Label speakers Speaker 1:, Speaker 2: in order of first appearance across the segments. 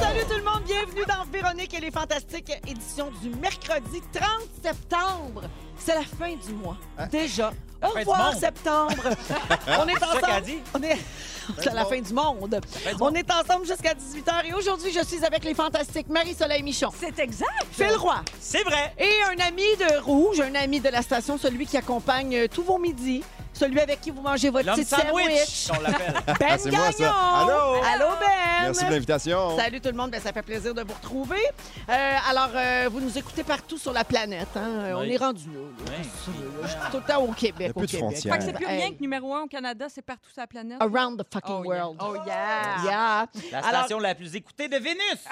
Speaker 1: Salut tout le monde, bienvenue dans Véronique et les Fantastiques, édition du mercredi 30 septembre. C'est la fin du mois, déjà. Au
Speaker 2: fin du
Speaker 1: revoir
Speaker 2: monde.
Speaker 1: septembre. On est
Speaker 2: ça qu'elle a
Speaker 1: ensemble.
Speaker 2: dit.
Speaker 1: On est c'est la fin du monde. On est ensemble jusqu'à 18h et aujourd'hui, je suis avec les Fantastiques Marie-Soleil Michon,
Speaker 3: C'est exact.
Speaker 1: Phil Roy
Speaker 2: C'est vrai.
Speaker 1: et un ami de Rouge, un ami de la station, celui qui accompagne euh, tous vos midis, celui avec qui vous mangez votre
Speaker 2: L'homme
Speaker 1: petit
Speaker 2: sandwich,
Speaker 1: sandwich.
Speaker 2: on l'appelle.
Speaker 1: Ben
Speaker 4: Ah, c'est moi, ça.
Speaker 1: Gagnon.
Speaker 4: Allô?
Speaker 1: Allô, Ben.
Speaker 4: Merci de l'invitation.
Speaker 1: Salut tout le monde, Ben, ça fait plaisir de vous retrouver. Euh, alors, euh, vous nous écoutez partout sur la planète. hein. Euh, On
Speaker 2: Oui.
Speaker 1: est rendu là. là.
Speaker 2: Oui.
Speaker 1: Ça, là, Je suis tout le temps au Québec.
Speaker 4: Il y a
Speaker 1: au
Speaker 4: plus de
Speaker 1: Québec.
Speaker 4: frontières.
Speaker 3: Fait que c'est plus
Speaker 1: Hey. Ah,
Speaker 3: rien que numéro un au Canada, c'est partout sur la planète.
Speaker 1: Around the fucking
Speaker 3: Oh, yeah.
Speaker 1: world.
Speaker 3: Oh, yeah.
Speaker 1: Yeah.
Speaker 2: La
Speaker 1: Alors-
Speaker 2: station la plus écoutée de Vénus.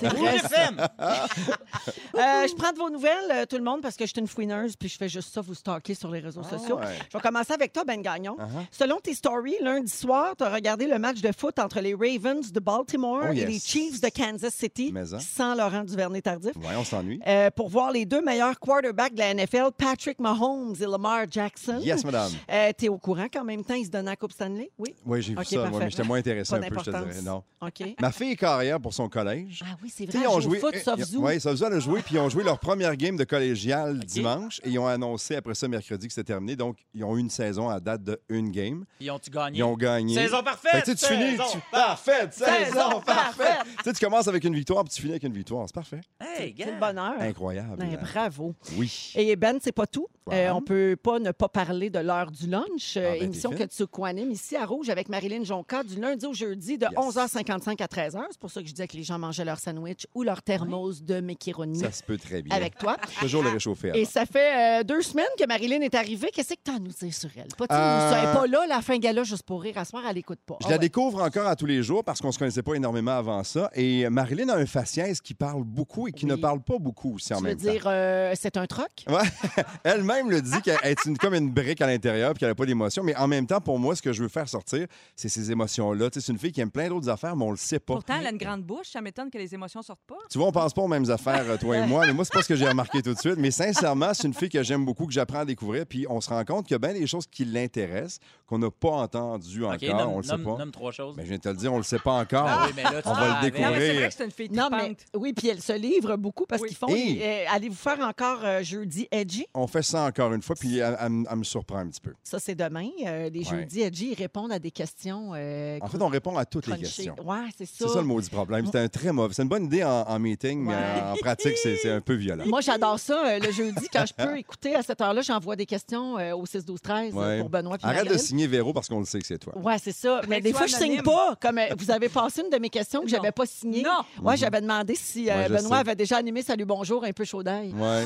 Speaker 2: C'est Rouge FM.
Speaker 1: Euh, je prends de vos nouvelles, euh, tout le monde, parce que je suis une fouineuse, puis je fais juste ça, vous stalker sur les réseaux sociaux.
Speaker 4: ouais.
Speaker 1: Je vais commencer avec toi, Ben Gagnon.
Speaker 4: Uh-huh.
Speaker 1: Selon tes stories, lundi soir, tu as regardé le match de foot entre les Ravens de Baltimore
Speaker 4: Oh,
Speaker 1: et
Speaker 4: yes.
Speaker 1: les Chiefs de Kansas City,
Speaker 4: Mais, hein.
Speaker 1: sans Laurent Duvernay-Tardif.
Speaker 4: Ouais, on s'ennuie.
Speaker 1: Euh, pour voir les deux meilleurs quarterbacks de la NFL, Patrick Mahomes et Lamar Jackson.
Speaker 4: Yes, madame.
Speaker 1: Euh, T'es au courant qu'en même temps, ils se donnent la Coupe Stanley? Oui.
Speaker 4: Oui, j'ai vu
Speaker 1: Ok,
Speaker 4: ça, moi,
Speaker 1: parfait.
Speaker 4: mais j'étais moins intéressé
Speaker 1: Pas
Speaker 4: un peu, je te
Speaker 1: d'importance.
Speaker 4: dirais. Non.
Speaker 1: OK.
Speaker 4: Ma fille est carrière pour son collège.
Speaker 1: Ah oui, c'est
Speaker 4: Tu
Speaker 1: vrai.
Speaker 4: sais,
Speaker 1: Ils ont joué. Foot,
Speaker 4: euh,
Speaker 1: sauf
Speaker 4: ils-
Speaker 1: zoo.
Speaker 4: ouais, Soft Zoo, elle a joué, puis ils ont joué leur première game de collégial dimanche, et ils ont annoncé après ça mercredi que c'était terminé. Donc, ils ont eu une saison à date de une game.
Speaker 2: Ils ont-tu gagné?
Speaker 4: Ils ont gagné.
Speaker 2: Saison parfaite!
Speaker 4: Fait que, tu sais, tu finis,
Speaker 2: Saison
Speaker 4: tu... parfaite,
Speaker 1: Saison
Speaker 4: saison parfaite. tu sais, tu commences avec une victoire, puis tu finis avec une victoire. C'est parfait.
Speaker 2: Hey, gars.
Speaker 1: C'est le bonheur.
Speaker 4: Incroyable. hein.
Speaker 1: Ben, bravo.
Speaker 4: Oui.
Speaker 1: Et Ben, c'est pas tout.
Speaker 4: Wow.
Speaker 1: Euh, on peut pas ne pas parler de l'heure du lunch, euh,
Speaker 4: Ah, ben, t'es
Speaker 1: émission que
Speaker 4: fine.
Speaker 1: tu co-animes ici à Rouge avec Marilyn Jonca du lundi au jeudi de
Speaker 4: Yes.
Speaker 1: 11h55 à 13h. C'est pour ça que je disais que les gens mangeaient leur sandwich ou leur thermos de macaroni
Speaker 4: Ça se peut très bien.
Speaker 1: avec toi.
Speaker 4: Toujours le réchauffer.
Speaker 1: Et
Speaker 4: avant.
Speaker 1: ça fait euh, deux semaines que Marilyn est arrivée. Qu'est-ce que t'as à nous dire sur elle? Pas, tu
Speaker 4: Euh,
Speaker 1: sais, elle est pas là, la fin gala, juste pour rire, à soir, elle écoute pas.
Speaker 4: Je
Speaker 1: Ah
Speaker 4: la
Speaker 1: ouais.
Speaker 4: découvre encore à tous les jours parce qu'on se connaissait pas énormément avant ça. Et Marilyn a un faciès qui parle beaucoup et qui
Speaker 1: Oui.
Speaker 4: ne parle pas beaucoup aussi en
Speaker 1: Tu veux
Speaker 4: même
Speaker 1: dire, euh, c'est un troc?
Speaker 4: temps. Ouais. Elle-même le dit qu'elle est une- comme une brique à l'intérieur puis qu'elle n'a pas d'émotion. Mais en même temps, pour moi, ce que je veux faire sortir, c'est ces émotions-là. Tu sais, C'est une fille qui aime plein d'autres affaires, mais on le sait pas.
Speaker 3: Pourtant, elle a une grande bouche, ça m'étonne que les émotions sortent pas.
Speaker 4: Tu vois, on pense pas aux mêmes affaires, euh, toi et moi, mais moi, c'est pas ce que j'ai remarqué tout de suite. Mais sincèrement, c'est une fille que j'aime beaucoup, que j'apprends à découvrir, puis on se rend compte qu'il y a bien des choses qui l'intéressent, qu'on n'a pas entendues
Speaker 2: OK,
Speaker 4: encore,
Speaker 2: nomme,
Speaker 4: on le sait
Speaker 2: nomme-
Speaker 4: pas.
Speaker 2: nomme trois choses.
Speaker 4: Mais je viens de te le dire, on le sait pas encore.
Speaker 2: Ah oui, mais là, tu
Speaker 4: On va
Speaker 2: vas
Speaker 4: le
Speaker 2: avec.
Speaker 3: Non, mais c'est
Speaker 4: Oui.
Speaker 3: vrai que c'est une fille
Speaker 1: Non, mais
Speaker 3: tripante.
Speaker 1: oui, puis elle se livre beaucoup parce
Speaker 3: Oui.
Speaker 1: qu'ils font.
Speaker 4: Et-
Speaker 1: euh, Allez-vous faire encore euh, jeudi Edgy?
Speaker 4: On fait ça encore une fois, puis elle, elle me- elle me surprend un petit peu.
Speaker 1: Ça, c'est demain. Euh, les
Speaker 4: Ouais.
Speaker 1: jeudis Edgy, ils répondent à des questions. euh,
Speaker 4: En fait, on répond à toutes les
Speaker 1: crunchées.
Speaker 4: questions.
Speaker 1: Ouais, c'est ça.
Speaker 4: C'est ça le maudit problème. C'est un très mauvais. C'est une bonne idée en, en meeting, mais
Speaker 1: Ouais.
Speaker 4: en- en pratique, c'est c'est un peu violent.
Speaker 1: Moi, j'adore ça. euh, le jeudi, quand je peux écouter à cette heure-là, j'envoie des questions euh, au 6-12-13 euh,
Speaker 4: Ouais.
Speaker 1: pour Benoît. puis
Speaker 4: Arrête de
Speaker 1: Marilyn.
Speaker 4: signer Véro parce qu'on le sait que c'est toi.
Speaker 1: Ouais, c'est ça. Mais
Speaker 3: que
Speaker 1: des
Speaker 3: tu
Speaker 1: fois,
Speaker 3: sois
Speaker 1: je signe
Speaker 3: anonyme.
Speaker 1: pas. Comme euh, vous avez passé une de mes questions que
Speaker 3: Non.
Speaker 1: j'avais pas signée.
Speaker 3: Non.
Speaker 1: Ouais, j'avais demandé si euh,
Speaker 4: Ouais, je
Speaker 1: Benoît
Speaker 4: sais.
Speaker 1: avait déjà animé Salut Bonjour un peu chaud d'ail.
Speaker 4: Ouais.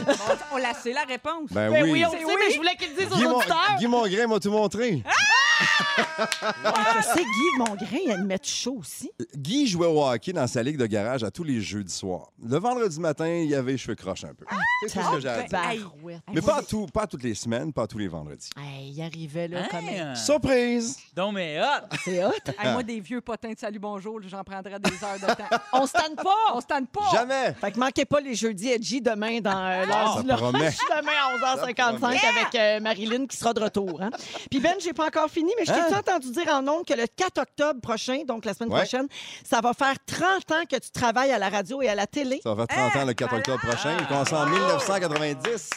Speaker 3: On la sait, la réponse.
Speaker 4: Ben
Speaker 1: Ben
Speaker 4: oui.
Speaker 1: oui, on le
Speaker 3: C'est
Speaker 1: sait,
Speaker 3: oui.
Speaker 1: mais je voulais qu'il le dise
Speaker 4: Guy,
Speaker 1: aux
Speaker 4: Mon-
Speaker 1: auditeurs. Hein?
Speaker 4: Guy Mongrain m'a tout montré.
Speaker 1: Je Ah, sais, Guy Mongrain, il animait chaud aussi.
Speaker 4: Guy jouait au hockey dans sa ligue de garage à tous les jeudis soirs. Le vendredi matin, il avait les cheveux croches un peu.
Speaker 1: Ah,
Speaker 4: C'est tout ce que j'ai à dire.
Speaker 1: Ben, Tabarouette.
Speaker 4: Mais pas, à tout, pas à toutes les semaines, pas à tous les vendredis.
Speaker 1: Hey, il arrivait là comme
Speaker 2: Hein?
Speaker 4: Surprise!
Speaker 2: Donc, mais hop!
Speaker 1: c'est hot.
Speaker 3: Hey,
Speaker 4: hein.
Speaker 3: moi, des vieux potins de salut, bonjour, j'en prendrais des heures de temps.
Speaker 1: On se tanne pas.
Speaker 3: On se tente
Speaker 1: Oh.
Speaker 3: pas.
Speaker 4: Jamais!
Speaker 1: Fait que manquez pas les jeudis Edgy demain dans euh, l'heure
Speaker 4: ça
Speaker 1: du lunch.
Speaker 4: promet.
Speaker 1: demain à 11h55 avec euh, Marilyn qui sera de retour. hein. Puis Ben, j'ai pas encore fini, mais je t'ai
Speaker 4: Hein?
Speaker 1: entendu dire en ondes que le 4 octobre prochain, donc la semaine
Speaker 4: Ouais.
Speaker 1: prochaine, ça va faire 30 ans que tu travailles à la radio et à la télé.
Speaker 4: Ça va faire 30 ans le 4 octobre prochain. Il commence en 1990.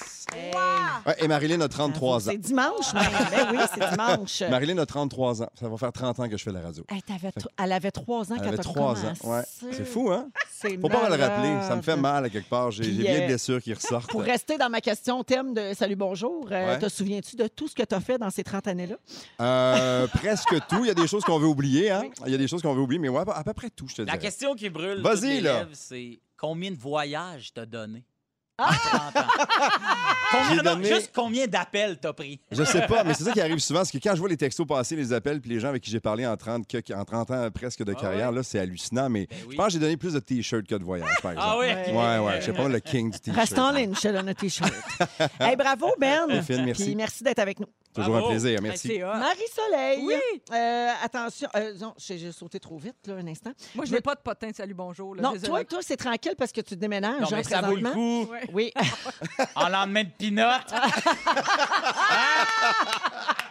Speaker 4: Ouais, et Marilyn a 33 ans.
Speaker 1: Ah, C'est dimanche, mais ben oui, c'est dimanche.
Speaker 4: Marilyn a 33 ans. Ça va faire 30 ans que je fais la radio.
Speaker 1: Hey, t'avais tr- Elle avait 3 ans
Speaker 4: Elle
Speaker 1: quand
Speaker 4: avait
Speaker 1: t'as
Speaker 4: 3 ans.
Speaker 1: commencé.
Speaker 4: Ouais. C'est fou, hein?
Speaker 1: C'est
Speaker 4: Faut pas me le
Speaker 1: malade.
Speaker 4: rappeler. Ça me fait mal à quelque part. J'ai
Speaker 1: Puis,
Speaker 4: j'ai bien
Speaker 1: euh,
Speaker 4: des blessures qui ressortent.
Speaker 1: Pour rester dans ma question thème de Salut, bonjour, euh,
Speaker 4: Ouais.
Speaker 1: te souviens-tu de tout ce que tu as fait dans ces 30 années-là?
Speaker 4: Euh, presque tout. Il y a des choses qu'on veut oublier, hein? Il y a des choses qu'on veut oublier, mais ouais, à peu- à peu près tout, je te
Speaker 2: La
Speaker 4: dirais.
Speaker 2: question qui brûle
Speaker 4: Vas-y,
Speaker 2: toutes les
Speaker 4: là.
Speaker 2: lèvres, c'est combien de voyages t'as donné? à 30 ans. Combien-
Speaker 4: J'ai
Speaker 2: non,
Speaker 4: donné-
Speaker 2: Juste combien d'appels t'as pris?
Speaker 4: Je sais pas, mais c'est ça qui arrive souvent, c'est que quand je vois les textos passer, les appels, puis les gens avec qui j'ai parlé en 30, que- en 30 ans presque de
Speaker 2: Ah
Speaker 4: carrière, là, c'est hallucinant, mais
Speaker 2: Ben oui.
Speaker 4: je pense que j'ai donné plus de t-shirts que de voyages, par exemple.
Speaker 2: Ah oui?
Speaker 1: Ouais.
Speaker 2: ok.
Speaker 4: Ouais, ouais, je sais pas, le king du t-shirt.
Speaker 1: Reste en ligne, je te donne un T-shirt. hey, bravo, Ben.
Speaker 4: Delphine, merci.
Speaker 1: Puis merci d'être avec nous.
Speaker 4: Toujours un
Speaker 2: Bravo. Ben,
Speaker 4: plaisir, merci.
Speaker 3: Ben, C'est hot.
Speaker 1: Marie-Soleil.
Speaker 3: Oui.
Speaker 1: Euh, attention. euh, non, j'ai j'ai sauté trop vite, là, un instant.
Speaker 3: Moi, je n'ai pas de potin de salut bonjour. Là,
Speaker 1: Non,
Speaker 3: désolé.
Speaker 1: toi, toi c'est tranquille parce que tu déménages
Speaker 2: Non,
Speaker 1: hein,
Speaker 2: mais ça vaut le
Speaker 1: présentement.
Speaker 2: coup.
Speaker 3: Ouais.
Speaker 1: Oui.
Speaker 2: En lendemain de pinotte.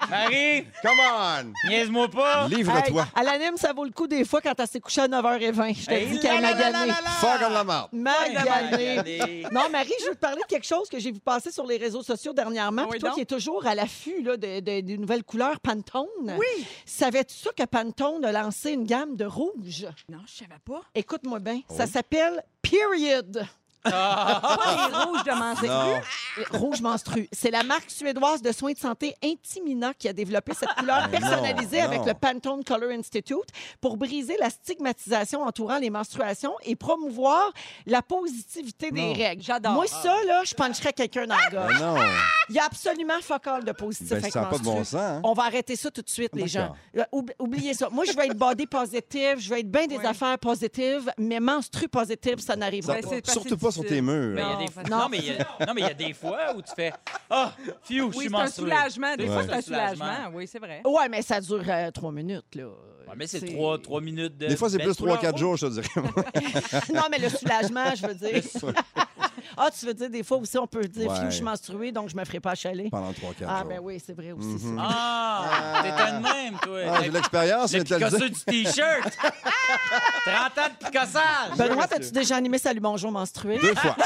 Speaker 2: Marie,
Speaker 4: Come
Speaker 2: niaise-moi pas.
Speaker 4: on! Livre-toi!
Speaker 1: Hey, elle anime, ça vaut le coup des fois quand elle s'est couchée à 9h20. Je te
Speaker 2: Hey,
Speaker 1: dis qu'elle
Speaker 2: la,
Speaker 1: m'a
Speaker 2: la, la,
Speaker 1: gagné.
Speaker 2: la, la, la.
Speaker 4: Fort comme la marde!
Speaker 1: Maganée.
Speaker 2: Maganée.
Speaker 1: Non, Marie, je veux te parler de quelque chose que j'ai vu passer sur les réseaux sociaux
Speaker 2: Ah
Speaker 1: dernièrement.
Speaker 3: Oui,
Speaker 1: Puis toi
Speaker 3: donc.
Speaker 1: qui es toujours à l'affût là, de- de- des nouvelles couleurs Pantone. Oui. Savais-tu ça que Pantone a lancé une gamme de rouge?
Speaker 3: Non, je savais pas.
Speaker 1: Écoute-moi bien. Ça
Speaker 2: Oh.
Speaker 1: s'appelle Period.
Speaker 3: Pas les rouges de menstrues.
Speaker 4: Ah!
Speaker 2: Ah.
Speaker 4: Non.
Speaker 1: Rouge menstru. C'est la marque suédoise de soins de santé Intimina qui a développé cette couleur
Speaker 4: Ah, Mais non,
Speaker 1: personnalisée
Speaker 4: non.
Speaker 1: avec le Pantone Color Institute pour briser la stigmatisation entourant les menstruations et promouvoir la positivité des règles.
Speaker 3: J'adore.
Speaker 1: Moi, ça, là, je puncherais quelqu'un dans la gorge.
Speaker 4: Ben non!
Speaker 1: Il y a absolument focal de positif
Speaker 4: Ben,
Speaker 1: avec
Speaker 4: ça n'a pas de
Speaker 1: menstru.
Speaker 4: bon sens, hein?
Speaker 1: On va arrêter ça tout de suite, les gens.
Speaker 4: D'accord.
Speaker 1: Euh, oubli- oubliez ça. Moi, je vais être body positive, je vais être bien des
Speaker 3: Oui.
Speaker 1: affaires positives, mais menstru positive, ça n'arrivera
Speaker 4: Ça-
Speaker 3: Ben,
Speaker 1: pas.
Speaker 3: c'est-
Speaker 4: Surtout pas sur tes
Speaker 3: difficile.
Speaker 4: murs.
Speaker 2: Mais il y a
Speaker 3: Non,
Speaker 2: des-
Speaker 3: parce-
Speaker 2: non, mais il y a- non, mais il y a des fois où tu fais Ah, fiu, je
Speaker 3: Oui,
Speaker 2: suis
Speaker 3: c'est un
Speaker 2: menstrué.
Speaker 3: soulagement. Des
Speaker 2: Ouais.
Speaker 3: fois, c'est un soulagement. Oui, c'est vrai.
Speaker 1: Ouais, mais ça dure euh, trois minutes, là.
Speaker 2: Ouais, mais c'est trois, trois minutes de.
Speaker 4: Des fois, c'est
Speaker 2: belle
Speaker 4: plus 3-4
Speaker 2: couleur.
Speaker 4: jours, je te dirais.
Speaker 1: Non, mais le soulagement, je veux dire. ah, tu veux dire, des fois aussi, on peut dire,
Speaker 4: Ouais.
Speaker 1: Fiou, je suis menstruée, donc je me ferai pas achaler.
Speaker 4: Pendant 3-4 jours. Mhm.
Speaker 1: Ah, ben oui, c'est vrai aussi. c'est vrai.
Speaker 2: Ah, t'es un de même, toi.
Speaker 4: Ah, j'ai
Speaker 2: le
Speaker 4: l'expérience, mais
Speaker 2: le
Speaker 4: tu le
Speaker 2: picosseux
Speaker 4: dis.
Speaker 2: du T-shirt. 30 ans de
Speaker 4: Ah,
Speaker 2: picossage.
Speaker 1: Benoît, as-tu déjà animé Salut Bonjour menstrué?
Speaker 4: Deux fois.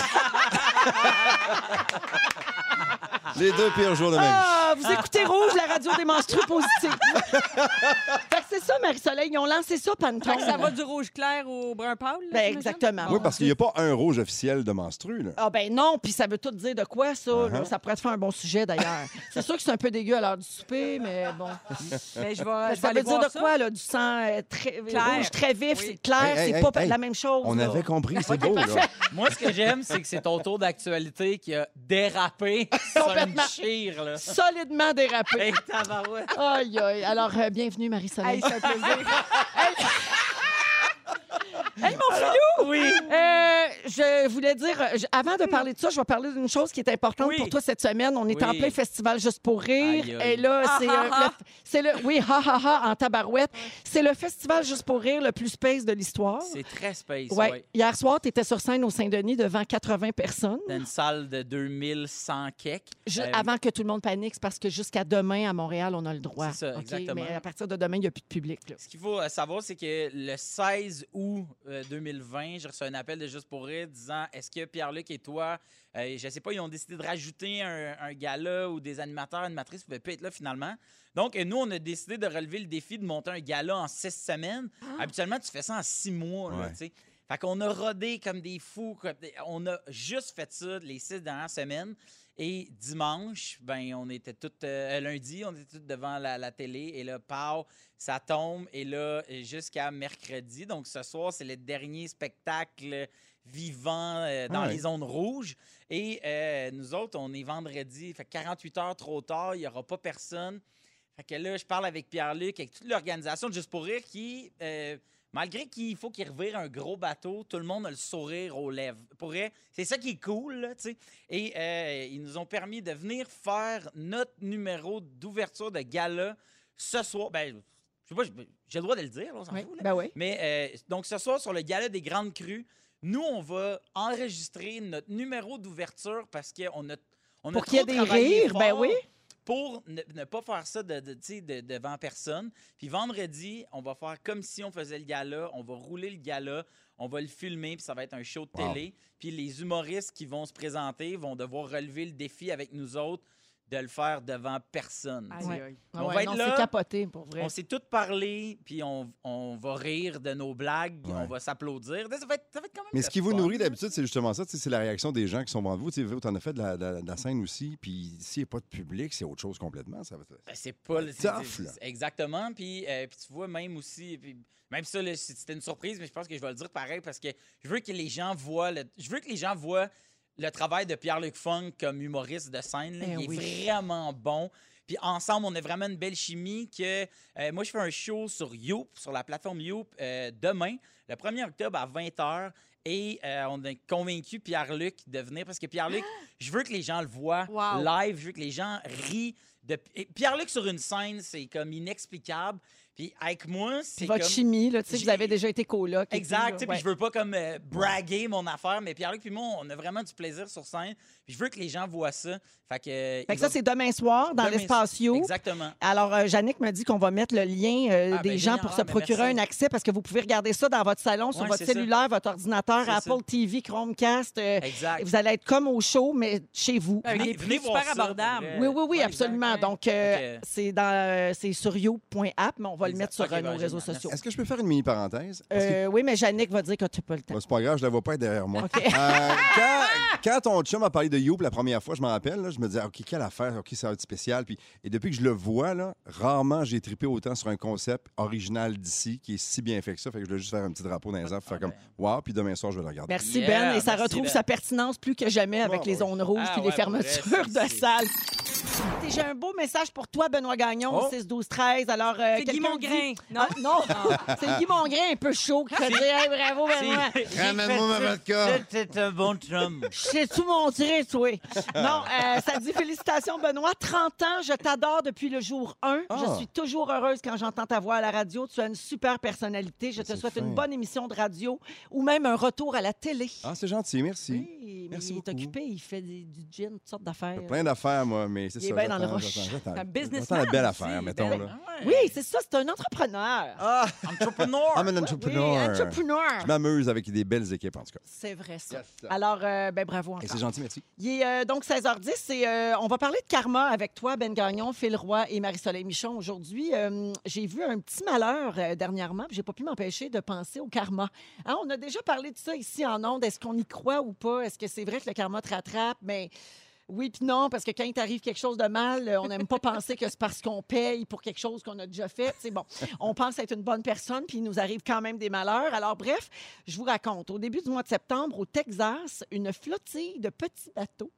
Speaker 4: Les deux pires jours de même.
Speaker 1: Ah, vous écoutez Rouge, la radio des menstrues positives. fait que c'est ça, Marie-Soleil, ils ont lancé ça, Pantone.
Speaker 3: Fait que ça va du rouge clair au brun pâle. là,
Speaker 1: Ben,
Speaker 3: j'imagine?
Speaker 1: exactement.
Speaker 4: Oui, parce qu'il n'y a pas un rouge officiel de menstru, là.
Speaker 1: Ah ben non, puis ça veut tout dire de quoi ça.
Speaker 4: Uh-huh.
Speaker 1: là. Ça pourrait te faire un bon sujet d'ailleurs. c'est sûr que c'est un peu dégueu à l'heure du souper, mais bon. Euh,
Speaker 3: Ben, je vais, je vais
Speaker 1: ça
Speaker 3: aller
Speaker 1: veut dire
Speaker 3: voir
Speaker 1: de
Speaker 3: ça.
Speaker 1: quoi là Du sang euh, très,
Speaker 3: Clair.
Speaker 1: rouge très vif,
Speaker 3: Oui.
Speaker 1: c'est clair,
Speaker 4: Hey, hey,
Speaker 1: c'est
Speaker 4: hey,
Speaker 1: pas
Speaker 4: hey.
Speaker 1: la même chose.
Speaker 4: On
Speaker 1: là.
Speaker 4: avait compris, c'est beau, là.
Speaker 2: Moi, ce que j'aime, c'est que c'est ton tour d'actualité qui a dérapé sur une
Speaker 1: Complètement.
Speaker 2: chire, là.
Speaker 1: solidement dérapé.
Speaker 2: Hey, tabarouette.
Speaker 1: Aïe, aïe. Alors, euh, bienvenue, Marie-Soleil.
Speaker 3: Hey, c'est un plaisir.
Speaker 1: Hey, mon filou!
Speaker 2: Oui.
Speaker 1: Euh, je voulais dire, euh, je- avant de parler de ça, je vais parler d'une chose qui est importante
Speaker 2: Oui.
Speaker 1: pour toi cette semaine. On est en
Speaker 2: Oui.
Speaker 1: plein festival juste pour rire.
Speaker 2: Aïe, aïe.
Speaker 1: Et là,
Speaker 3: Ah,
Speaker 1: c'est
Speaker 3: ah,
Speaker 1: euh,
Speaker 3: ah.
Speaker 1: le- c'est le, Oui, ha, ha, ha, en tabarouette. C'est le festival juste pour rire le plus space de l'histoire.
Speaker 2: C'est très space,
Speaker 1: Ouais.
Speaker 2: ouais.
Speaker 1: Hier soir, tu étais sur scène au Saint-Denis devant 80 personnes.
Speaker 2: Dans une salle de 2100 keks.
Speaker 1: Je-
Speaker 2: Euh,
Speaker 1: avant que tout le monde panique, c'est parce que jusqu'à demain, à Montréal, on a le droit.
Speaker 2: C'est ça,
Speaker 1: OK?
Speaker 2: exactement.
Speaker 1: Mais à partir de demain, il n'y a plus de public. là.
Speaker 2: Ce qu'il faut euh, savoir, c'est que le 16 août euh, 2020, j'ai reçu un appel de Juste pour Rire disant est-ce que Pierre-Luc et toi, euh, je sais pas, ils ont décidé de rajouter un, un gala ou des animateurs, animatrices ne pouvaient pas être là finalement. Donc, euh, nous, on a décidé de relever le défi de monter un gala en six semaines. Habituellement, tu fais ça en six mois, là,
Speaker 4: Ouais.
Speaker 2: tu sais. Fait qu'on a rodé comme des fous. comme des- On a juste fait ça les six dernières semaines. Et dimanche, ben, on était toutes. euh, lundi, on était toutes devant la, la télé. Et là, pow, ça tombe. Et là, jusqu'à mercredi. Donc, ce soir, c'est le dernier spectacle vivant euh, dans
Speaker 4: Ah
Speaker 2: les
Speaker 4: oui.
Speaker 2: zones rouges. Et euh, nous autres, on est vendredi. Fait que 48 heures trop tard. Il n'y aura pas personne. Fait que là, je parle avec Pierre-Luc, avec toute l'organisation de Juste pour Rire qui. euh, Malgré qu'il faut qu'il revire un gros bateau, tout le monde a le sourire aux lèvres. Pour vrai, c'est ça qui est cool, là, tu sais. Et euh, ils nous ont permis de venir faire notre numéro d'ouverture de gala ce soir. Ben, je sais pas, j'ai- j'ai le droit de le dire, là,
Speaker 3: Ah,
Speaker 2: on s'en
Speaker 1: Oui.
Speaker 2: fout, là.
Speaker 1: Ben oui.
Speaker 2: Mais euh, donc ce soir, sur le gala des Grandes Crues, nous, on va enregistrer notre numéro d'ouverture parce qu'on a, on a
Speaker 1: Pour qu'il y ait
Speaker 2: trop
Speaker 1: des
Speaker 2: travaillé
Speaker 1: rires, ben
Speaker 2: fort
Speaker 1: oui.
Speaker 2: Pour ne, ne pas faire ça de, de- tu sais, de- devant personne. Puis vendredi, on va faire comme si on faisait le gala. On va rouler le gala. On va le filmer, puis ça va être un show de
Speaker 4: Wow.
Speaker 2: télé. Puis les humoristes qui vont se présenter vont devoir relever le défi avec nous autres de le faire devant personne. tu sais.
Speaker 3: Aïe, aïe.
Speaker 1: Ah
Speaker 2: On
Speaker 1: ouais,
Speaker 2: va être
Speaker 1: non,
Speaker 2: là.
Speaker 1: c'est capoté, pour vrai.
Speaker 2: On s'est toutes parlé, puis on, on va rire de nos blagues,
Speaker 4: Ouais.
Speaker 2: on va s'applaudir. Ça va être, ça va être quand même
Speaker 4: Mais ce
Speaker 2: le
Speaker 4: qui vous
Speaker 2: fun.
Speaker 4: nourrit d'habitude, c'est justement ça, tu sais, c'est la réaction des gens qui sont devant vous. Tu en as fait de la, de la- de la scène aussi, puis s'il n'y a pas de public, c'est autre chose complètement. Ça va
Speaker 2: Ben, c'est pas le
Speaker 4: C'est
Speaker 2: c'est-
Speaker 4: tough,
Speaker 2: c'est-
Speaker 4: là.
Speaker 2: Exactement. Puis, euh, puis tu vois, même aussi, puis même ça, là, c'était une surprise, mais je pense que je vais le dire pareil parce que je veux que les gens voient, le- je veux que les gens voient le travail de Pierre-Luc Funk comme humoriste de scène. là,
Speaker 1: Ben
Speaker 2: il
Speaker 1: oui.
Speaker 2: est vraiment bon. Puis ensemble, on a vraiment une belle chimie que... euh, moi, je fais un show sur Youp, sur la plateforme Youp, euh, demain, le 1er octobre à 20h. Et euh, on a convaincu Pierre-Luc de venir parce que Pierre-Luc, je veux que les gens le voient
Speaker 1: Ah! Wow.
Speaker 2: live, je veux que les gens rient. De... et Pierre-Luc sur une scène, c'est comme inexplicable. Puis avec moi, c'est
Speaker 3: Puis
Speaker 2: comme...
Speaker 3: votre chimie, là, tu sais,
Speaker 2: J'ai-
Speaker 3: vous avez déjà été coloc. et
Speaker 2: Exact.
Speaker 3: tout,
Speaker 2: tu sais,
Speaker 3: là.
Speaker 2: Puis je veux pas comme euh, braguer mon affaire, mais Pierre-Luc puis moi, on a vraiment du plaisir sur scène. Puis je veux que les gens voient ça. Fait que, euh,
Speaker 1: Fait
Speaker 2: ils
Speaker 1: que ça,
Speaker 2: vont-
Speaker 1: c'est demain soir dans
Speaker 2: Demain-
Speaker 1: l'espace You.
Speaker 2: Exactement.
Speaker 1: Alors, euh, Yannick me dit qu'on va mettre le lien euh,
Speaker 2: Ah,
Speaker 1: des
Speaker 2: ben,
Speaker 1: gens
Speaker 2: génial.
Speaker 1: pour
Speaker 2: Ah,
Speaker 1: se
Speaker 2: ben,
Speaker 1: procurer
Speaker 2: merci.
Speaker 1: un accès parce que vous pouvez regarder ça dans votre salon, sur
Speaker 2: Ouais,
Speaker 1: votre
Speaker 2: c'est ça.
Speaker 1: cellulaire, votre ordinateur,
Speaker 2: C'est
Speaker 1: Apple
Speaker 2: ça.
Speaker 1: TV, Chromecast. euh,
Speaker 2: Exact.
Speaker 1: et vous allez être comme au show, mais chez vous.
Speaker 3: Avec
Speaker 2: Venez-
Speaker 3: des prix
Speaker 2: venez voir
Speaker 3: super
Speaker 2: ça, pour
Speaker 3: abordables.
Speaker 2: vrai.
Speaker 3: Euh,
Speaker 1: Oui, oui, oui,
Speaker 3: ouais,
Speaker 1: absolument.
Speaker 3: exact, ouais.
Speaker 1: Donc, euh,
Speaker 2: Ok.
Speaker 1: c'est dans, euh, c'est sur you.app, mais on va le
Speaker 2: Exact.
Speaker 1: mettre sur
Speaker 2: Ok,
Speaker 1: euh,
Speaker 2: ben,
Speaker 1: nos réseaux
Speaker 2: génial.
Speaker 1: sociaux.
Speaker 4: Est-ce que je peux faire une mini parenthèse? Parce que-
Speaker 1: Euh, oui, mais Yannick va dire que tu n'as pas le temps.
Speaker 4: Bah, c'est pas grave, je la vois pas être derrière moi.
Speaker 1: Euh, OK.
Speaker 4: Euh, quand, quand ton chum a parlé de Youp la première fois, je m'en rappelle, là, je me disais, OK, quelle affaire, OK, ça va être spécial. Puis, et depuis que je le vois, là, rarement j'ai trippé autant sur un concept original d'ici qui est si bien fait que ça. Fait que je voulais juste faire un petit drapeau dans les arbres, faire comme, wow, puis demain soir, je vais le regarder.
Speaker 1: Merci,
Speaker 2: Yeah,
Speaker 1: Ben. Et ça
Speaker 2: merci,
Speaker 1: retrouve
Speaker 2: Ben.
Speaker 1: sa pertinence plus que jamais avec
Speaker 4: Ah,
Speaker 1: les
Speaker 4: oui.
Speaker 1: zones rouges
Speaker 2: Ah,
Speaker 1: puis
Speaker 2: ouais,
Speaker 1: les
Speaker 2: pour vrai,
Speaker 1: fermetures
Speaker 2: ça,
Speaker 1: de
Speaker 2: c'est-
Speaker 1: salles. Et J'ai un beau message pour toi, Benoît Gagnon,
Speaker 2: Oh.
Speaker 1: 6, 12, 13. Alors, euh,
Speaker 3: C'est Guy
Speaker 1: quelqu'un dit-
Speaker 3: Mongrain. Non?
Speaker 1: Ah, non, c'est Guy Mongrain un peu chaud qui te dit Hey, bravo, Benoît.
Speaker 4: Ramène-moi ma vodka.
Speaker 2: C'est un bon chum.
Speaker 1: C'est tout mon tiré, toi. Non,
Speaker 2: Ah.
Speaker 1: euh, ça dit félicitations, Benoît. 30 ans, je t'adore depuis le jour 1. Je
Speaker 4: Ah.
Speaker 1: suis toujours heureuse quand j'entends ta voix à la radio. Tu as une super personnalité.
Speaker 2: Ah,
Speaker 1: Je te
Speaker 4: c'est
Speaker 1: souhaite
Speaker 4: fin.
Speaker 1: une bonne émission de radio ou même un retour à la télé.
Speaker 4: Ah, c'est gentil, merci.
Speaker 1: Oui, mais
Speaker 4: Merci
Speaker 1: il est
Speaker 4: beaucoup.
Speaker 1: occupé, il fait des- du gin, toutes sortes d'affaires.
Speaker 4: Il y a plein d'affaires, moi, mais c'est
Speaker 1: euh, Il est
Speaker 4: ça.
Speaker 1: bien dans le
Speaker 4: j'attends,
Speaker 1: rush.
Speaker 4: j'attends, j'attends.
Speaker 3: C'est un businessman
Speaker 4: J'attends la belle
Speaker 3: aussi,
Speaker 4: affaire,
Speaker 3: il est
Speaker 4: mettons.
Speaker 2: Ah
Speaker 3: bien-
Speaker 4: Là.
Speaker 1: Oui, c'est ça, c'est un entrepreneur.
Speaker 4: Ah,
Speaker 2: Entrepreneur.
Speaker 4: I'm an
Speaker 1: Oui,
Speaker 4: entrepreneur.
Speaker 1: entrepreneur.
Speaker 4: Je m'amuse avec des belles équipes, en tout cas.
Speaker 1: C'est vrai, ça.
Speaker 4: Yes.
Speaker 1: Alors, euh, ben bravo
Speaker 4: Et c'est
Speaker 1: encore.
Speaker 4: gentil, merci.
Speaker 1: Il est euh, donc 16h10 et euh, on va parler de karma avec toi, Ben Gagnon, Phil Roy et Marie-Soleil Michon. Aujourd'hui, euh, j'ai vu un petit malheur euh, dernièrement, puis j'ai pas pu m'empêcher de penser au karma. Hein, on a déjà parlé de ça ici en ondes. Est-ce qu'on y croit ou pas? Est-ce que c'est vrai que le karma te rattrape? Mais oui puis non, parce que quand il t'arrive quelque chose de mal, euh, on n'aime pas penser que c'est parce qu'on paye pour quelque chose qu'on a déjà fait. C'est bon, on pense être une bonne personne, puis il nous arrive quand même des malheurs. Alors bref, je vous raconte. Au début du mois de septembre, au Texas, une flottille de petits bateaux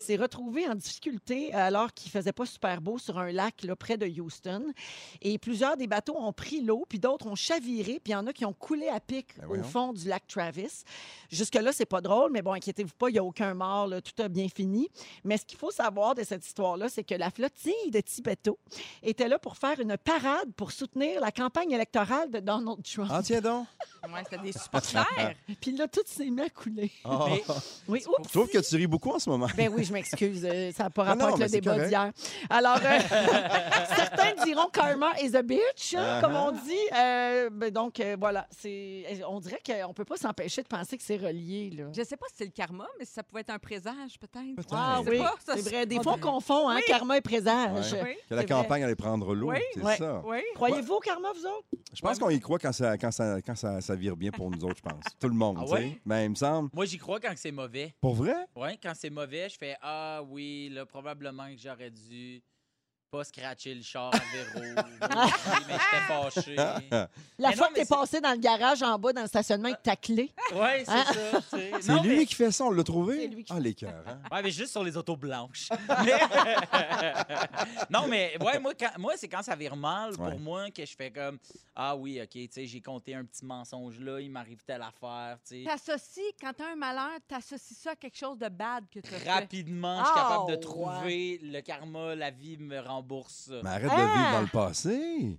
Speaker 1: s'est retrouvée en difficulté alors qu'il faisait pas super beau sur un lac là, près de Houston. Et plusieurs des bateaux ont pris l'eau, puis d'autres ont chaviré, puis il y en a qui ont coulé à pic
Speaker 4: Ben
Speaker 1: au
Speaker 4: voyons.
Speaker 1: fond du lac Travis. Jusque-là, c'est pas drôle, mais bon, inquiétez-vous pas, il n'y a aucun mort, là, tout a bien fini. Mais ce qu'il faut savoir de cette histoire-là, c'est que la flottille de petits bateaux était là pour faire une parade pour soutenir la campagne électorale de Donald Trump.
Speaker 4: Ah, tiens donc.
Speaker 3: Ouais, c'était des supporters.
Speaker 1: Puis là, tout s'est mis à couler.
Speaker 4: Ah.
Speaker 2: Mais-
Speaker 1: Oui,
Speaker 4: Je
Speaker 1: oups.
Speaker 4: trouve que tu ris beaucoup en ce moment.
Speaker 1: Ben oui, je m'excuse. euh, Ça n'a pas
Speaker 4: Ah Non,
Speaker 1: rapport
Speaker 4: non,
Speaker 1: avec le
Speaker 4: mais c'est
Speaker 1: débat
Speaker 4: correct.
Speaker 1: d'hier. Alors, euh, certains diront karma is a bitch,
Speaker 4: Ah
Speaker 1: hein, comme on dit. Euh, ben donc, euh, voilà. c'est- On dirait qu'on ne peut pas s'empêcher de penser que c'est relié. Là.
Speaker 3: Je sais pas si c'est le karma, mais ça pouvait être un présage, peut-être.
Speaker 4: Peut-être.
Speaker 1: Ah
Speaker 3: Je sais
Speaker 1: oui,
Speaker 3: pas, ça,
Speaker 1: c'est vrai. Des
Speaker 3: on
Speaker 1: fois, on
Speaker 3: dirait-
Speaker 1: confond hein, karma et présage.
Speaker 4: Ouais.
Speaker 3: Oui,
Speaker 4: Que la
Speaker 1: c'est vrai.
Speaker 4: campagne allait prendre l'eau,
Speaker 3: Oui,
Speaker 4: c'est
Speaker 1: ouais.
Speaker 4: ça.
Speaker 3: oui.
Speaker 1: Croyez-vous au karma, vous autres?
Speaker 4: Je pense qu'on y croit quand, ça, quand, ça, quand ça, ça vire bien pour nous autres, je pense. Tout le monde,
Speaker 2: Ah
Speaker 4: tu sais.
Speaker 2: ouais?
Speaker 4: Ben, il me semble.
Speaker 2: Moi, j'y crois quand que c'est mauvais.
Speaker 4: Pour vrai?
Speaker 2: Ouais, quand c'est mauvais, je fais Ah oui, là, probablement que j'aurais dû pas scratcher le char à véro. Oui, mais j'étais fâché.
Speaker 1: La fois
Speaker 2: Mais non,
Speaker 1: que
Speaker 2: mais
Speaker 1: t'es passé dans le garage en bas, dans le stationnement, avec ta clé.
Speaker 2: Ouais, c'est
Speaker 1: Hein?
Speaker 2: ça. tu sais.
Speaker 4: C'est
Speaker 2: Non,
Speaker 4: lui
Speaker 2: mais-
Speaker 4: qui fait ça, on l'a trouvé?
Speaker 1: C'est lui qui
Speaker 4: Ah, les cœurs, hein?
Speaker 2: Ouais, mais juste sur les autos blanches. Mais- non, mais ouais, moi, quand- moi c'est quand ça vire mal pour
Speaker 4: Ouais.
Speaker 2: moi que je fais comme Ah oui, OK, tu sais, j'ai compté un petit mensonge là, il m'arrive telle affaire, tu sais.
Speaker 3: T'associes, quand t'as un malheur, t'associes ça à quelque chose de bad que t'as fait.
Speaker 2: Rapidement, je suis capable de
Speaker 1: Oh,
Speaker 2: trouver le karma, la vie me rembourse.
Speaker 4: Mais arrête de
Speaker 1: Ah!
Speaker 4: vivre dans le passé.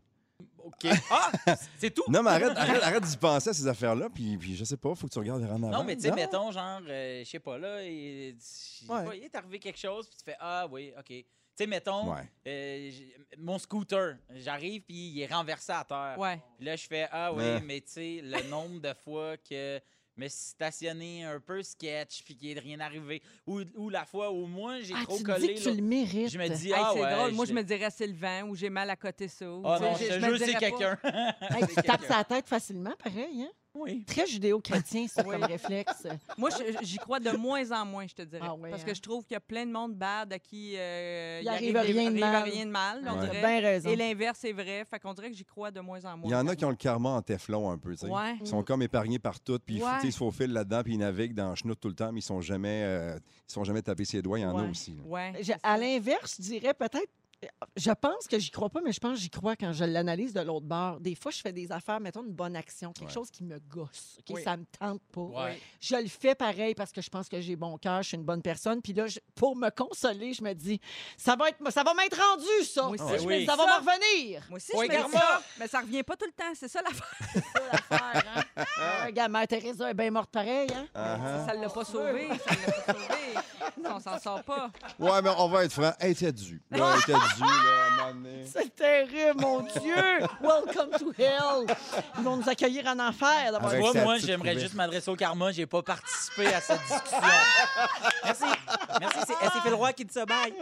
Speaker 2: OK. Ah, c'est tout.
Speaker 4: Non, mais arrête, arrête, arrête d'y penser à ces affaires-là, puis, puis je sais pas, faut que tu regardes vers en avant.
Speaker 2: Non, mais tu sais, mettons, genre, euh, je sais pas, là, il, je sais
Speaker 4: Ouais.
Speaker 2: pas, il est arrivé quelque chose, puis tu fais Ah oui, OK. Tu sais, mettons,
Speaker 4: Ouais.
Speaker 2: euh, j- mon scooter, j'arrive, puis il est renversé à terre.
Speaker 3: Ouais.
Speaker 2: Puis là, je fais Ah oui,
Speaker 4: Ouais.
Speaker 2: mais tu sais, le nombre de fois que je me suis stationné un peu sketch, puis qu'il est rien arrivé, ou, ou la fois où moi, j'ai
Speaker 1: Ah,
Speaker 2: trop
Speaker 1: tu te dis
Speaker 2: collé.
Speaker 1: que tu
Speaker 2: là.
Speaker 1: le mérites.
Speaker 2: je me dis
Speaker 3: Hey,
Speaker 2: Ah
Speaker 3: c'est
Speaker 2: ouais.
Speaker 3: drôle. Moi,
Speaker 2: je-
Speaker 3: je me dirais c'est le vent ou j'ai mal à côté ça. ou
Speaker 2: Ah
Speaker 3: tu sais,
Speaker 2: non, je
Speaker 3: je
Speaker 2: te
Speaker 3: me
Speaker 2: jure,
Speaker 3: dirais
Speaker 2: c'est
Speaker 3: pas.
Speaker 2: quelqu'un.
Speaker 1: Hey, tu
Speaker 2: C'est
Speaker 1: tapes
Speaker 2: quelqu'un.
Speaker 1: sa tête facilement, pareil. Hein?
Speaker 2: Oui.
Speaker 1: Très judéo-chrétien, ça,
Speaker 3: Oui.
Speaker 1: comme réflexe.
Speaker 3: Moi, je- j'y crois de moins en moins, je te dirais.
Speaker 1: Ah ouais,
Speaker 3: parce
Speaker 1: hein.
Speaker 3: que je trouve qu'il y a plein de monde bad à qui euh,
Speaker 1: Il arrive rien de
Speaker 3: arrive
Speaker 1: mal. Ben,
Speaker 3: rien de mal, on
Speaker 1: T'as
Speaker 4: Ouais.
Speaker 3: dirait.
Speaker 1: bien raison.
Speaker 3: Et l'inverse est vrai. Fait qu'on dirait que j'y crois de moins en moins.
Speaker 4: Il y en a qui ont le karma en Teflon un peu, tu sais.
Speaker 3: Ouais.
Speaker 4: Ils sont comme épargnés par tout, puis ils fou-
Speaker 3: Ouais.
Speaker 4: tu sais, ils se faufilent là-dedans, puis ils naviguent dans le chenoute tout le temps, mais ils sont jamais, euh, ils sont jamais tapés ses doigts. Il y en a
Speaker 3: Ouais.
Speaker 4: aussi. là.
Speaker 3: Ouais.
Speaker 1: Je- à l'inverse, je dirais peut-être. Je pense que j'y crois pas, mais je pense que j'y crois quand je l'analyse de l'autre bord. Des fois, je fais des affaires, mettons une bonne action, quelque
Speaker 4: Ouais.
Speaker 1: chose qui me gosse, OK?
Speaker 2: Oui.
Speaker 1: ça me tente pas.
Speaker 2: Ouais.
Speaker 1: Je le fais pareil parce que je pense que j'ai bon cœur, je suis une bonne personne. Puis là, je- pour me consoler, je me dis, ça va être, ça va m'être rendu, ça.
Speaker 3: Moi aussi,
Speaker 4: Ah
Speaker 3: je
Speaker 2: oui.
Speaker 3: me dis
Speaker 1: Ça
Speaker 3: ça.
Speaker 1: va me revenir.
Speaker 3: Moi aussi,
Speaker 2: Ouais,
Speaker 3: je me dis
Speaker 2: karma.
Speaker 3: ça. Mais ça revient pas tout le temps. C'est ça l'affaire.
Speaker 1: Ah, Regarde, Mère Teresa est bien morte pareil. Hein?
Speaker 4: Ah, ah.
Speaker 3: Ça l'a pas sauvé. Ça l'a pas sauvé. On s'en sort pas.
Speaker 4: Ouais, mais on va être franc. Elle était due. Là, elle était due, là, à un moment donné.
Speaker 1: C'est terrible, mon Dieu! Welcome to hell! Ils vont nous accueillir en enfer. d'abord.
Speaker 4: Avec
Speaker 2: Tu vois,
Speaker 4: sa
Speaker 2: moi,
Speaker 4: petite
Speaker 2: j'aimerais
Speaker 4: couvette.
Speaker 2: juste m'adresser au karma. J'ai pas participé à cette discussion. Merci. Merci. C'est eh, c'est Phil Roy qui te se baille.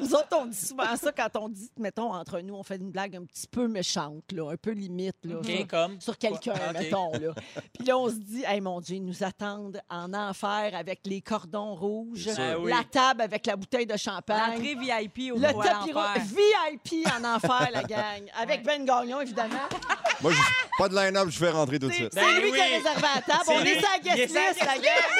Speaker 1: Nous autres, on dit souvent ça quand on dit, mettons, entre nous, on fait une blague un petit peu méchante, là, un peu limite, là,
Speaker 2: OK,
Speaker 1: sur,
Speaker 2: comme.
Speaker 1: sur quelqu'un,
Speaker 2: Ah, OK.
Speaker 1: mettons. Là. Puis là, on se dit, hey, mon Dieu, ils nous attendent en enfer avec les cordons rouges,
Speaker 4: C'est sûr.
Speaker 2: Ah oui.
Speaker 1: la table avec la bouteille de champagne.
Speaker 3: L'entrée VIP au
Speaker 1: Le
Speaker 3: droit
Speaker 1: tapis
Speaker 3: à l'enfer.
Speaker 1: rouge, VIP en enfer, la gang. Avec Ben Gagnon, évidemment.
Speaker 4: Moi, je- pas de line-up, je fais rentrer tout de suite.
Speaker 2: Ben
Speaker 1: C'est lui qui a
Speaker 2: oui.
Speaker 1: réservé la table.
Speaker 2: C'est
Speaker 1: On est
Speaker 2: lui.
Speaker 1: sur la
Speaker 2: Il est
Speaker 1: guest
Speaker 2: sur la
Speaker 1: list, la gang.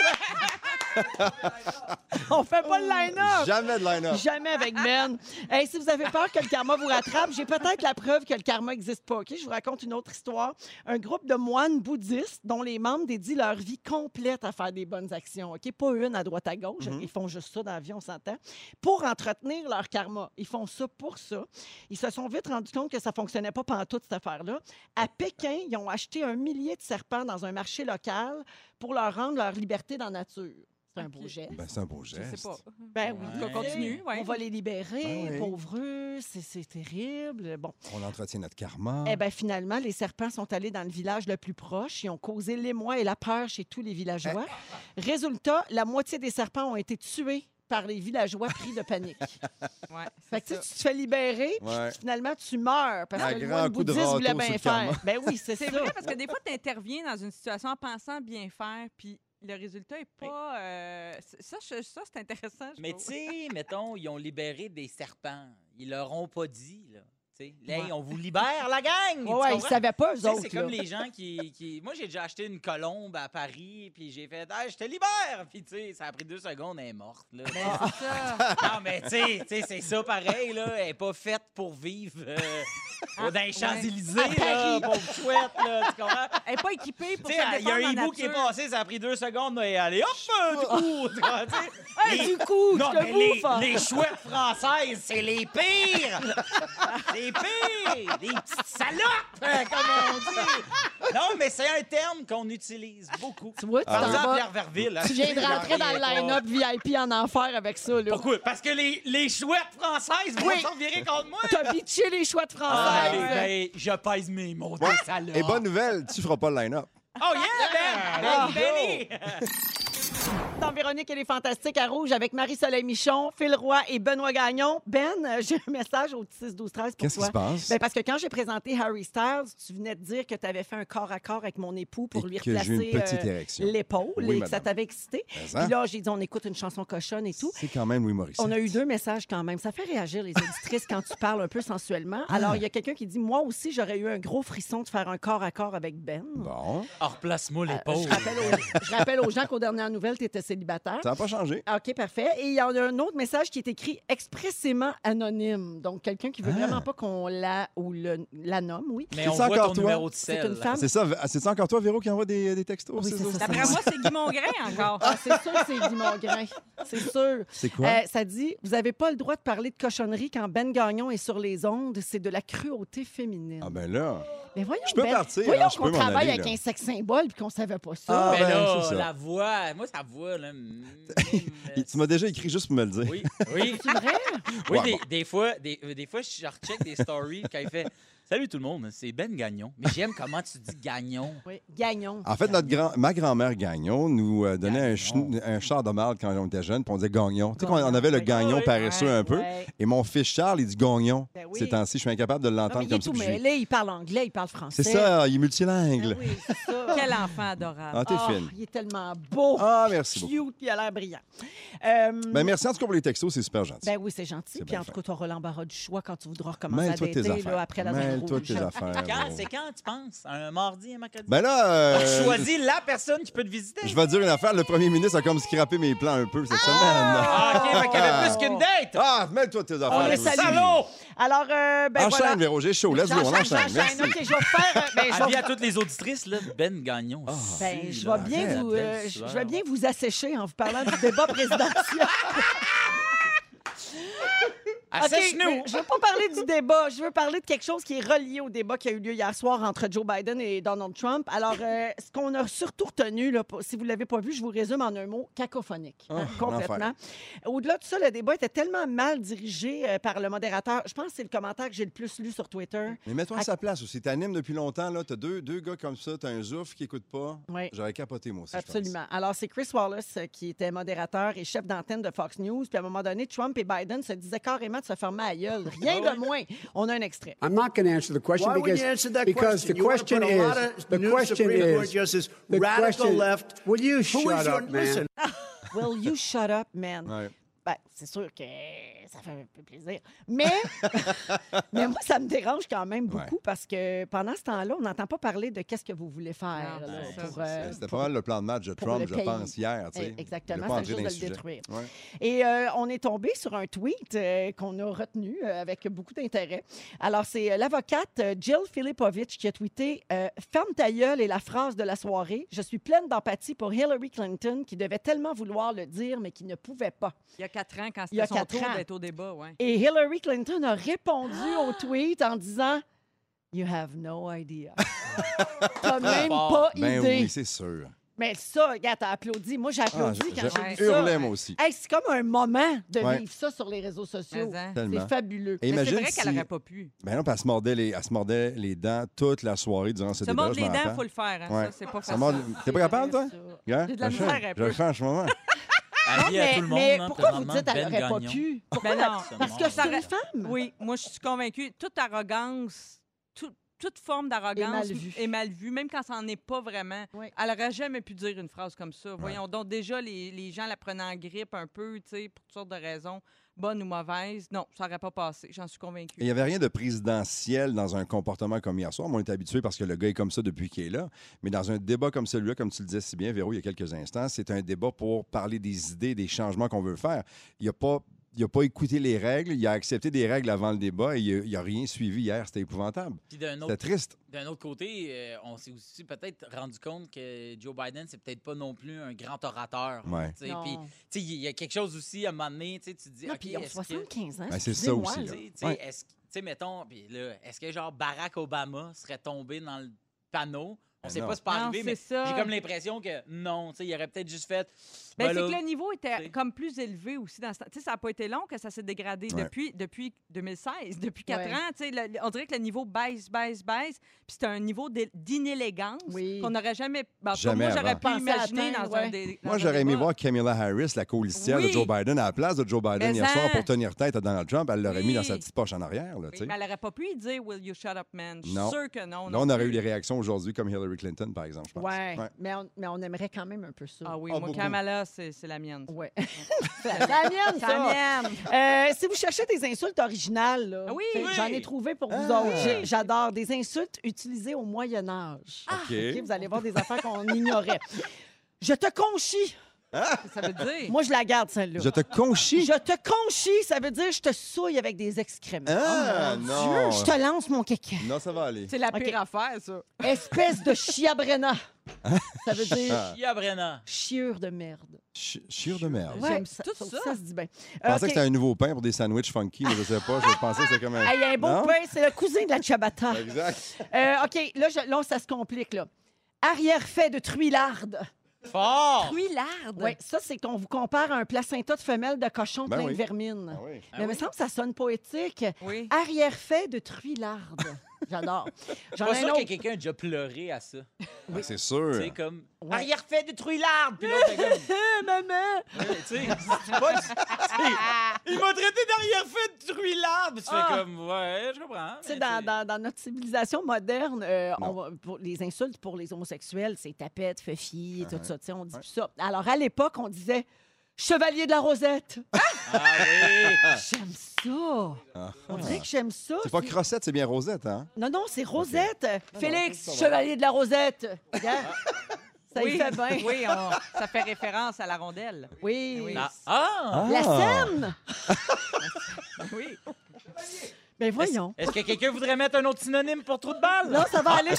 Speaker 1: On fait pas le line-up.
Speaker 4: Jamais de line-up.
Speaker 1: Jamais avec Ben. Hey, si vous avez peur que le karma vous rattrape, j'ai peut-être la preuve que le karma n'existe pas. OK? Je vous raconte une autre histoire. Un groupe de moines bouddhistes dont les membres dédient leur vie complète à faire des bonnes actions. OK? Pas une à droite à gauche. Ils font juste ça dans la vie, on s'entend. Pour entretenir leur karma. Ils font ça pour ça. Ils se sont vite rendus compte que ça fonctionnait pas pendant toute cette affaire-là. À Pékin, ils ont acheté un millier de serpents dans un marché local pour leur rendre leur liberté dans la nature. C'est un beau
Speaker 3: OK.
Speaker 1: geste.
Speaker 4: Ben, c'est un beau
Speaker 3: Je
Speaker 4: geste.
Speaker 3: sais pas.
Speaker 1: Ben
Speaker 2: Ouais.
Speaker 1: oui.
Speaker 2: On
Speaker 3: continue, ouais.
Speaker 1: On va les libérer,
Speaker 4: Ben oui.
Speaker 1: pauvres eux, c'est- c'est terrible. Bon.
Speaker 4: On entretient notre karma.
Speaker 1: Eh bien, finalement, les serpents sont allés dans le village le plus proche. Ils ont causé l'émoi et la peur chez tous les villageois.
Speaker 4: Ben.
Speaker 1: Résultat, la moitié des serpents ont été tués par les villageois pris de panique.
Speaker 3: Ouais,
Speaker 1: fait que,
Speaker 3: c'est
Speaker 1: tu sais,
Speaker 3: ça.
Speaker 1: tu te fais libérer, puis
Speaker 4: Ouais.
Speaker 1: finalement, tu meurs parce
Speaker 4: Un
Speaker 1: que le
Speaker 4: grand
Speaker 1: moine
Speaker 4: coup de
Speaker 1: bouddhiste
Speaker 4: râteau
Speaker 1: voulait
Speaker 4: sur
Speaker 1: bien
Speaker 4: le
Speaker 1: faire.
Speaker 4: karma.
Speaker 1: Ben oui, c'est ça.
Speaker 3: C'est vrai parce que des fois, tu interviens dans une situation en pensant bien faire, puis le résultat est pas. euh, c'est- ça, je- ça c'est intéressant. Je
Speaker 2: Mais tu
Speaker 3: trouve.
Speaker 2: sais, mettons, ils ont libéré des serpents. Ils leur ont pas dit, là. Tu sais, Là, on vous libère, la gang!
Speaker 1: Ouais,
Speaker 2: Tu
Speaker 1: ouais, ils
Speaker 2: comprends?
Speaker 1: savaient pas,
Speaker 2: Tu
Speaker 1: eux
Speaker 2: sais,
Speaker 1: autres.
Speaker 2: C'est comme
Speaker 1: là.
Speaker 2: les gens qui, qui- Moi, j'ai déjà acheté une colombe à Paris, puis j'ai fait Hey, je te libère! » Puis tu sais, ça a pris deux secondes, elle est morte. Là.
Speaker 3: C'est ça.
Speaker 2: non, mais tu sais, tu sais, c'est ça pareil, là. Elle n'est pas faite pour vivre euh,
Speaker 1: Ah,
Speaker 2: dans les Champs-Élysées, là, pauvre chouette, là, tu comprends?
Speaker 3: Elle n'est pas équipée pour
Speaker 2: Tu
Speaker 3: se
Speaker 2: sais, il y a
Speaker 3: défendre
Speaker 2: un
Speaker 3: en
Speaker 2: hibou qui est
Speaker 3: nature.
Speaker 2: passé, ça a pris deux secondes, mais allez, hop, euh, du coup! tu vois, tu sais.
Speaker 1: Hey,
Speaker 2: Les-
Speaker 1: du coup,
Speaker 2: non,
Speaker 1: je te
Speaker 2: mais les,
Speaker 1: bouffe. hein.
Speaker 2: les chouettes françaises, c'est les pires! les pires! Les petites salopes, euh, comme on dit! Non, mais c'est un terme qu'on utilise beaucoup.
Speaker 1: Tu vois, tu
Speaker 4: Ah
Speaker 1: t'en
Speaker 4: oui.
Speaker 2: Parle-en à
Speaker 1: vas-
Speaker 2: Pierre Verville. hein.
Speaker 1: Tu viens de rentrer dans le
Speaker 2: Il est pas-
Speaker 1: line-up VIP en enfer avec ça. Là.
Speaker 2: Pourquoi? Parce que les, les chouettes françaises vont
Speaker 1: Oui.
Speaker 2: s'en virer contre moi!
Speaker 4: Ah,
Speaker 1: T'as bitché les choix de français.
Speaker 2: Ah,
Speaker 3: ouais.
Speaker 2: ben, je pèse mes mots de
Speaker 4: Ouais.
Speaker 2: salope.
Speaker 4: Et bonne Ah, nouvelle, tu feras pas le line-up.
Speaker 2: Oh yeah, Ben! Benny!
Speaker 1: Dans Véronique et les Fantastiques à Rouge avec Marie-Soleil Michon, Phil Roy et Benoît Gagnon. Ben, euh, j'ai un message au 6 12 13 pour
Speaker 4: Qu'est-ce qui
Speaker 1: toi.
Speaker 4: se passe?
Speaker 1: Ben, parce que quand j'ai présenté Harry Styles, tu venais de dire que tu avais fait un corps à corps avec mon époux pour
Speaker 4: Et
Speaker 1: lui
Speaker 4: que j'ai eu une
Speaker 1: replacer
Speaker 4: petite
Speaker 1: euh,
Speaker 4: érection.
Speaker 1: l'épaule
Speaker 4: Oui,
Speaker 1: et que
Speaker 4: madame.
Speaker 1: ça t'avait excité.
Speaker 4: Mais, hein?
Speaker 1: Puis là, j'ai dit, on écoute une chanson cochonne et tout.
Speaker 4: C'est quand même Louis Morissette.
Speaker 1: On a eu deux messages quand même. Ça fait réagir les auditrices quand tu parles un peu sensuellement. Alors, il y a quelqu'un qui dit, moi aussi, j'aurais eu un gros frisson de faire un corps à corps avec Ben.
Speaker 4: Bon,
Speaker 2: Or, place-moi Ah,
Speaker 4: Euh,
Speaker 2: l'épaule.
Speaker 1: Je
Speaker 4: Oh.
Speaker 1: rappelle aux, je rappelle aux gens qu'aux dernières nouvelles, tu étais célibataire.
Speaker 4: ça n'a pas changé.
Speaker 1: Ah, OK, parfait. Et il y en a un autre message qui est écrit expressément anonyme. Donc, quelqu'un qui veut
Speaker 4: Ah.
Speaker 1: vraiment pas qu'on la ou le- la nomme, oui.
Speaker 2: Mais
Speaker 4: C'est
Speaker 2: on voit
Speaker 4: encore
Speaker 2: ton
Speaker 4: toi?
Speaker 2: numéro de
Speaker 1: C'est
Speaker 2: sel.
Speaker 1: une femme.
Speaker 4: C'est ça, c'est encore toi, Véro, qui envoie des, des textos?
Speaker 1: Ah, Oui,
Speaker 4: c'est
Speaker 1: c'est
Speaker 4: ça?
Speaker 1: ça, c'est
Speaker 3: D'après moi, c'est Guy Mongrain encore.
Speaker 1: Ah, c'est sûr que c'est Guy Mongrain. C'est sûr.
Speaker 4: C'est quoi?
Speaker 1: Euh, ça dit Vous avez pas le droit de parler de cochonnerie quand Ben Gagnon est sur les ondes. C'est de la cruauté féminine.
Speaker 4: Ah ben là,
Speaker 1: Mais voyons,
Speaker 4: Je peux
Speaker 1: Ben,
Speaker 4: partir,
Speaker 1: voyons
Speaker 4: hein, je
Speaker 1: qu'on
Speaker 4: peux m'en
Speaker 1: travaille
Speaker 4: aller,
Speaker 1: avec
Speaker 4: là.
Speaker 1: un sex symbole puis qu'on savait pas ça.
Speaker 4: Ah,
Speaker 2: Mais
Speaker 4: ben,
Speaker 2: là,
Speaker 4: c'est ça.
Speaker 2: la voix, moi, sa voix, là. mm,
Speaker 4: Et tu m'as déjà écrit juste pour me le dire.
Speaker 2: Oui, oui.
Speaker 1: C'est vrai?
Speaker 2: Oui,
Speaker 4: Ouais,
Speaker 2: des, des fois, des, euh, des fois, je recheck des stories quand il fait Salut tout le monde, c'est Ben Gagnon. Mais j'aime comment tu dis Gagnon.
Speaker 1: Oui, gagnons.
Speaker 4: En fait, notre grand, ma grand-mère Gagnon nous euh, donnait un,
Speaker 2: Gagnon.
Speaker 4: chenu- un char de marde quand on était jeune, puis on disait Gagnon. Tu sais qu'on
Speaker 1: Gagnon,
Speaker 4: on avait le
Speaker 1: oui.
Speaker 4: Gagnon
Speaker 2: Oui,
Speaker 4: paresseux
Speaker 1: Ouais,
Speaker 4: un peu.
Speaker 1: ouais.
Speaker 4: Et mon fils Charles, il dit Gagnon.
Speaker 1: Ben oui.
Speaker 4: Ces temps-ci, je suis incapable de
Speaker 1: Non, mais
Speaker 4: l'entendre
Speaker 1: il est
Speaker 4: comme ça.
Speaker 1: tout
Speaker 4: puis je-
Speaker 1: mêlé, il parle anglais, il parle français. Ah
Speaker 4: C'est ça, il est multilingue.
Speaker 1: Oui, c'est ça.
Speaker 3: Quel enfant adorable.
Speaker 4: Ah, t'es
Speaker 1: Ah,
Speaker 4: fine.
Speaker 1: Il est tellement beau,
Speaker 4: Ah, merci beaucoup.
Speaker 1: cute, puis il a l'air brillant. Euh,
Speaker 4: Ben, merci en tout cas pour les textos, c'est super gentil.
Speaker 1: ben oui, c'est gentil.
Speaker 4: C'est
Speaker 1: Puis
Speaker 4: bien
Speaker 1: en
Speaker 4: fait.
Speaker 1: tout cas, tu auras l'embarras du choix quand tu voudras recommencer à
Speaker 4: Mêle-toi de tes
Speaker 1: dater
Speaker 4: affaires.
Speaker 1: là, après la zone
Speaker 4: Mêle-toi de
Speaker 1: rouge.
Speaker 4: tes affaires.
Speaker 2: Quand,
Speaker 4: mon-
Speaker 2: c'est quand tu penses? Un mardi, un mercredi?
Speaker 4: Ah, Ben là, euh,
Speaker 2: Tu choisis la personne qui peut te visiter.
Speaker 4: je vais te dire une affaire. Le premier ministre a comme scrappé mes plans un peu cette semaine.
Speaker 2: Ah, OK, fait qu'il y avait plus qu'une date.
Speaker 4: Ah, mêle-toi de tes affaires.
Speaker 2: On est
Speaker 4: toi aussi.
Speaker 2: salaud!
Speaker 1: Alors, euh, ben
Speaker 4: enchaîne,
Speaker 1: voilà.
Speaker 4: Véro, j'ai chaud. Let's go, on
Speaker 1: J'enchaîne,
Speaker 4: enchaîne.
Speaker 1: j'enchaîne.
Speaker 4: Merci.
Speaker 1: OK, je vais faire... Ben, je vais
Speaker 2: Avis à toutes les auditrices, là, Ben Gagnon.
Speaker 1: Ben,
Speaker 2: Si,
Speaker 1: je
Speaker 2: là,
Speaker 1: vais bien
Speaker 2: arrête,
Speaker 1: vous,
Speaker 2: belle
Speaker 1: euh, je
Speaker 2: sueur.
Speaker 1: je vais bien vous assécher en vous parlant du débat présidentiel.
Speaker 2: Ah,
Speaker 1: OK,
Speaker 2: Assèche-nous!
Speaker 1: mais je veux pas parler du débat. Je veux parler de quelque chose qui est relié au débat qui a eu lieu hier soir entre Joe Biden et Donald Trump. Alors, euh, ce qu'on a surtout retenu, là, pour- si vous l'avez pas vu, je vous résume en un mot, cacophonique, hein,
Speaker 4: Ah,
Speaker 1: complètement. Au-delà de ça, le débat était tellement mal dirigé euh, par le modérateur. Je pense que c'est le commentaire que j'ai le plus lu sur Twitter.
Speaker 4: Mais mets-toi à sa place aussi. T'animes depuis longtemps, là. T'as deux, deux gars comme ça. T'as un zouf qui écoute pas.
Speaker 1: Oui.
Speaker 4: J'aurais capoté, moi aussi. je pense.
Speaker 1: Absolument. Alors, c'est Chris Wallace euh, qui était modérateur et chef d'antenne de Fox News. Puis à un moment donné, Trump et Biden se disaient carrément de se fermer à gueule. Rien de moins. On a un extrait.
Speaker 5: I'm not going to answer the question
Speaker 6: Why would
Speaker 5: because,
Speaker 6: you answer that
Speaker 5: because
Speaker 6: question?
Speaker 5: the
Speaker 6: You wanna
Speaker 5: question
Speaker 6: put a
Speaker 5: is
Speaker 6: lot of
Speaker 5: the
Speaker 6: new
Speaker 5: question
Speaker 6: Supreme
Speaker 5: is
Speaker 6: Court justices,
Speaker 5: the
Speaker 6: radical
Speaker 5: question-
Speaker 6: left.
Speaker 5: Will you
Speaker 6: Who is
Speaker 5: shut
Speaker 6: your-
Speaker 5: up, man?
Speaker 6: listen,
Speaker 1: Will you shut up, man?
Speaker 4: Ouais.
Speaker 1: Ben, c'est sûr que ça fait un peu plaisir. Mais, mais moi, ça me dérange quand même beaucoup parce que pendant ce temps-là, on n'entend pas parler de qu'est-ce que vous voulez faire.
Speaker 3: Non,
Speaker 1: là,
Speaker 3: c'est ça,
Speaker 1: pour,
Speaker 3: c'est
Speaker 1: euh,
Speaker 4: Ben, C'était pas mal le plan de match de
Speaker 1: pour
Speaker 4: Trump,
Speaker 1: le
Speaker 4: je
Speaker 1: pays.
Speaker 4: pense, hier. tu sais.
Speaker 1: Eh, exactement,
Speaker 4: Il a pas
Speaker 1: c'est
Speaker 4: entré
Speaker 1: le
Speaker 4: dans
Speaker 1: jour de le
Speaker 4: sujet.
Speaker 1: détruire.
Speaker 4: Ouais.
Speaker 1: Et euh, on est tombé sur un tweet euh, qu'on a retenu euh, avec beaucoup d'intérêt. Alors, c'est euh, l'avocate euh, Jill Filipovich qui a tweeté euh, Ferme ta gueule et la phrase de la soirée. Je suis pleine d'empathie pour Hillary Clinton qui devait tellement vouloir le dire, mais qui ne pouvait pas.
Speaker 3: Il y a quatre ans, quand
Speaker 1: Il y a
Speaker 3: c'était son
Speaker 1: quatre
Speaker 3: tour
Speaker 1: ans.
Speaker 3: d'être au débat, ouais.
Speaker 1: Et Hillary Clinton a répondu au tweet en disant You have no idea. T'as même pas
Speaker 4: Ben
Speaker 1: idée.
Speaker 4: oui, c'est sûr.
Speaker 1: Mais ça, regarde, t'as applaudi. Moi, j'ai
Speaker 4: Ah,
Speaker 1: applaudi
Speaker 4: je-
Speaker 1: quand j'ai
Speaker 4: je
Speaker 1: vu ça.
Speaker 4: hurlais, moi aussi.
Speaker 1: Hey, c'est comme un moment de
Speaker 4: Ouais.
Speaker 1: vivre ça sur les réseaux sociaux.
Speaker 3: Mais, hein.
Speaker 4: Tellement.
Speaker 1: C'est fabuleux.
Speaker 4: Et
Speaker 3: Mais c'est
Speaker 4: imagine
Speaker 3: vrai
Speaker 4: si-
Speaker 3: qu'elle n'aurait pas pu.
Speaker 4: Ben non, puis elle se mordait les, elle se mordait les dents toute la soirée durant ce
Speaker 3: Se
Speaker 4: débat.
Speaker 3: mordre
Speaker 4: je
Speaker 3: les
Speaker 4: m'en
Speaker 3: dents,
Speaker 4: rappelle.
Speaker 3: il faut le faire. Hein.
Speaker 4: Ouais.
Speaker 3: Ça, c'est pas
Speaker 4: Ça
Speaker 3: facile.
Speaker 4: mord- T'es pas capable, toi? Hein?
Speaker 3: J'ai de la
Speaker 4: Je le
Speaker 3: misère
Speaker 4: fais,
Speaker 3: un
Speaker 4: Je le
Speaker 3: peu.
Speaker 4: fais en ce moment.
Speaker 2: Avis à
Speaker 1: Ah, mais,
Speaker 2: tout le monde.
Speaker 1: mais
Speaker 2: hein,
Speaker 1: pourquoi vous
Speaker 2: présentement,
Speaker 1: dites qu'elle
Speaker 2: Ben
Speaker 1: n'aurait pas
Speaker 2: Gagnon.
Speaker 1: pu?
Speaker 3: Ben non.
Speaker 1: Parce que
Speaker 2: Bon,
Speaker 1: c'est
Speaker 3: ça-
Speaker 1: une femme.
Speaker 3: Oui, moi, je suis convaincue. Toute arrogance, tout- toute forme d'arrogance
Speaker 1: Est mal vue.
Speaker 3: est mal vue, même quand ça n'en est pas vraiment.
Speaker 1: Oui.
Speaker 3: Elle n'aurait jamais pu dire une phrase comme ça. Voyons donc, déjà, les, les gens la prenaient en grippe un peu, tu sais, pour toutes sortes de raisons, bonnes ou mauvaises. Non, ça n'aurait pas passé, j'en suis
Speaker 4: Il
Speaker 3: convaincue.
Speaker 4: n'y avait rien de présidentiel dans un comportement comme hier soir. Moi, on est habitué parce que le gars est comme ça depuis qu'il est là. Mais dans un débat comme celui-là, comme tu le disais si bien, Véro, il y a quelques instants, c'est un débat pour parler des idées, des changements qu'on veut faire. Il n'a pas, il a pas écouté les règles, il a accepté des règles avant le débat et il n'a rien suivi hier. C'était épouvantable.
Speaker 2: Puis d'un
Speaker 4: C'était
Speaker 2: autre,
Speaker 4: triste.
Speaker 2: d'un autre côté, euh, on s'est aussi peut-être rendu compte que Joe Biden, c'est peut-être pas non plus un grand orateur.
Speaker 4: Ouais.
Speaker 2: tu sais.
Speaker 1: Non.
Speaker 2: Puis, tu sais, il y a quelque chose aussi à un moment donné, tu sais, tu te dis,
Speaker 1: Non,
Speaker 2: OK,
Speaker 1: puis ils ont
Speaker 2: est-ce que-
Speaker 1: 75 ans.
Speaker 4: Ben, c'est ça
Speaker 1: excusez-moi,
Speaker 4: aussi,
Speaker 1: là.
Speaker 4: là.
Speaker 2: Tu sais,
Speaker 4: Ouais.
Speaker 2: est-ce que- tu sais, mettons, puis là, est-ce que genre Barack Obama serait tombé dans le panneau? On
Speaker 4: Ben
Speaker 2: sait
Speaker 4: non.
Speaker 2: pas ce qui peut
Speaker 3: Non,
Speaker 2: arriver,
Speaker 3: c'est
Speaker 2: mais
Speaker 3: ça.
Speaker 2: j'ai comme l'impression que non, tu sais, il aurait peut-être juste fait.
Speaker 3: Ben,
Speaker 2: ben là,
Speaker 3: c'est que le niveau
Speaker 2: tu sais.
Speaker 3: était comme plus élevé aussi dans ce temps. Tu sais, ça n'a pas été long que ça s'est dégradé
Speaker 4: Ouais.
Speaker 3: depuis, depuis 2016, depuis 4
Speaker 1: Ouais.
Speaker 3: ans. Tu sais, le- on dirait que le niveau baisse, baisse, baisse. Puis c'est un niveau d'é- d'inélégance
Speaker 1: Oui.
Speaker 3: qu'on n'aurait jamais. ben, en tout cas,
Speaker 4: Jamais
Speaker 3: moi, j'aurais
Speaker 4: avant.
Speaker 3: pu
Speaker 1: Pensé à
Speaker 3: imaginer
Speaker 1: atteindre,
Speaker 3: dans un
Speaker 1: ouais.
Speaker 3: dé- dans
Speaker 4: Moi,
Speaker 3: un
Speaker 4: j'aurais aimé
Speaker 3: débat.
Speaker 4: voir Kamala Harris, la co-listière de
Speaker 3: Oui.
Speaker 4: Joe Biden, à la place de Joe Biden
Speaker 3: Mais
Speaker 4: hier
Speaker 3: en-
Speaker 4: soir pour tenir tête à Donald Trump. Elle l'aurait mis dans sa
Speaker 3: Oui.
Speaker 4: petite poche en arrière. Là, tu sais.
Speaker 3: Mais elle n'aurait pas pu y dire Will you shut up, man? Je suis
Speaker 4: Non.
Speaker 3: sûre que non.
Speaker 4: Là, on
Speaker 3: non
Speaker 4: aurait eu
Speaker 3: plus.
Speaker 4: des réactions aujourd'hui comme Hillary Clinton, par exemple, je pense.
Speaker 1: Ouais,
Speaker 4: Ouais.
Speaker 1: Mais, on, mais on aimerait quand même un peu ça.
Speaker 3: Ah oui,
Speaker 4: Ah,
Speaker 3: moi,
Speaker 4: beaucoup.
Speaker 3: Kamala, c'est c'est la mienne.
Speaker 1: Ouais.
Speaker 2: Ah
Speaker 1: C'est la mienne,
Speaker 3: C'est la mienne!
Speaker 1: Euh, si vous cherchez des insultes originales, là,
Speaker 3: Ah oui!
Speaker 1: t'sais,
Speaker 2: Oui!
Speaker 1: j'en ai trouvé pour vous
Speaker 4: Ah!
Speaker 1: autres. J'ai- J'adore des insultes utilisées au Moyen Âge.
Speaker 3: Ah.
Speaker 4: OK.
Speaker 1: OK, vous allez voir des affaires qu'on ignorait. Je te conchis.
Speaker 3: Ça veut dire.
Speaker 1: Moi, je la garde, celle-là.
Speaker 4: Je te conchis.
Speaker 1: Je te conchis, ça veut dire je te souille avec des excréments.
Speaker 4: Ah,
Speaker 1: Oh, mon
Speaker 4: non.
Speaker 1: Dieu, je te lance mon kéké.
Speaker 4: Non, ça va aller.
Speaker 3: C'est la
Speaker 1: OK.
Speaker 3: pire affaire, ça.
Speaker 1: Espèce de chiabrena. Ça veut
Speaker 4: Ah.
Speaker 1: dire
Speaker 2: Chia Brennan.
Speaker 1: chiure de merde.
Speaker 4: Ch- Chiure de merde.
Speaker 3: Ouais,
Speaker 1: J'aime ça.
Speaker 3: tout
Speaker 1: ça.
Speaker 3: ça.
Speaker 1: ça se dit bien.
Speaker 4: Je pensais
Speaker 1: Euh,
Speaker 4: que
Speaker 1: OK.
Speaker 4: c'était un nouveau pain pour des sandwichs funky, mais je sais pas. Je pensais que c'était comme un.
Speaker 1: Hey, un beau
Speaker 4: Non?
Speaker 1: pain, c'est le cousin de la ciabatta.
Speaker 4: Exact.
Speaker 1: Euh, OK, là, je- là, ça se complique, là. Arrière-fait de truilarde.
Speaker 2: Fort!
Speaker 3: Truilarde!
Speaker 1: Oui, ça, c'est qu'on vous compare à un placenta de femelle de cochon
Speaker 4: Ben
Speaker 1: plein
Speaker 4: oui.
Speaker 1: de vermine.
Speaker 4: Ah oui.
Speaker 1: Mais il me semble que ça sonne poétique.
Speaker 3: Oui.
Speaker 1: Arrière-fait de truilarde. J'adore. J'en
Speaker 2: Pas
Speaker 3: ben
Speaker 1: ai un
Speaker 2: sûr que
Speaker 1: autre.
Speaker 2: quelqu'un a déjà pleuré à ça.
Speaker 4: Ah, c'est
Speaker 2: Tu
Speaker 4: sûr.
Speaker 2: sais, comme.
Speaker 1: Ouais.
Speaker 2: Arrière-fait détruit l'arbre! Puis l'autre, est comme.
Speaker 1: Eh, maman!
Speaker 2: Ouais, Tu sais, c'est pas- tu sais, Il m'a traité d'arrière-fait détruit l'arbre! Tu
Speaker 1: Ah.
Speaker 2: fais comme. Ouais, je comprends.
Speaker 1: Tu sais,
Speaker 2: mais
Speaker 1: dans,
Speaker 2: tu-
Speaker 1: dans- dans notre civilisation moderne, euh, on
Speaker 4: Non.
Speaker 1: va- pour les insultes pour les homosexuels, c'est tapette, feufi, tout ça. tu sais, On dit
Speaker 4: Ah Ouais.
Speaker 1: plus ça. Alors, à l'époque, on disait Chevalier de la Rosette.
Speaker 2: Ah oui!
Speaker 1: J'aime ça.
Speaker 4: Ah.
Speaker 1: On dirait que j'aime ça.
Speaker 4: C'est pas
Speaker 1: C'est-
Speaker 4: Crossette, c'est bien Rosette, hein?
Speaker 1: Non, non, c'est Rosette. Félix,
Speaker 4: ça va.
Speaker 1: Chevalier de la Rosette. Regarde. Ça y
Speaker 3: oui,
Speaker 1: fait bien.
Speaker 3: oui, on- ça fait référence à la rondelle.
Speaker 1: Oui.
Speaker 3: Oui.
Speaker 2: Ah! ah.
Speaker 1: La scène.
Speaker 3: Oui.
Speaker 1: Ben voyons.
Speaker 2: Est-ce que quelqu'un voudrait mettre un autre synonyme pour trou de balle?
Speaker 1: Non, ça va aller.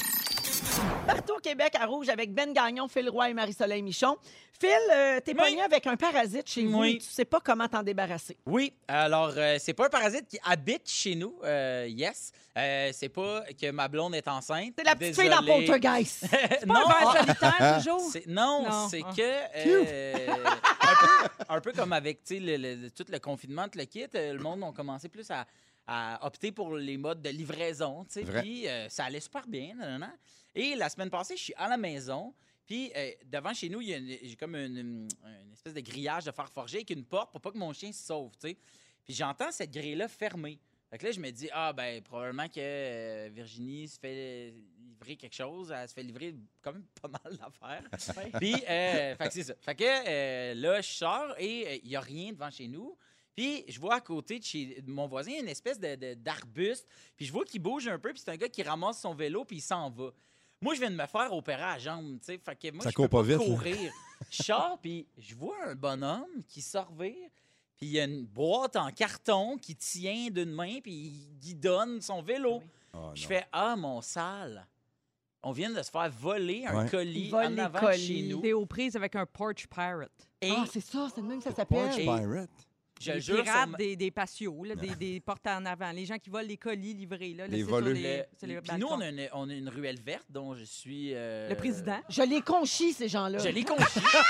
Speaker 1: Partout au Québec à Rouge avec Ben Gagnon, Phil Roy et Marie-Soleil Michon. Phil, euh, t'es
Speaker 2: Oui.
Speaker 1: pogné avec un parasite chez vous
Speaker 2: Oui.
Speaker 1: et tu sais pas comment t'en débarrasser.
Speaker 2: Oui, alors euh, c'est pas un parasite qui habite chez nous, euh, yes. Euh, c'est pas que ma blonde est enceinte.
Speaker 1: C'est la petite
Speaker 2: Désolé.
Speaker 1: fille dans Poltergeist.
Speaker 2: non,
Speaker 3: Pas un verre
Speaker 2: ah,
Speaker 3: solitaire, toujours.
Speaker 2: c'est- non,
Speaker 3: Non,
Speaker 2: c'est
Speaker 3: ah.
Speaker 2: que euh, un, peu, un peu comme avec tu sais, le- le- tout le confinement, tout le kit, euh, le monde a commencé plus à, à opter pour les modes de livraison, tu sais,
Speaker 4: Vrai.
Speaker 2: puis euh, ça allait super bien. nanana. Et la semaine passée, je suis à la maison. Puis euh, devant chez nous, il y a une- j'ai comme une, une- une espèce de grillage de fer forgé avec une porte pour pas que mon chien se sauve, tu sais. Puis j'entends cette grille-là fermée. Fait que là, je me dis, ah, ben, probablement que euh, Virginie se fait livrer quelque chose. Elle se fait livrer quand même pas mal d'affaires. Puis, euh, fait que c'est ça. Fait que euh, là, je sors et il n'y a rien devant chez nous. Puis, je vois à côté de, chez, de mon voisin une espèce de- de- d'arbuste. Puis, je vois qu'il bouge un peu. Puis, c'est un gars qui ramasse son vélo. Puis, il s'en va. Moi, je viens de me faire opérer à la jambe. tu sais. Fait que moi,
Speaker 4: Ça
Speaker 2: je
Speaker 4: court
Speaker 2: peux
Speaker 4: pas vite, là.
Speaker 2: courir. Je sors, puis je vois un bonhomme qui sort vire. Puis il y a une boîte en carton qui tient d'une main, puis il guidonne son vélo.
Speaker 3: Ah oui.
Speaker 4: Oh, non.
Speaker 2: je fais Ah, mon sale! On vient de se faire voler un
Speaker 4: Ouais.
Speaker 2: colis
Speaker 1: Ils volent
Speaker 2: en
Speaker 1: les
Speaker 2: avant de
Speaker 1: colis.
Speaker 2: chez nous.
Speaker 3: T'es aux prises avec un porch pirate.
Speaker 2: Et
Speaker 1: Ah, c'est ça, c'est le même que ça
Speaker 4: Porch
Speaker 1: s'appelle.
Speaker 2: Et-
Speaker 4: Pirate.
Speaker 2: je
Speaker 3: les
Speaker 2: le jure,
Speaker 3: pirates
Speaker 2: sur ma-
Speaker 3: des, des patios, là, des, des portes en avant, les gens qui volent les colis livrés. Là,
Speaker 4: Les
Speaker 3: laissés sur
Speaker 4: voleux.
Speaker 3: les- sur les
Speaker 2: le- puis nous, on
Speaker 3: balcons.
Speaker 2: a, une, on a une ruelle verte dont je suis. euh,
Speaker 3: Le président.
Speaker 1: Je les conchis, ces gens-là.
Speaker 2: Je l'ai conçu.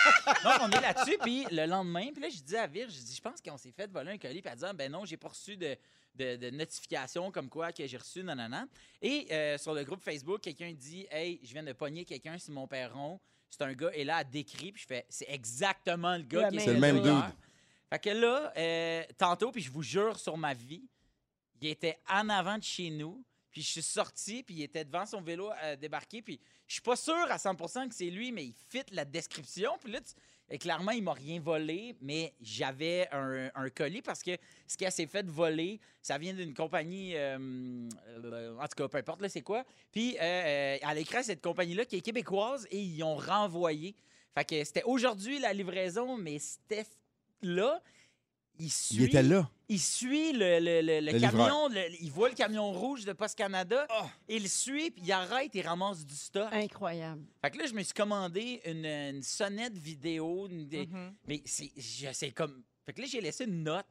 Speaker 2: Donc, on est là-dessus. Puis le lendemain, puis là, je dis à Vir, je dis, je pense qu'on s'est fait voler un colis. Puis elle dit, Ah, ben non, j'ai pas reçu de, de, de notification comme quoi que j'ai reçu, nanana. Et euh, sur le groupe Facebook, quelqu'un dit, hey, je viens de pogner quelqu'un sur mon perron. C'est un gars, et là, elle décrit, puis je fais, c'est exactement le gars
Speaker 1: La
Speaker 2: qui
Speaker 1: même
Speaker 2: est sur
Speaker 1: C'est le
Speaker 4: même
Speaker 2: trailer.
Speaker 4: dude.
Speaker 2: Fait que là, euh, tantôt, puis je vous jure sur ma vie, il était en avant de chez nous. Puis je suis sorti, puis il était devant son vélo euh, débarqué. Puis je suis pas sûr à 100 que c'est lui, mais il fit la description. Puis là, tu- et clairement, il m'a rien volé, mais j'avais un, un colis parce que ce qu'elle s'est fait voler, ça vient d'une compagnie, euh, euh, en tout cas, peu importe, là, c'est quoi. Puis euh, euh, elle écrit cette compagnie-là qui est québécoise et ils ont renvoyé. Fait que c'était aujourd'hui la livraison, mais c'était là. Il, suit,
Speaker 4: Il était là.
Speaker 2: il suit le, le- le- le
Speaker 4: Le
Speaker 2: camion, le- il voit le camion rouge de Post Canada, il le suit, puis il arrête et ramasse du stock.
Speaker 1: Incroyable.
Speaker 2: Fait que là, je me suis commandé une, une sonnette vidéo, une des-
Speaker 3: Mhm.
Speaker 2: mais c'est je- c'est comme... Fait que là, j'ai laissé une note.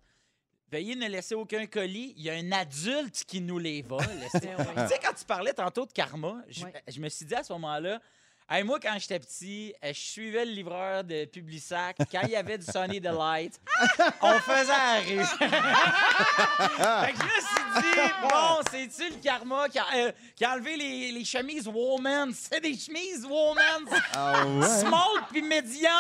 Speaker 2: Veuillez ne laisser aucun colis. Il y a un adulte qui nous les vole. C'est- tu sais, quand tu parlais tantôt de karma, je,
Speaker 1: Ouais.
Speaker 2: je me suis dit à ce moment-là, Hey, moi, quand j'étais petit, euh, je suivais le livreur de Publisac. Quand il y avait du Sunny Delight, on faisait la rue. fait que je me suis dit, bon, c'est-tu le karma qui a, euh, qui a enlevé les, les chemises Woman's? C'est des chemises Woman's
Speaker 4: Ah
Speaker 3: hein?
Speaker 4: ouais?
Speaker 2: small puis medium.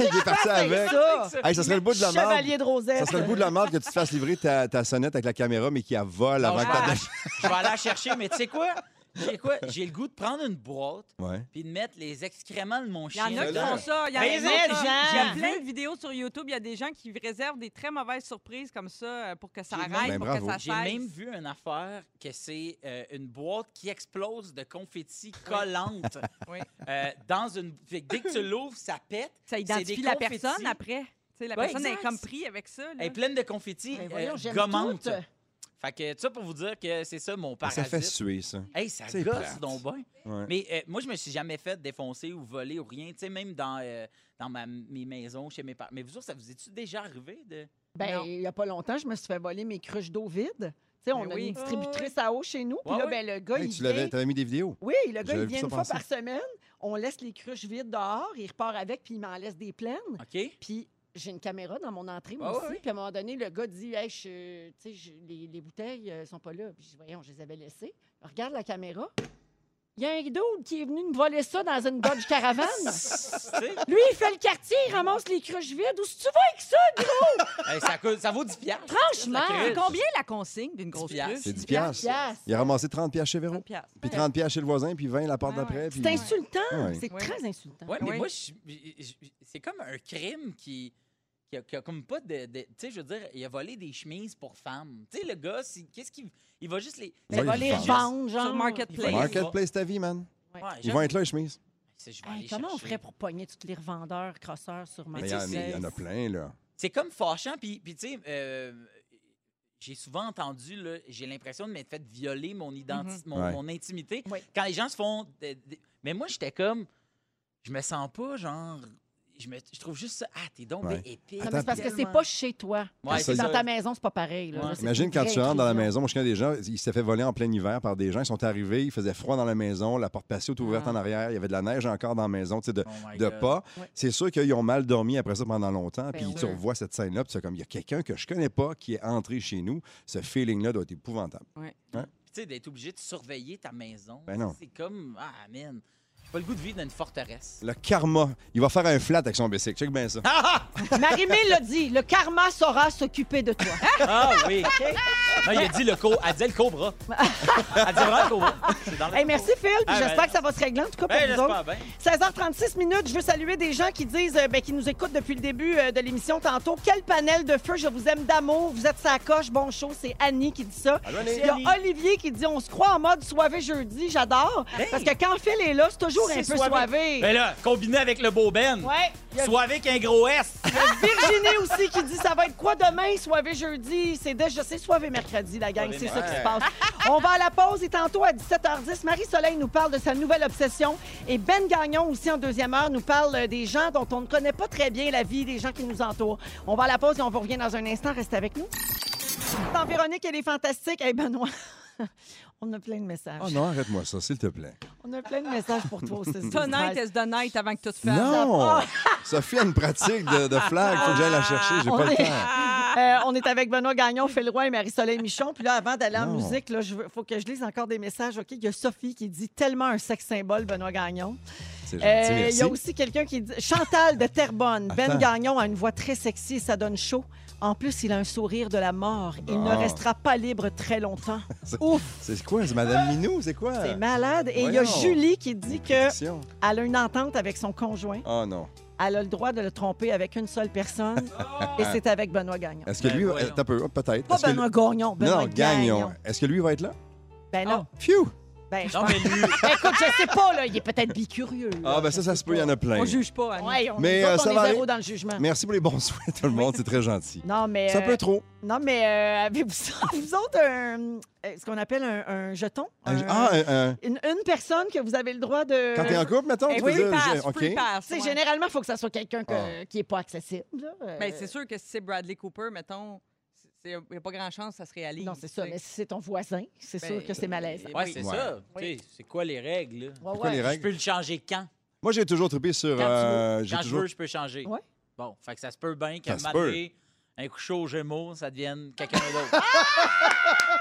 Speaker 4: Il est parti avec.
Speaker 1: Ça,
Speaker 4: Hey, ça serait le bout de la merde.
Speaker 1: Chevalier de Rosette.
Speaker 4: Ça serait le bout de la merde que tu te fasses livrer ta, ta sonnette avec la caméra, mais qui a vole
Speaker 2: Non,
Speaker 4: avant
Speaker 2: je,
Speaker 4: que
Speaker 2: vais
Speaker 4: t'attaches.
Speaker 2: aller, je vais aller la chercher, mais tu sais quoi? Tu sais quoi? J'ai le goût de prendre une boîte
Speaker 4: Ouais.
Speaker 2: puis de mettre les excréments de mon
Speaker 3: Il y
Speaker 2: chien.
Speaker 3: en a qui
Speaker 4: Excellent.
Speaker 3: font ça. Il y en a
Speaker 2: Mais
Speaker 3: qui font ça.
Speaker 1: Jean!
Speaker 3: Il y a plein de vidéos sur YouTube. Il y a des gens qui réservent des très mauvaises surprises comme ça euh, pour que ça
Speaker 2: J'ai même-
Speaker 3: arrête,
Speaker 4: Ben,
Speaker 3: pour
Speaker 4: bravo.
Speaker 3: que
Speaker 2: J'ai
Speaker 3: ça
Speaker 2: même
Speaker 3: cesse.
Speaker 2: vu une affaire que c'est euh, une boîte qui explose de confetti collante
Speaker 3: Oui.
Speaker 2: euh, dans une. fait que dès que tu l'ouvres, ça pète.
Speaker 3: Ça
Speaker 2: C'est
Speaker 3: identifie
Speaker 2: des
Speaker 3: la
Speaker 2: confettis.
Speaker 3: personne après. Tu sais, la
Speaker 2: Ouais,
Speaker 3: personne est
Speaker 2: exact.
Speaker 3: comme prise avec ça. là.
Speaker 2: Elle est pleine de confetti
Speaker 1: Ben
Speaker 2: euh,
Speaker 1: voyons, j'aime
Speaker 2: gommante.
Speaker 1: toutes.
Speaker 2: Fait que tout ça pour vous dire que c'est ça mon
Speaker 4: Ça
Speaker 2: parasite.
Speaker 4: fait suer, ça.
Speaker 2: Hey, ça
Speaker 4: C'est
Speaker 2: gosse
Speaker 4: plate.
Speaker 2: donc ben.
Speaker 4: Ouais.
Speaker 2: Mais euh, moi, je me suis jamais fait défoncer ou voler ou rien. Tu sais, même dans, euh, dans ma, mes maisons, chez mes parents. Mais vous autres, ça vous est-tu déjà arrivé de.
Speaker 1: Ben,
Speaker 3: Non.
Speaker 1: il n'y a pas longtemps, je me suis fait voler mes cruches d'eau vide. Tu sais, on
Speaker 3: Ben
Speaker 1: a
Speaker 3: oui.
Speaker 1: une distributrice à eau chez nous. Puis
Speaker 2: Ah Ouais,
Speaker 1: là,
Speaker 2: ouais.
Speaker 1: ben, le gars,
Speaker 4: Hey,
Speaker 1: il
Speaker 4: tu l'avais,
Speaker 1: vient-
Speaker 4: t'avais mis des vidéos.
Speaker 1: Oui, le gars,
Speaker 4: J'avais
Speaker 1: il
Speaker 4: vu
Speaker 1: vient
Speaker 4: ça
Speaker 1: une fois
Speaker 4: passer.
Speaker 1: par semaine. On laisse les cruches vides dehors. Il repart avec, puis il m'en laisse des pleines.
Speaker 2: OK?
Speaker 1: Puis j'ai une caméra dans mon entrée, moi
Speaker 2: Ah
Speaker 1: aussi.
Speaker 2: oui.
Speaker 1: Puis à un moment donné, le gars dit Hey, je- tu sais, je- les, les bouteilles euh, sont pas là. Puis je dis Voyons, je les avais laissées. Regarde la caméra. Il y a un dude qui est venu me voler ça dans une Dodge Caravane.
Speaker 2: sais?
Speaker 1: Lui, il fait le quartier, il ramasse les cruches vides. Où est-ce que tu vas avec ça?
Speaker 2: Hey, ça, coûte- ça vaut 10 piastres.
Speaker 1: Franchement,
Speaker 3: C'est combien la consigne d'une grosse
Speaker 2: piastres.
Speaker 3: cruche?
Speaker 4: C'est 10
Speaker 1: piastres.
Speaker 4: piastres. Il a ramassé 30 piastres chez Véro.
Speaker 3: 30 piastres.
Speaker 4: Puis 30 piastres chez le voisin, puis 20 la porte
Speaker 3: Ouais,
Speaker 4: d'après.
Speaker 3: ouais.
Speaker 4: puis-
Speaker 1: c'est insultant.
Speaker 4: Ah ouais.
Speaker 1: C'est
Speaker 3: Ouais.
Speaker 1: très insultant.
Speaker 2: Ouais, mais
Speaker 3: Oui.
Speaker 2: moi, je- je- je- c'est comme un crime qui. qui a, qui a comme pas de. de- tu sais, je veux dire, il a volé des chemises pour femmes. Tu sais, le gars, c'est- qu'est-ce qu'il. Il va juste les.
Speaker 4: Il va
Speaker 1: va les
Speaker 4: les
Speaker 1: revendre, genre.
Speaker 3: Sur Marketplace.
Speaker 4: Marketplace ta vie, man.
Speaker 2: Ouais,
Speaker 4: Ils
Speaker 2: j'aime-
Speaker 4: vont être là, les chemises.
Speaker 2: C'est- je vais
Speaker 1: Hey,
Speaker 2: aller
Speaker 1: comment on
Speaker 2: chercher.
Speaker 1: ferait pour pogner tous les revendeurs, crosseurs sur
Speaker 4: Mais Il y, en-
Speaker 1: Marketplace?
Speaker 4: il y en a plein, là.
Speaker 2: C'est comme fâchant, puis, puis tu sais, euh, j'ai souvent entendu, là, j'ai l'impression de m'être fait violer mon, identi- mon,
Speaker 4: Ouais.
Speaker 2: mon intimité.
Speaker 1: Mm-hmm. Oui.
Speaker 2: Quand les gens se font... des- des- Mais moi, j'étais comme, je me sens pas, genre... Je, me, je trouve juste ça, ah, t'es donc
Speaker 4: Ouais.
Speaker 2: bien épais.
Speaker 1: Non,
Speaker 4: Attends,
Speaker 1: mais c'est parce que c'est
Speaker 2: Tellement.
Speaker 1: pas chez toi.
Speaker 2: Ouais,
Speaker 1: Quand c'est
Speaker 4: c'est
Speaker 1: dans
Speaker 2: ça.
Speaker 1: ta maison, c'est pas pareil. là.
Speaker 2: Ouais.
Speaker 1: Là, c'est
Speaker 4: Imagine
Speaker 1: une
Speaker 4: quand
Speaker 1: vraie
Speaker 4: tu rentres dans la
Speaker 1: intrusion.
Speaker 4: maison. Moi, je connais des gens, ils s'étaient fait voler en plein hiver par des gens. Ils sont arrivés, il faisait froid dans la maison, la porte patio était ouverte
Speaker 3: Ah.
Speaker 4: en arrière, il y avait de la neige encore dans la maison, tu sais, de,
Speaker 2: Oh my
Speaker 4: de
Speaker 2: God.
Speaker 4: pas.
Speaker 1: Ouais.
Speaker 4: C'est sûr qu'ils ont mal dormi après ça pendant longtemps.
Speaker 1: Ben
Speaker 4: puis
Speaker 1: oui.
Speaker 4: tu revois cette scène-là, puis c'est comme, il y a quelqu'un que je connais pas qui est entré chez nous. Ce feeling-là doit être épouvantable.
Speaker 2: Puis tu sais, d'être obligé de surveiller ta maison.
Speaker 4: Ben non.
Speaker 2: C'est comme, ah, man, j'ai pas le goût de vivre dans une forteresse.
Speaker 4: Le karma. Il va faire un flat avec son bicycle. Check bien ça.
Speaker 1: Marie-Mille l'a dit, le karma saura s'occuper de toi.
Speaker 2: Ah oui! Non, il a dit le co... Elle disait le cobra. Elle disait vraiment le cobra. C'est dans le
Speaker 1: Hey, merci Phil, puis
Speaker 2: Ah, ben,
Speaker 1: j'espère que ça va se régler en tout cas pour
Speaker 2: Ben,
Speaker 1: vous autres.
Speaker 2: j'espère bien.
Speaker 1: 16h36 minutes, je veux saluer des gens qui disent, euh, ben, qui nous écoutent depuis le début euh, de l'émission tantôt. Quel panel de feu, je vous aime d'amour, vous êtes sa coche, bon show, c'est Annie qui dit ça.
Speaker 4: Allô,
Speaker 1: Il y
Speaker 4: Annie?
Speaker 1: a Olivier qui dit on se croit en mode soivé jeudi, j'adore.
Speaker 2: Hey!
Speaker 1: Parce que quand Phil est là, c'est toujours un peu
Speaker 2: C'est
Speaker 1: soivé.
Speaker 2: Ben là, combiné avec le beau Ben.
Speaker 1: Ouais. Il y a
Speaker 2: Soit avec un gros S.
Speaker 1: Virginie aussi qui dit ça va être quoi demain, soivé jeudi. C'est déjà, c'est soivé mercredi, la gang.
Speaker 2: Soivé
Speaker 1: C'est ça qui se passe.
Speaker 2: mercredi.
Speaker 1: On va à la pause et tantôt à 17h10, Marie-Soleil nous parle de sa nouvelle obsession et Ben Gagnon aussi en deuxième heure nous parle euh, des gens dont on ne connaît pas très bien la vie, des gens qui nous entourent. On va à la pause et on vous revient dans un instant. Restez avec nous. Dans Véronique, elle est fantastique. Hey Benoît, on a plein de messages.
Speaker 4: Oh non, arrête-moi ça, s'il te plaît.
Speaker 1: On a plein de messages pour toi aussi.
Speaker 3: Tonight is the night avant que tout fasse.
Speaker 4: Non! Sophie a une pratique de, de flag. Faut que j'aille la chercher. J'ai
Speaker 1: On
Speaker 4: pas
Speaker 1: est-
Speaker 4: le temps.
Speaker 1: Euh, on est avec Benoît Gagnon, Phil Roy et Marie-Soleil Michon. Puis là, avant d'aller en
Speaker 4: Non.
Speaker 1: musique, il faut que je lise encore des messages. OK, il y a Sophie qui dit tellement un sexe symbole, Benoît Gagnon.
Speaker 4: C'est gentil,
Speaker 1: Euh, Il
Speaker 4: merci.
Speaker 1: y a aussi quelqu'un qui dit Chantal de Terrebonne. Ben
Speaker 4: Attends.
Speaker 1: Gagnon a une voix très sexy et ça donne chaud. En plus, il a un sourire de la mort. Il ne
Speaker 4: Bon.
Speaker 1: restera pas libre très longtemps.
Speaker 4: C'est-
Speaker 1: Ouf,
Speaker 4: C'est quoi? C'est Madame Minou? C'est quoi?
Speaker 1: c'est malade. Et il y a
Speaker 4: Voyons.
Speaker 1: Julie qui dit que
Speaker 4: Fiction.
Speaker 1: elle a une entente avec son conjoint.
Speaker 4: Oh non.
Speaker 1: Elle a le droit de le tromper avec une seule personne. Et c'est avec Benoît Gagnon.
Speaker 4: Est-ce que
Speaker 2: Ben
Speaker 4: lui. va-
Speaker 2: voyons.
Speaker 4: T'as peu, oh, peut-être.
Speaker 1: Pas
Speaker 4: Est-ce que
Speaker 1: Benoît Gagnon,
Speaker 4: lui-
Speaker 1: Benoît
Speaker 4: Non, Gagnon. Est-ce que lui va être là?
Speaker 1: Ben non.
Speaker 4: Phew!
Speaker 1: Ben, je
Speaker 2: Non,
Speaker 1: pense-
Speaker 2: mais lui,
Speaker 1: Écoute, je sais pas, là, il est peut-être bicurieux. là,
Speaker 4: Ah, ben
Speaker 1: je
Speaker 4: ça, ça
Speaker 1: sais
Speaker 4: se peut, il y
Speaker 1: pas.
Speaker 4: en a plein.
Speaker 3: On juge pas, Annie.
Speaker 1: Ouais, on,
Speaker 4: Mais,
Speaker 1: nous
Speaker 4: euh,
Speaker 1: autres,
Speaker 4: ça
Speaker 1: on
Speaker 4: va
Speaker 1: est zéro
Speaker 4: aller.
Speaker 1: dans le jugement.
Speaker 4: Merci pour les bons souhaits, tout le monde. C'est très gentil.
Speaker 1: Non, mais.
Speaker 4: C'est un
Speaker 1: euh,
Speaker 4: peu trop.
Speaker 1: Non, mais euh, avez-vous ça, vous autres, un, euh, ce qu'on appelle un, un jeton?
Speaker 4: Un-
Speaker 1: Un-
Speaker 4: ah, un- un-
Speaker 1: une, une personne que vous avez le droit de.
Speaker 4: quand t'es en couple, mettons,
Speaker 3: Hey,
Speaker 4: tu veux
Speaker 3: free
Speaker 4: dire.
Speaker 3: pass,
Speaker 4: j'ai- OK.
Speaker 3: free pass.
Speaker 1: Eh Tu sais,
Speaker 3: ouais.
Speaker 1: généralement, il faut que ça soit quelqu'un que-
Speaker 4: Ah.
Speaker 1: qui n'est pas accessible. là. Euh,
Speaker 3: Ben, c'est sûr que si c'est Bradley Cooper, mettons, il n'y a pas grand chance que ça se réalise.
Speaker 1: Non, c'est ça,
Speaker 3: tu sais.
Speaker 1: mais si c'est ton voisin, c'est
Speaker 3: Ben,
Speaker 1: sûr que c'est malaise.
Speaker 3: euh,
Speaker 2: ouais, c'est
Speaker 4: Ouais.
Speaker 2: ça.
Speaker 1: Oui.
Speaker 2: Tu sais, C'est quoi les règles? là?
Speaker 1: Ouais,
Speaker 4: C'est quoi
Speaker 1: ouais.
Speaker 4: les
Speaker 2: Je peux
Speaker 4: règles?
Speaker 2: le changer quand?
Speaker 4: Moi, j'ai toujours trippé
Speaker 1: Quand
Speaker 4: sur.
Speaker 1: tu
Speaker 4: euh, j'ai
Speaker 2: Quand je
Speaker 4: toujours...
Speaker 2: veux, je peux changer.
Speaker 1: Ouais.
Speaker 2: Bon, fait que ça se peut bien qu'à
Speaker 4: Ça
Speaker 2: un
Speaker 4: se
Speaker 2: moment
Speaker 4: peut.
Speaker 2: donné, un coup chaud aux Gémeaux, ça devienne quelqu'un d'autre.
Speaker 3: Selon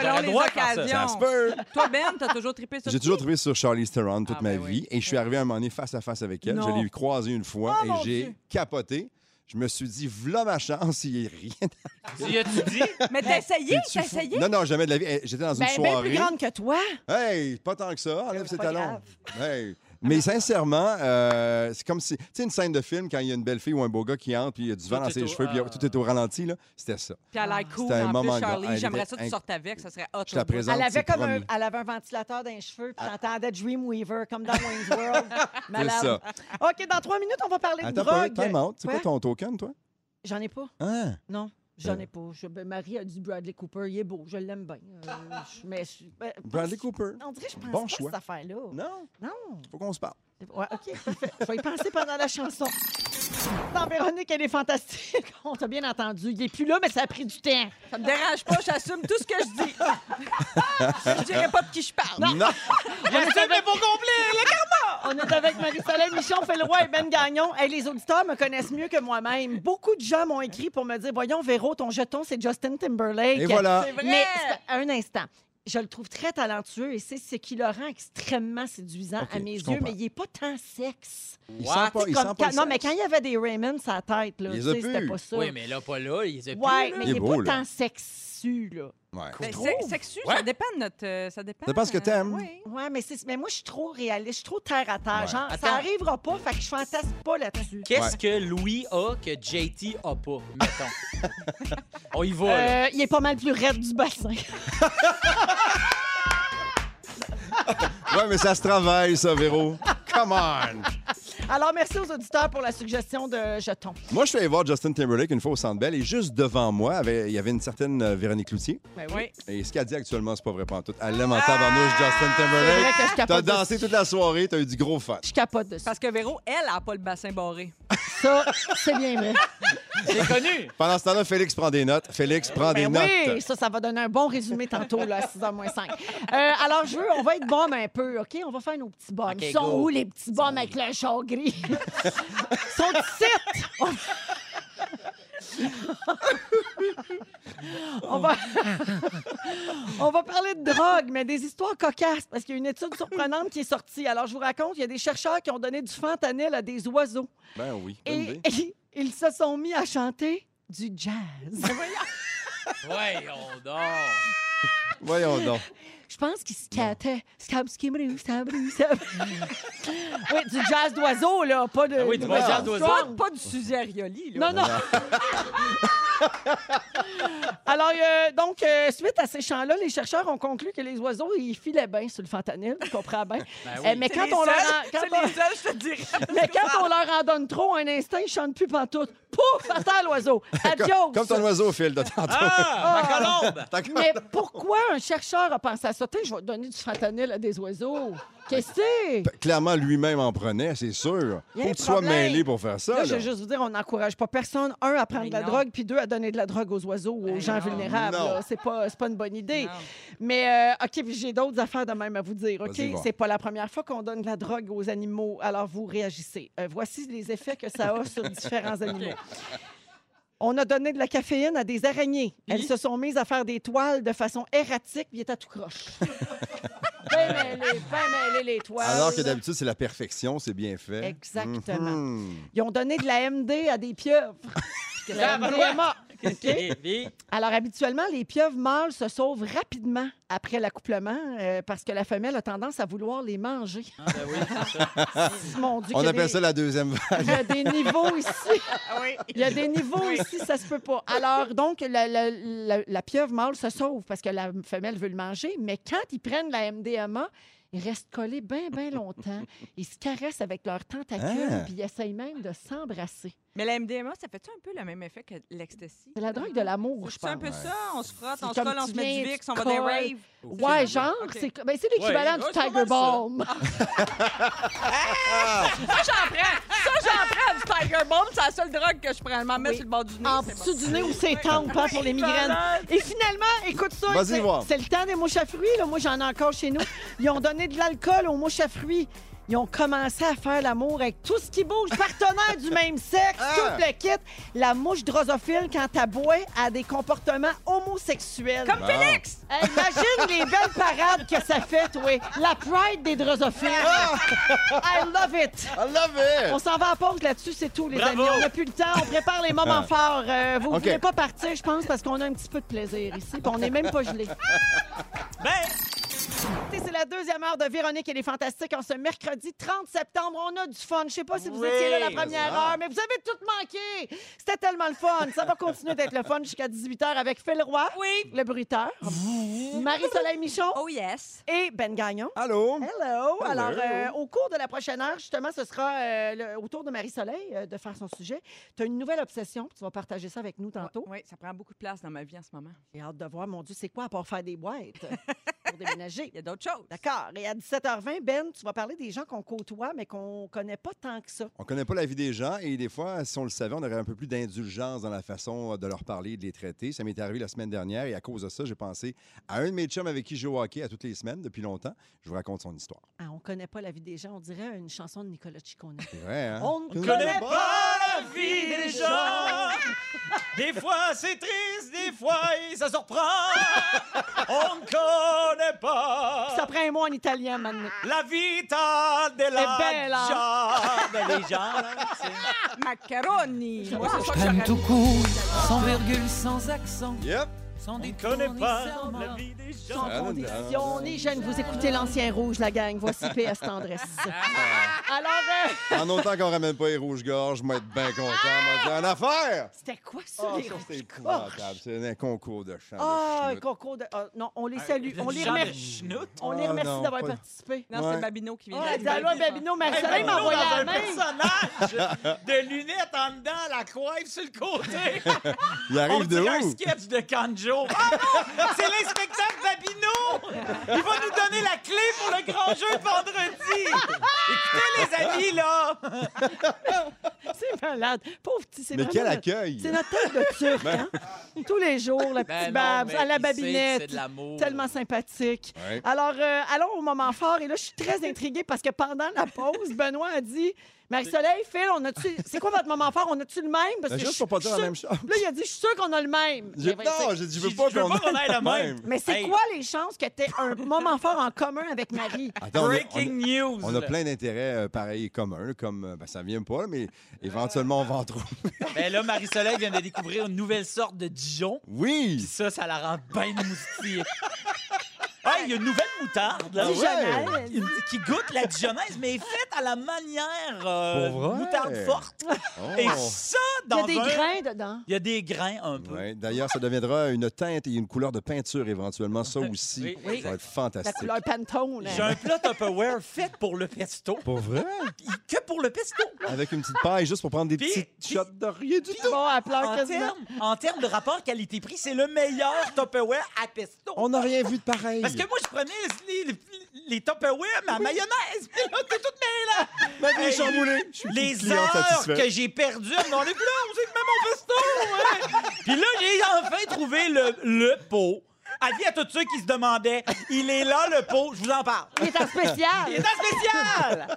Speaker 2: J'aurais
Speaker 3: les
Speaker 2: droit de faire ça.
Speaker 3: occasions.
Speaker 4: Ça se peut.
Speaker 3: Toi, Ben, t'as toujours trippé sur
Speaker 4: J'ai
Speaker 3: qui?
Speaker 4: toujours trouvé sur Charlize Theron toute
Speaker 3: Ah,
Speaker 4: ma
Speaker 3: ben oui.
Speaker 4: vie. Et je suis arrivé à un moment donné face à face avec elle.
Speaker 3: Non.
Speaker 4: Je l'ai croisée une fois
Speaker 1: Oh, mon
Speaker 4: et j'ai
Speaker 1: Dieu.
Speaker 4: capoté. Je me suis dit, voilà ma chance, il n'y a rien.
Speaker 2: tu y as-tu dit?
Speaker 3: Mais t'as essayé,
Speaker 4: Es-tu
Speaker 3: t'as
Speaker 4: fou?
Speaker 3: essayé.
Speaker 4: Non, non, jamais de la vie. Eh, J'étais dans une
Speaker 1: Ben, ben
Speaker 4: soirée.
Speaker 1: plus grande que toi.
Speaker 4: Hey, pas tant que ça, enlève
Speaker 1: C'est
Speaker 4: ses
Speaker 1: pas
Speaker 4: talons. Hey. Mais sincèrement, euh, c'est comme si. Tu sais, une scène de film quand il y a une belle fille ou un beau gars qui entre, puis il y a du vent
Speaker 2: Tout
Speaker 4: dans
Speaker 2: est
Speaker 4: ses
Speaker 2: au-
Speaker 4: cheveux, puis il y a-
Speaker 2: ah.
Speaker 4: tout est au ralenti, là. C'était ça.
Speaker 3: Puis elle a l'air cool
Speaker 4: C'était un
Speaker 3: en
Speaker 4: moment
Speaker 3: plus,
Speaker 4: grand.
Speaker 3: Charlie.
Speaker 4: Elle
Speaker 3: J'aimerais
Speaker 4: était
Speaker 3: ça que tu
Speaker 4: inc-
Speaker 3: sortes avec, ça serait hot.
Speaker 4: Je la
Speaker 3: au bout.
Speaker 4: présente.
Speaker 1: Elle
Speaker 4: c'est
Speaker 1: avait, comme un,
Speaker 4: promis.
Speaker 1: elle avait un ventilateur dans les cheveux, puis t'entendais Dreamweaver comme dans Wayne's World.
Speaker 4: Ah. C'est
Speaker 1: Malade.
Speaker 4: ça.
Speaker 1: OK, dans trois minutes, on va parler
Speaker 4: Attends, pas
Speaker 1: de
Speaker 4: un time
Speaker 1: drogue.
Speaker 4: out. C'est quoi
Speaker 1: Quoi?
Speaker 4: ton token, toi?
Speaker 1: J'en ai pas.
Speaker 4: Hein?
Speaker 1: Non, j'en
Speaker 4: Euh.
Speaker 1: ai pas. Je- ben, Marie a dit Bradley Cooper, il est beau, je l'aime bien. Euh, je- mais je- ben,
Speaker 4: Bradley Cooper.
Speaker 1: On dirait que je pense
Speaker 4: Bon
Speaker 1: pas à
Speaker 4: choix.
Speaker 1: cette affaire-là.
Speaker 4: Non,
Speaker 1: Non.
Speaker 4: faut qu'on se parle.
Speaker 1: Ouais, OK, parfait. Je vais y penser pendant la chanson. Non, Véronique, elle est fantastique. On t'a bien entendu. Il est plus là, mais ça a pris du temps.
Speaker 3: Ça me dérange pas, j'assume tout ce que je dis. je dirais pas de qui je parle.
Speaker 4: Non!
Speaker 2: J'assume, mais pour complet!
Speaker 1: On est avec Marie-Soleil Michon, Félroy et Ben Gagnon. Hey, les auditeurs me connaissent mieux que moi-même. Beaucoup de gens m'ont écrit pour me dire Voyons, Véro, ton jeton, c'est Justin Timberlake.
Speaker 4: Et voilà.
Speaker 3: C'est vrai.
Speaker 1: Mais c'est- un instant. Je le trouve très talentueux et c'est ce qui le rend extrêmement séduisant
Speaker 4: OK,
Speaker 1: à mes
Speaker 4: je
Speaker 1: yeux,
Speaker 4: comprends.
Speaker 1: mais il n'est pas tant sexe.
Speaker 4: Il
Speaker 2: What?
Speaker 4: sent pas,
Speaker 1: Comme
Speaker 4: il sent
Speaker 1: quand-
Speaker 4: pas
Speaker 1: non, mais quand il y avait des Raymond sur la tête, là, tu
Speaker 4: Il les a
Speaker 1: sais, c'était
Speaker 4: plus.
Speaker 1: pas ça.
Speaker 2: Oui, mais là, pas là. Il s'est
Speaker 1: Ouais, mais
Speaker 4: Il est
Speaker 1: il n'est
Speaker 4: beau,
Speaker 1: pas
Speaker 4: là.
Speaker 1: tant sexu, là.
Speaker 3: Ben,
Speaker 4: Ouais.
Speaker 3: sex- sexu,
Speaker 2: Ouais.
Speaker 3: ça dépend de notre. euh, ça dépend.
Speaker 4: Ça dépend ce que
Speaker 3: euh,
Speaker 4: t'aimes.
Speaker 3: oui.
Speaker 1: Ouais, mais, c'est- mais moi, je suis trop réaliste, je suis trop terre à terre.
Speaker 4: Ouais.
Speaker 1: Genre,
Speaker 2: Attends.
Speaker 1: ça arrivera pas, fait que je fantasme pas là-dessus.
Speaker 2: Qu'est-ce que Louis a que JT a pas, mettons? On y va, là.
Speaker 1: Euh, il est pas mal plus raide du bassin. Ben,
Speaker 4: Ouais, mais ça se travaille, ça, Véro. Come on!
Speaker 1: Alors, merci aux auditeurs pour la suggestion de jetons.
Speaker 4: Moi, je suis allé voir Justin Timberlake une fois au Centre Bell et juste devant moi, avait- il y avait une certaine euh, Véronique Cloutier.
Speaker 1: Ben
Speaker 3: oui.
Speaker 4: Et ce qu'elle dit actuellement, c'est pas vrai pantoute. Elle l'aime en tabarnouche, Justin
Speaker 1: Ah!
Speaker 4: Timberlake.
Speaker 1: C'est vrai que je
Speaker 4: T'as
Speaker 1: capote
Speaker 4: dansé
Speaker 1: dessus.
Speaker 4: toute la soirée, t'as eu du gros fun.
Speaker 1: Je capote dessus.
Speaker 3: Parce que Véro, elle, a pas le bassin barré.
Speaker 1: Ça, c'est bien vrai.
Speaker 2: C'est connu.
Speaker 4: Pendant ce temps-là, Félix prend des notes. Félix prend des
Speaker 1: Ben oui,
Speaker 4: notes.
Speaker 1: ça, ça va donner un bon résumé tantôt, là, à 6h moins 5. alors, je veux, on va être bombe un peu, OK? On va faire nos petits bombes.
Speaker 2: OK,
Speaker 1: Ils sont
Speaker 2: go.
Speaker 1: où, les petits bombes avec le char gris? Ils sont ici! On va... On va parler de drogue, mais des histoires cocasses, parce qu'il y a une étude surprenante qui est sortie. Alors, je vous raconte, il y a des chercheurs qui ont donné du fentanyl à des oiseaux.
Speaker 4: Ben oui. bonne
Speaker 1: Et,
Speaker 4: idée.
Speaker 1: et ils se sont mis à chanter du jazz.
Speaker 2: Ouais, on dort.
Speaker 4: Voyons donc.
Speaker 1: Je pense qu'il se catait. Scab, skibri, sabri, sab- Oui, du jazz d'oiseau, là, pas de.
Speaker 2: Ah oui, du
Speaker 1: pas de
Speaker 2: jazz d'oiseau.
Speaker 3: Pas,
Speaker 1: strong.
Speaker 3: pas du Suzy Arioli, là.
Speaker 1: Non, non. Alors, euh, donc, euh, suite à ces chants-là, les chercheurs ont conclu que les oiseaux, ils filaient bien sur le fentanyl, tu comprends bien.
Speaker 2: Ben
Speaker 1: Euh,
Speaker 2: oui.
Speaker 1: mais
Speaker 3: C'est
Speaker 1: quand
Speaker 3: les
Speaker 1: on leur
Speaker 3: seuls-
Speaker 1: en- quand
Speaker 3: c'est
Speaker 1: on-
Speaker 3: les seuls, je te dirais.
Speaker 1: mais quand on leur en donne trop, un instinct, ils chantent plus pantoute. Pouf, à terre, l'oiseau. Adios.
Speaker 4: Comme ton oiseau, Phil, de tantôt.
Speaker 2: Ah, ma colombe!
Speaker 1: Mais pourquoi un chercheur a pensé à ça? Tiens, je vais donner du fentanyl à des oiseaux. Qu'est-ce que c'est?
Speaker 4: Clairement, lui-même en prenait, c'est sûr.
Speaker 1: Il y a
Speaker 4: Faut
Speaker 1: un
Speaker 4: que tu sois
Speaker 1: problème.
Speaker 4: mêlé pour faire ça.
Speaker 1: Là, je
Speaker 4: là.
Speaker 1: veux juste vous dire, on n'encourage pas personne, un, à prendre de
Speaker 3: Mais
Speaker 1: la
Speaker 3: non.
Speaker 1: drogue, puis deux, à donner de la drogue aux oiseaux ou aux
Speaker 3: Mais
Speaker 1: gens
Speaker 3: non.
Speaker 1: vulnérables.
Speaker 4: Non.
Speaker 1: là. C'est pas, c'est pas une bonne idée.
Speaker 3: Non.
Speaker 1: Mais, euh, OK, puis j'ai d'autres affaires de même à vous dire. OK,
Speaker 4: Vas-y, va.
Speaker 1: c'est pas la première fois qu'on donne de la drogue aux animaux, alors vous réagissez. Euh, voici les effets que ça a sur différents animaux. On a donné de la caféine à des araignées. Elles se sont mises à faire des toiles de façon erratique, puis étaient à tout croche. ben mêlées, ben mêlées, les toiles.
Speaker 4: Alors que d'habitude, c'est la perfection, c'est bien fait.
Speaker 1: Exactement.
Speaker 4: Mhm.
Speaker 1: Ils ont donné de la MD à des pieuvres. la MD est morte. OK?
Speaker 2: Et puis,
Speaker 1: Alors, habituellement, les pieuvres mâles se sauvent rapidement après l'accouplement euh, parce que la femelle a tendance à vouloir les manger.
Speaker 2: ah, ben oui, c'est ça.
Speaker 1: Mon Dieu,
Speaker 4: On
Speaker 1: qu'il y a
Speaker 4: appelle
Speaker 1: des-
Speaker 4: ça la deuxième vague.
Speaker 1: Il y a des niveaux ici. Il y a des niveaux ici, ça se peut pas. Alors, donc, la, la- la- la pieuvre mâle se sauve parce que la femelle veut le manger, mais quand ils prennent la MDMA, ils restent collés bien, bien longtemps. Ils se caressent avec leurs tentacules,
Speaker 4: Ah.
Speaker 1: puis ils essayent même de s'embrasser.
Speaker 3: Mais la MDMA, ça fait-tu un peu le même effet que l'ecstasy?
Speaker 1: C'est la drogue de l'amour, je
Speaker 3: C'est un
Speaker 1: pense.
Speaker 3: peu ça, on se frotte,
Speaker 1: C'est
Speaker 3: on se
Speaker 1: comme
Speaker 3: colle, on
Speaker 1: tu
Speaker 3: se met
Speaker 1: viens,
Speaker 3: du
Speaker 1: tu
Speaker 3: Vicks, on va des
Speaker 1: colles.
Speaker 3: raves.
Speaker 1: Ouais, genre,
Speaker 3: Ok.
Speaker 1: c'est co- ben, c'est l'équivalent
Speaker 2: Ouais, ouais,
Speaker 1: du
Speaker 2: c'est pas
Speaker 1: Tiger
Speaker 2: mal ça.
Speaker 1: Balm.
Speaker 3: Ça, j'en prends! Ça, j'en prends du Tiger Bomb, c'est la seule drogue que je prends. Elle m'en met
Speaker 1: Oui.
Speaker 3: sur le bord du nez.
Speaker 1: En
Speaker 3: c'est
Speaker 1: dessous
Speaker 3: bon.
Speaker 1: du nez ou ses tempes hein, pour les migraines. Et finalement, écoute ça,
Speaker 4: Vas-y
Speaker 1: c'est
Speaker 4: voir.
Speaker 1: c'est le temps des mouches à fruits. Là. Moi, j'en ai encore chez nous. Ils ont donné de l'alcool aux mouches à fruits. Ils ont commencé à faire l'amour avec tout ce qui bouge, partenaire du même sexe,
Speaker 4: Ah!
Speaker 1: tout le kit. La mouche drosophile, quand elle boit, a des comportements homosexuels.
Speaker 3: Comme
Speaker 4: Bon.
Speaker 3: Félix!
Speaker 1: Hey, imagine les belles parades que ça fait, oui. La pride des drosophiles.
Speaker 4: Ah.
Speaker 1: I love it.
Speaker 4: I love it!
Speaker 1: On s'en va en pause là-dessus, c'est tout, les
Speaker 2: Bravo.
Speaker 1: amis. On n'a plus le temps. On prépare les moments forts. Euh, vous ne
Speaker 4: OK.
Speaker 1: voulez pas partir, je pense, parce qu'on a un petit peu de plaisir ici. puis on n'est même pas gelé.
Speaker 2: Ben,
Speaker 1: Ah, C'est la deuxième heure de Véronique et les Fantastiques en ce mercredi 30 septembre. On a du fun. Je ne sais pas si vous
Speaker 2: Oui.
Speaker 1: étiez là la première
Speaker 4: Ah.
Speaker 1: heure, mais vous avez tout manqué. C'était tellement le fun. Ça va continuer d'être le fun jusqu'à 18h avec Phil Roy,
Speaker 3: Oui!
Speaker 1: le bruiteur, Marie-Soleil Michon
Speaker 3: Oh yes!
Speaker 1: et Ben Gagnon.
Speaker 4: Allô?
Speaker 1: Hello! Alors, euh, au cours de la prochaine heure, justement, ce sera euh, le- au tour de Marie-Soleil euh, de faire son sujet. Tu as une nouvelle obsession, puis tu vas partager ça avec nous tantôt.
Speaker 3: Oui, ça prend beaucoup de place dans ma vie en ce moment.
Speaker 1: J'ai hâte de voir, mon Dieu, c'est quoi à part faire des boîtes? pour déménager.
Speaker 3: Il y a d'autres choses.
Speaker 1: D'accord. Et à 17h20, Ben, tu vas parler des gens qu'on côtoie, mais qu'on connaît pas tant que ça.
Speaker 4: On connaît pas la vie des gens et des fois, si on le savait, on aurait un peu plus d'indulgence dans la façon euh, de leur parler, de les traiter. Ça m'est arrivé la semaine dernière et à cause de ça, j'ai pensé à un de mes chums avec qui je joue au hockey à toutes les semaines depuis longtemps. Je vous raconte son histoire.
Speaker 1: Ah, on connaît pas la vie des gens. On dirait une chanson de Nicolas Ciccone.
Speaker 4: C'est vrai, hein?
Speaker 1: On ne
Speaker 4: Tout le
Speaker 1: connaît
Speaker 4: monde-
Speaker 2: pas la vie des gens. Des fois c'est triste, des fois et ça surprend. On ne connaît pas
Speaker 1: Ça prend un mot en italien maintenant.
Speaker 2: la vita della
Speaker 3: C'est belle, hein?
Speaker 2: già- Ben, les gens, là, tu sais.
Speaker 3: Macaroni. Moi, c'est ça que
Speaker 5: J'aime
Speaker 3: j'aurais-
Speaker 5: tout court, sans virgule, sans accent,
Speaker 4: Yep!
Speaker 5: sans
Speaker 2: On ne
Speaker 5: détour,
Speaker 2: connaît
Speaker 5: ni
Speaker 2: pas
Speaker 5: serment.
Speaker 2: la vie des gens.
Speaker 1: Sans
Speaker 4: Ah,
Speaker 1: condition,
Speaker 4: non, non.
Speaker 1: on est jeune. Vous écoutez l'ancien rouge, la gang. Voici PS Tendresse. Alors, euh,
Speaker 4: En autant qu'on ramène pas les rouges-gorges, moi, être bien content. Moi, dire en affaire!
Speaker 1: c'était quoi Ah, ça,
Speaker 4: Oh,
Speaker 1: les
Speaker 4: ça,
Speaker 1: rouges
Speaker 4: c'est
Speaker 1: gorges?
Speaker 4: épouvantable. C'est un concours de chant. de
Speaker 1: Ah, un
Speaker 4: schnout.
Speaker 1: concours de. ah, non, on les salue. On les
Speaker 2: Genre de
Speaker 1: remercie.
Speaker 2: schnout.
Speaker 1: On les
Speaker 4: Ah,
Speaker 1: remercie
Speaker 4: non,
Speaker 1: d'avoir
Speaker 4: pas-
Speaker 1: participé.
Speaker 3: Non,
Speaker 4: Ouais.
Speaker 3: c'est Babino qui vient
Speaker 1: Ouais,
Speaker 3: d'arriver.
Speaker 1: Dalois Babino,
Speaker 2: Hey,
Speaker 1: Marie-Soleil
Speaker 2: Babino
Speaker 1: m'a envoyé
Speaker 2: dans
Speaker 1: la
Speaker 2: un
Speaker 1: main.
Speaker 2: personnage de lunettes en dedans, la coiffe sur le côté. On
Speaker 4: Il arrive de
Speaker 2: dirait un
Speaker 4: où?
Speaker 2: sketch de Kanjo. Ah non! C'est l'inspecteur Babino! Il va nous donner la clé pour le grand jeu de vendredi! Écoutez, les amis, là!
Speaker 1: C'est malade. Pauvre petit, c'est
Speaker 4: Mais
Speaker 1: vraiment
Speaker 4: quel
Speaker 1: notre-
Speaker 4: accueil! Ben
Speaker 1: C'est notre tête de turc, hein? Tous les jours, le petit Babs, à la babinette.
Speaker 2: l'amour.
Speaker 1: Tellement sympathique.
Speaker 4: Ouais.
Speaker 1: Alors, euh, allons au moment fort. Et là, je suis très intriguée parce que pendant la pause, Benoît a dit Marie-Soleil, Phil, on a-tu. C'est quoi votre moment fort? On a-tu le même? Parce
Speaker 4: Ben,
Speaker 1: que
Speaker 4: juste
Speaker 1: je-
Speaker 4: pour pas dire
Speaker 1: je
Speaker 4: la
Speaker 1: suis
Speaker 4: même
Speaker 1: sûre-
Speaker 4: chose.
Speaker 1: Puis Là, il a dit Je suis sûr qu'on a le même.
Speaker 4: J'ai-
Speaker 1: Mais
Speaker 4: Non,
Speaker 1: c'est-
Speaker 4: j'ai dit,
Speaker 2: J'ai
Speaker 4: je veux
Speaker 2: dit,
Speaker 4: pas
Speaker 2: je veux
Speaker 4: qu'on
Speaker 2: pas qu'on aille la même.
Speaker 1: Mais c'est
Speaker 2: Hey.
Speaker 1: quoi les chances que tu aies un moment fort en commun avec Marie?
Speaker 4: Attends, on a- on a-
Speaker 2: Breaking news!
Speaker 4: On a
Speaker 2: là.
Speaker 4: plein d'intérêts euh, pareils et communs, là, comme euh, ben, ça vient pas, mais
Speaker 2: Euh.
Speaker 4: éventuellement on va en trouver.
Speaker 2: Ben là, Marie-Soleil vient de découvrir une nouvelle sorte de Dijon. Puis
Speaker 4: Oui!
Speaker 2: ça, ça la rend bien moustillée. Ah, il y a une nouvelle moutarde, là.
Speaker 4: Ah ouais?
Speaker 1: Dijonnaise.
Speaker 2: Une- qui goûte la dijonnaise, mais est faite à la manière euh,
Speaker 4: Pour vrai? Oh.
Speaker 2: moutarde forte. Et ça,
Speaker 1: Il y a
Speaker 2: dans
Speaker 1: des
Speaker 2: un-
Speaker 1: grains dedans.
Speaker 2: Il y a des grains un peu.
Speaker 4: Ouais, D'ailleurs, ça deviendra une teinte et une couleur de peinture éventuellement, ça aussi.
Speaker 2: Oui, oui.
Speaker 4: Ça va être
Speaker 1: La
Speaker 4: fantastique.
Speaker 1: couleur Pantone.
Speaker 2: J'ai un plat Tupperware fait pour le pesto.
Speaker 4: Pour vrai?
Speaker 2: Que pour le pesto.
Speaker 4: Avec une petite paille juste pour prendre des
Speaker 2: Puis-
Speaker 4: petites
Speaker 2: puis-
Speaker 4: shots de rien du tout.
Speaker 1: Bon, elle pleure
Speaker 2: En
Speaker 1: Ah, quasiment.
Speaker 2: termes en termes de rapport qualité-prix, c'est le meilleur Tupperware à pesto.
Speaker 4: On n'a rien vu de pareil.
Speaker 2: Parce que moi, je prenais les, les, les Tupperware, mais à mayonnaise. Puis là, t'es toute mêlée.
Speaker 4: Ma vie est
Speaker 2: Hey,
Speaker 4: chamboulée. Je suis
Speaker 2: Les
Speaker 4: client
Speaker 2: heures
Speaker 4: satisfait.
Speaker 2: que j'ai perdues dans les plats, on sait que même mon pesto. ouais. Puis là, j'ai enfin trouvé le, le pot. Avis à tous ceux qui se demandaient, il est là le pot, je vous en parle.
Speaker 1: Il est en
Speaker 2: Il est
Speaker 1: spécial.
Speaker 2: en spécial!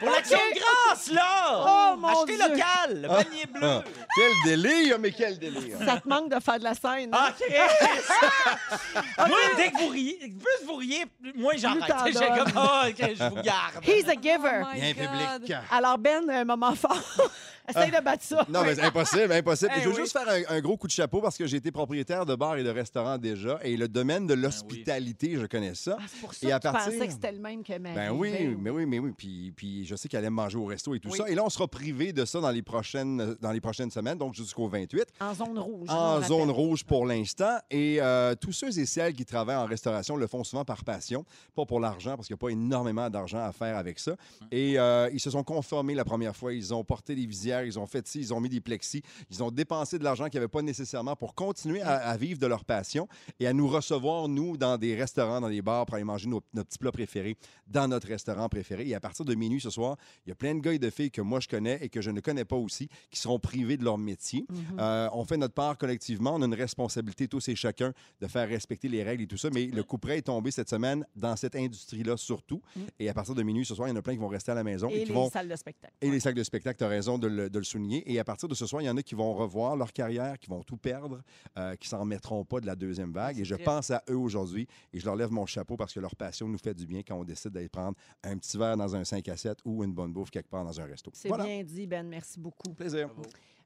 Speaker 2: Pour l'action
Speaker 1: Ok.
Speaker 2: de grâce, là!
Speaker 1: Oh, mon
Speaker 2: Achetez
Speaker 1: Dieu.
Speaker 2: local, le panier bleu.
Speaker 4: Ah, quel délire, mais quel délire.
Speaker 2: Oh
Speaker 1: Ça te manque de faire de la scène. hein?
Speaker 2: Ah, Chris! Moi, dès que vous riez, plus vous riez, moins
Speaker 1: Plus t'en
Speaker 2: j'arrête. J'ai
Speaker 1: donnes.
Speaker 2: comme, Ah, OK, je vous garde.
Speaker 1: He's a
Speaker 3: Oh
Speaker 1: giver.
Speaker 3: my
Speaker 4: Il y a un
Speaker 3: God.
Speaker 4: public.
Speaker 1: Alors, Ben, un moment fort. Essaye de battre ça.
Speaker 4: Non, mais c'est impossible, impossible. Et
Speaker 3: Eh
Speaker 4: je veux
Speaker 3: oui.
Speaker 4: juste faire un, un gros coup de chapeau parce que j'ai été propriétaire de bars et de restaurants déjà. Et le domaine de l'hospitalité, je connais ça.
Speaker 1: Ah, c'est pour ça
Speaker 4: Et
Speaker 1: que
Speaker 4: à
Speaker 1: tu
Speaker 4: partir-
Speaker 1: pensais que c'était le même que Marie.
Speaker 4: Ben oui, mais oui, mais oui. Puis, puis je sais qu'elle aime manger au resto et tout
Speaker 3: Oui.
Speaker 4: ça. Et là, on sera privé de ça dans les prochaines, dans les prochaines semaines, donc jusqu'au 28,
Speaker 1: En zone rouge. on
Speaker 4: en
Speaker 1: le
Speaker 4: zone
Speaker 1: rappelle.
Speaker 4: rouge pour l'instant. Et euh, tous ceux et celles qui travaillent en restauration le font souvent par passion, pas pour l'argent, parce qu'il n'y a pas énormément d'argent à faire avec ça. Et euh, ils se sont conformés la première fois. Ils ont porté des visières, ils ont fait ci, ils ont mis des plexis, ils ont dépensé de l'argent qu'ils n'avaient pas nécessairement pour continuer à, à vivre de leur passion et à nous recevoir, nous, dans des restaurants, dans des bars, pour aller manger nos, nos petits plats préférés dans notre restaurant préféré. Et à partir de minuit ce soir, il y a plein de gars et de filles que moi je connais et que je ne connais pas aussi qui seront privés de leur métier. Euh, on fait notre part collectivement. On a une responsabilité, tous et chacun, de faire respecter les règles et tout ça. Mais le coup près est tombé cette semaine dans cette industrie-là surtout. Et à partir de minuit ce soir, il y en a plein qui vont rester à la maison et,
Speaker 1: Et
Speaker 4: qui
Speaker 1: les
Speaker 4: vont
Speaker 1: salles de spectacle.
Speaker 4: et les sacs de spectacle, tu as raison de le, de le souligner. Et à partir de ce soir, il y en a qui vont revoir leur carrière, qui vont tout perdre, euh, qui s'en remettront pas de la deuxième vague. Et je
Speaker 3: triste.
Speaker 4: pense à eux aujourd'hui et je leur lève mon chapeau parce que leur passion nous fait du bien quand on décide d'aller prendre un petit verre dans un 5 à 7 ou une bonne bouffe quelque part dans un resto.
Speaker 1: C'est bien dit, Ben. Merci beaucoup.
Speaker 4: Plaisir.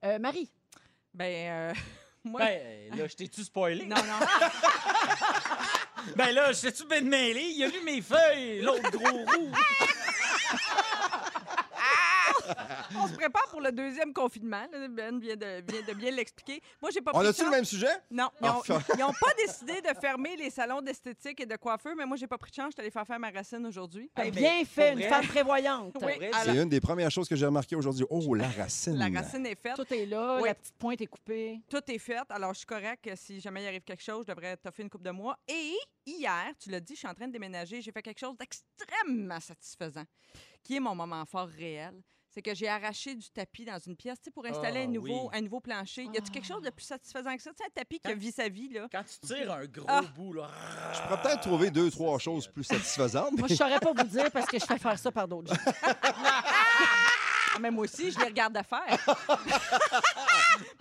Speaker 1: Euh, Marie,
Speaker 3: Ben, euh, moi.
Speaker 2: Ben, là, je t'ai-tu spoilé?
Speaker 3: Non, non.
Speaker 2: Ben là, je t'ai-tu ben mêlé? Il a vu mes feuilles, l'autre gros roux.
Speaker 3: On se prépare pour le deuxième confinement. là. Ben vient de, vient de bien l'expliquer. Moi, j'ai pas
Speaker 4: On
Speaker 3: pris
Speaker 4: a-tu
Speaker 3: de
Speaker 4: le
Speaker 3: chance.
Speaker 4: même sujet?
Speaker 3: Non, ils n'ont
Speaker 4: Enfin.
Speaker 3: pas décidé de fermer les salons d'esthétique et de coiffeur, mais moi, j'ai pas pris de chance. Je suis allée faire faire ma racine aujourd'hui.
Speaker 1: T'as
Speaker 2: Hey, mais
Speaker 1: bien fait,
Speaker 2: pour
Speaker 1: une
Speaker 2: vrai-
Speaker 1: femme prévoyante.
Speaker 3: Oui,
Speaker 2: vrai,
Speaker 4: C'est
Speaker 3: alors,
Speaker 4: une des premières choses que j'ai remarquées aujourd'hui. Oh, la racine.
Speaker 3: la racine est faite.
Speaker 1: Tout est là,
Speaker 3: Oui.
Speaker 1: la petite pointe est coupée.
Speaker 3: Tout est fait. Alors, je suis correcte. Si jamais il arrive quelque chose, je devrais toffer une coupe de mois. Et hier, tu l'as dit, je suis en train de déménager. J'ai fait quelque chose d'extrêmement satisfaisant, qui est mon moment fort réel. C'est que j'ai arraché du tapis dans une pièce, tu sais, pour installer
Speaker 2: Ah,
Speaker 3: un, nouveau,
Speaker 2: oui.
Speaker 3: un nouveau plancher. Y a-tu quelque chose de plus satisfaisant que ça? Tu sais, un tapis qui a
Speaker 1: Hein?
Speaker 2: Quand-
Speaker 3: vie sa vie, là.
Speaker 2: Quand tu tires un gros
Speaker 3: Ah.
Speaker 2: bout, là.
Speaker 4: Je pourrais peut-être trouver deux, trois choses plus satisfaisantes.
Speaker 1: Moi, je saurais pas vous dire parce que je fais faire ça par d'autres gens.
Speaker 3: Ah, mais moi aussi, je les regarde à faire.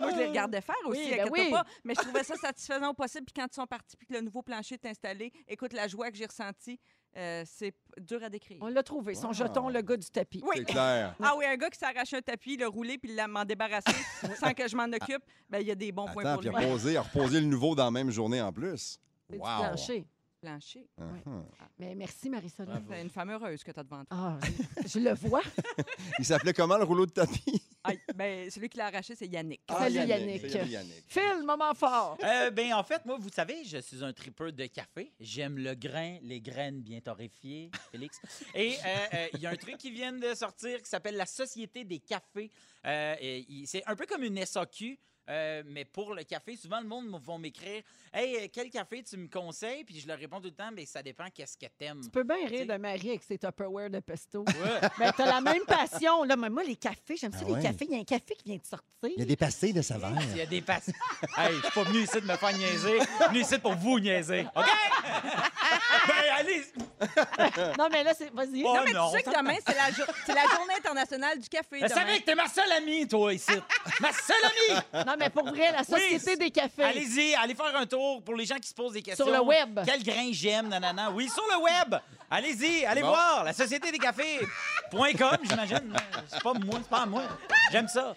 Speaker 3: moi, je les regardais faire aussi,
Speaker 1: Oui, ben
Speaker 3: inquiète-toi
Speaker 1: oui.
Speaker 3: pas. Mais je trouvais ça satisfaisant au possible. Puis quand ils sont partis, puis que le nouveau plancher est installé, écoute, la joie que j'ai ressentie, euh, c'est p- dur à décrire.
Speaker 1: On l'a trouvé, son
Speaker 4: Wow.
Speaker 1: jeton, le gars du tapis.
Speaker 3: Oui.
Speaker 4: C'est clair.
Speaker 3: Ah oui, un gars qui s'arrache un tapis, le roulé, puis l'a- m'en débarrasser sans que je m'en occupe, ben il y a des bons points
Speaker 4: Attends,
Speaker 3: pour
Speaker 4: puis
Speaker 3: lui.
Speaker 4: reposer, reposer le nouveau dans la même journée en plus.
Speaker 1: C'est du
Speaker 4: Wow.
Speaker 1: plancher.
Speaker 3: Plancher.
Speaker 4: Uh-huh.
Speaker 1: Mais merci, Marie-Soleil.
Speaker 3: C'est une femme heureuse que tu as devant toi.
Speaker 1: Ah, je- je le vois.
Speaker 4: Il s'appelait comment le rouleau de tapis?
Speaker 3: Aïe, ben, celui qui l'a arraché, c'est Yannick.
Speaker 1: Salut,
Speaker 4: Ah,
Speaker 1: Yannick.
Speaker 4: Salut, Yannick.
Speaker 1: Phil, moment fort.
Speaker 2: Euh, ben, en fait, moi, vous savez, je suis un tripeur de café. J'aime le grain, les graines bien torréfiées, Félix. Et euh, euh, il y a un truc qui vient de sortir qui s'appelle la Société des cafés. Euh, et il- c'est un peu comme une SAQ. euh, mais pour le café, souvent le monde m- vont m'écrire Hey, euh, quel café tu me conseilles Puis je leur réponds tout le temps Mais ça dépend qu'est-ce que t'aimes.
Speaker 1: Tu peux bien
Speaker 2: T'sais.
Speaker 1: rire de Marie avec ses Tupperware de pesto.
Speaker 2: Ouais.
Speaker 1: Ben, t'as la même passion. Là, mais moi, les cafés, j'aime ça,
Speaker 4: Ah
Speaker 1: les
Speaker 4: ouais.
Speaker 1: cafés. Il y a un café qui vient de sortir.
Speaker 4: des pastilles de saveur.
Speaker 2: Il y a des passes. hey, je suis pas venu ici de me faire niaiser. Je suis venu ici pour vous niaiser. OK Ben, allez
Speaker 1: Non, mais là, c'est. Vas-y.
Speaker 2: Oh,
Speaker 3: non, mais
Speaker 2: non,
Speaker 3: tu sais que demain, c'est la, jo- c'est la journée internationale du café.
Speaker 2: Ben,
Speaker 3: demain.
Speaker 2: C'est vrai que t'es ma seule amie, toi, ici. ma seule amie!
Speaker 1: Non, mais pour vrai, la Société
Speaker 2: c'est-
Speaker 1: des cafés.
Speaker 2: Allez-y, allez faire un tour pour les gens qui se posent des questions.
Speaker 1: le web.
Speaker 2: Quel grain j'aime, nanana. Oui, sur le web. Allez-y, allez
Speaker 4: Bon.
Speaker 2: voir. La société des cafés.com, j'imagine. C'est pas moi, c'est pas à moi. J'aime ça.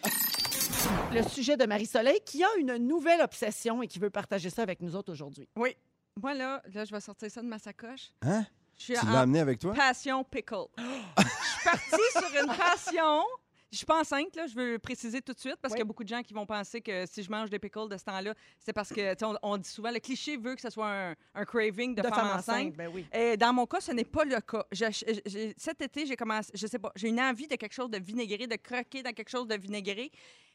Speaker 1: Le sujet de Marie-Soleil qui a une nouvelle obsession et qui veut partager ça avec nous autres aujourd'hui.
Speaker 3: Oui. Moi, là, là, je vais sortir ça de ma sacoche.
Speaker 4: Hein?
Speaker 3: Je suis
Speaker 4: Tu
Speaker 3: en
Speaker 4: l'as amené avec toi?
Speaker 3: passion pickle. Je suis partie sur une passion. Je suis pas enceinte, là, je veux le préciser tout de suite, parce
Speaker 1: Oui.
Speaker 3: qu'il y a beaucoup de gens qui vont penser que si je mange des pickles de ce temps-là, c'est parce que, tu sais, on, on dit souvent, le cliché veut que ce soit un, un craving de, femme, enceinte.
Speaker 1: ben oui.
Speaker 3: Et dans mon cas, ce n'est pas le cas. Je- je- j'ai- cet été, j'ai commencé, je sais pas, j'ai une envie de quelque chose de vinaigré, de croquer dans quelque chose de vinaigré.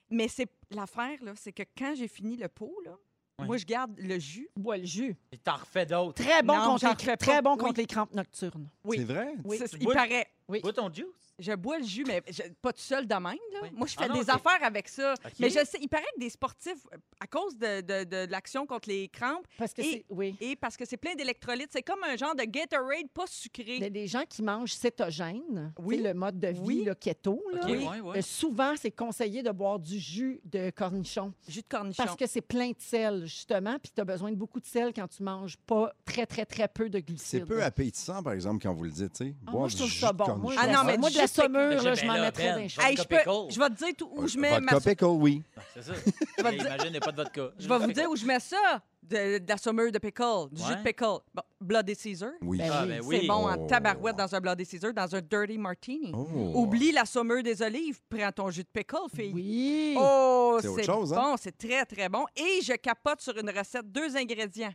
Speaker 3: Mais c'est l'affaire, là, c'est que quand j'ai fini le pot, là,
Speaker 2: Oui.
Speaker 3: moi, je garde le jus.
Speaker 1: Bois le jus.
Speaker 2: Et T'en refais d'autres.
Speaker 1: Très bon
Speaker 3: Non,
Speaker 1: contre,
Speaker 3: j'en
Speaker 1: les,
Speaker 3: refais
Speaker 1: cra-
Speaker 3: pas.
Speaker 1: très bon
Speaker 3: Oui.
Speaker 1: contre les crampes nocturnes.
Speaker 3: Oui.
Speaker 4: C'est vrai?
Speaker 1: Oui.
Speaker 3: Ça,
Speaker 2: Tu
Speaker 3: il
Speaker 2: bois-
Speaker 3: paraît.
Speaker 2: Bois ton juice.
Speaker 3: Je bois le jus, mais je- pas tout seul de même. Là.
Speaker 2: Oui.
Speaker 3: Moi, je
Speaker 2: Ah
Speaker 3: fais
Speaker 2: non,
Speaker 3: des
Speaker 2: ok.
Speaker 3: affaires avec ça.
Speaker 2: Ok.
Speaker 3: Mais je sais, il paraît que des sportifs, euh, à cause de, de- de- de l'action contre les crampes
Speaker 1: Parce que
Speaker 3: Et-
Speaker 1: c'est. Oui.
Speaker 3: et parce que c'est plein d'électrolytes, c'est comme un genre de Gatorade pas sucré.
Speaker 1: Il y a des gens qui mangent cétogène,
Speaker 3: Oui.
Speaker 1: oui. le mode de vie
Speaker 3: Oui.
Speaker 1: le keto. Là.
Speaker 2: OK,
Speaker 3: Oui.
Speaker 2: ouais, ouais.
Speaker 1: Euh, souvent, c'est conseillé de boire du jus de cornichon
Speaker 3: Jus de cornichon.
Speaker 1: parce que c'est plein de sel, justement, puis tu as besoin de beaucoup de sel quand tu manges pas très, très, très peu de glucides.
Speaker 4: C'est peu appétissant, par exemple, quand vous le dites, tu sais.
Speaker 1: Ah,
Speaker 4: Boire
Speaker 1: moi, je
Speaker 4: du
Speaker 1: trouve
Speaker 4: jus
Speaker 1: ça
Speaker 4: de
Speaker 1: bon. Moi,
Speaker 4: cornichon.
Speaker 1: je
Speaker 3: Ah
Speaker 1: la-
Speaker 3: non, mais
Speaker 1: moi,
Speaker 3: du
Speaker 1: de la
Speaker 3: jus, c'est-
Speaker 1: saumure, là,
Speaker 2: Ben,
Speaker 1: je m'en
Speaker 2: là,
Speaker 1: mettrais
Speaker 2: Ben,
Speaker 1: d'un
Speaker 2: vodka
Speaker 3: Hey, je, peux-
Speaker 2: pickle.
Speaker 3: je vais te dire tout- où je mets ma
Speaker 4: Ah, Vodka pickle, oui.
Speaker 2: Ah, C'est ça.
Speaker 3: vais
Speaker 2: Mais
Speaker 3: te dire-
Speaker 2: Imagine, il n'y a pas de vodka.
Speaker 3: Je vais vous dire où je mets ça, de, de la sommeur de pickle, du jus
Speaker 2: Ouais.
Speaker 3: de pickle. Bon, Bloody Caesar.
Speaker 4: Oui.
Speaker 1: Ben
Speaker 2: Ah,
Speaker 1: oui,
Speaker 2: ben
Speaker 1: c'est
Speaker 2: oui.
Speaker 3: C'est bon en
Speaker 4: Oh.
Speaker 3: tabarouette dans un Bloody Caesar, dans un Dirty Martini.
Speaker 4: Oh.
Speaker 3: Oublie la sommeur des olives, prends ton jus de pickle, fille.
Speaker 1: Oui.
Speaker 3: Oh,
Speaker 4: C'est autre
Speaker 3: c'est
Speaker 4: chose,
Speaker 3: bon,
Speaker 4: hein?
Speaker 3: c'est très, très bon. Et je capote sur une recette, deux ingrédients,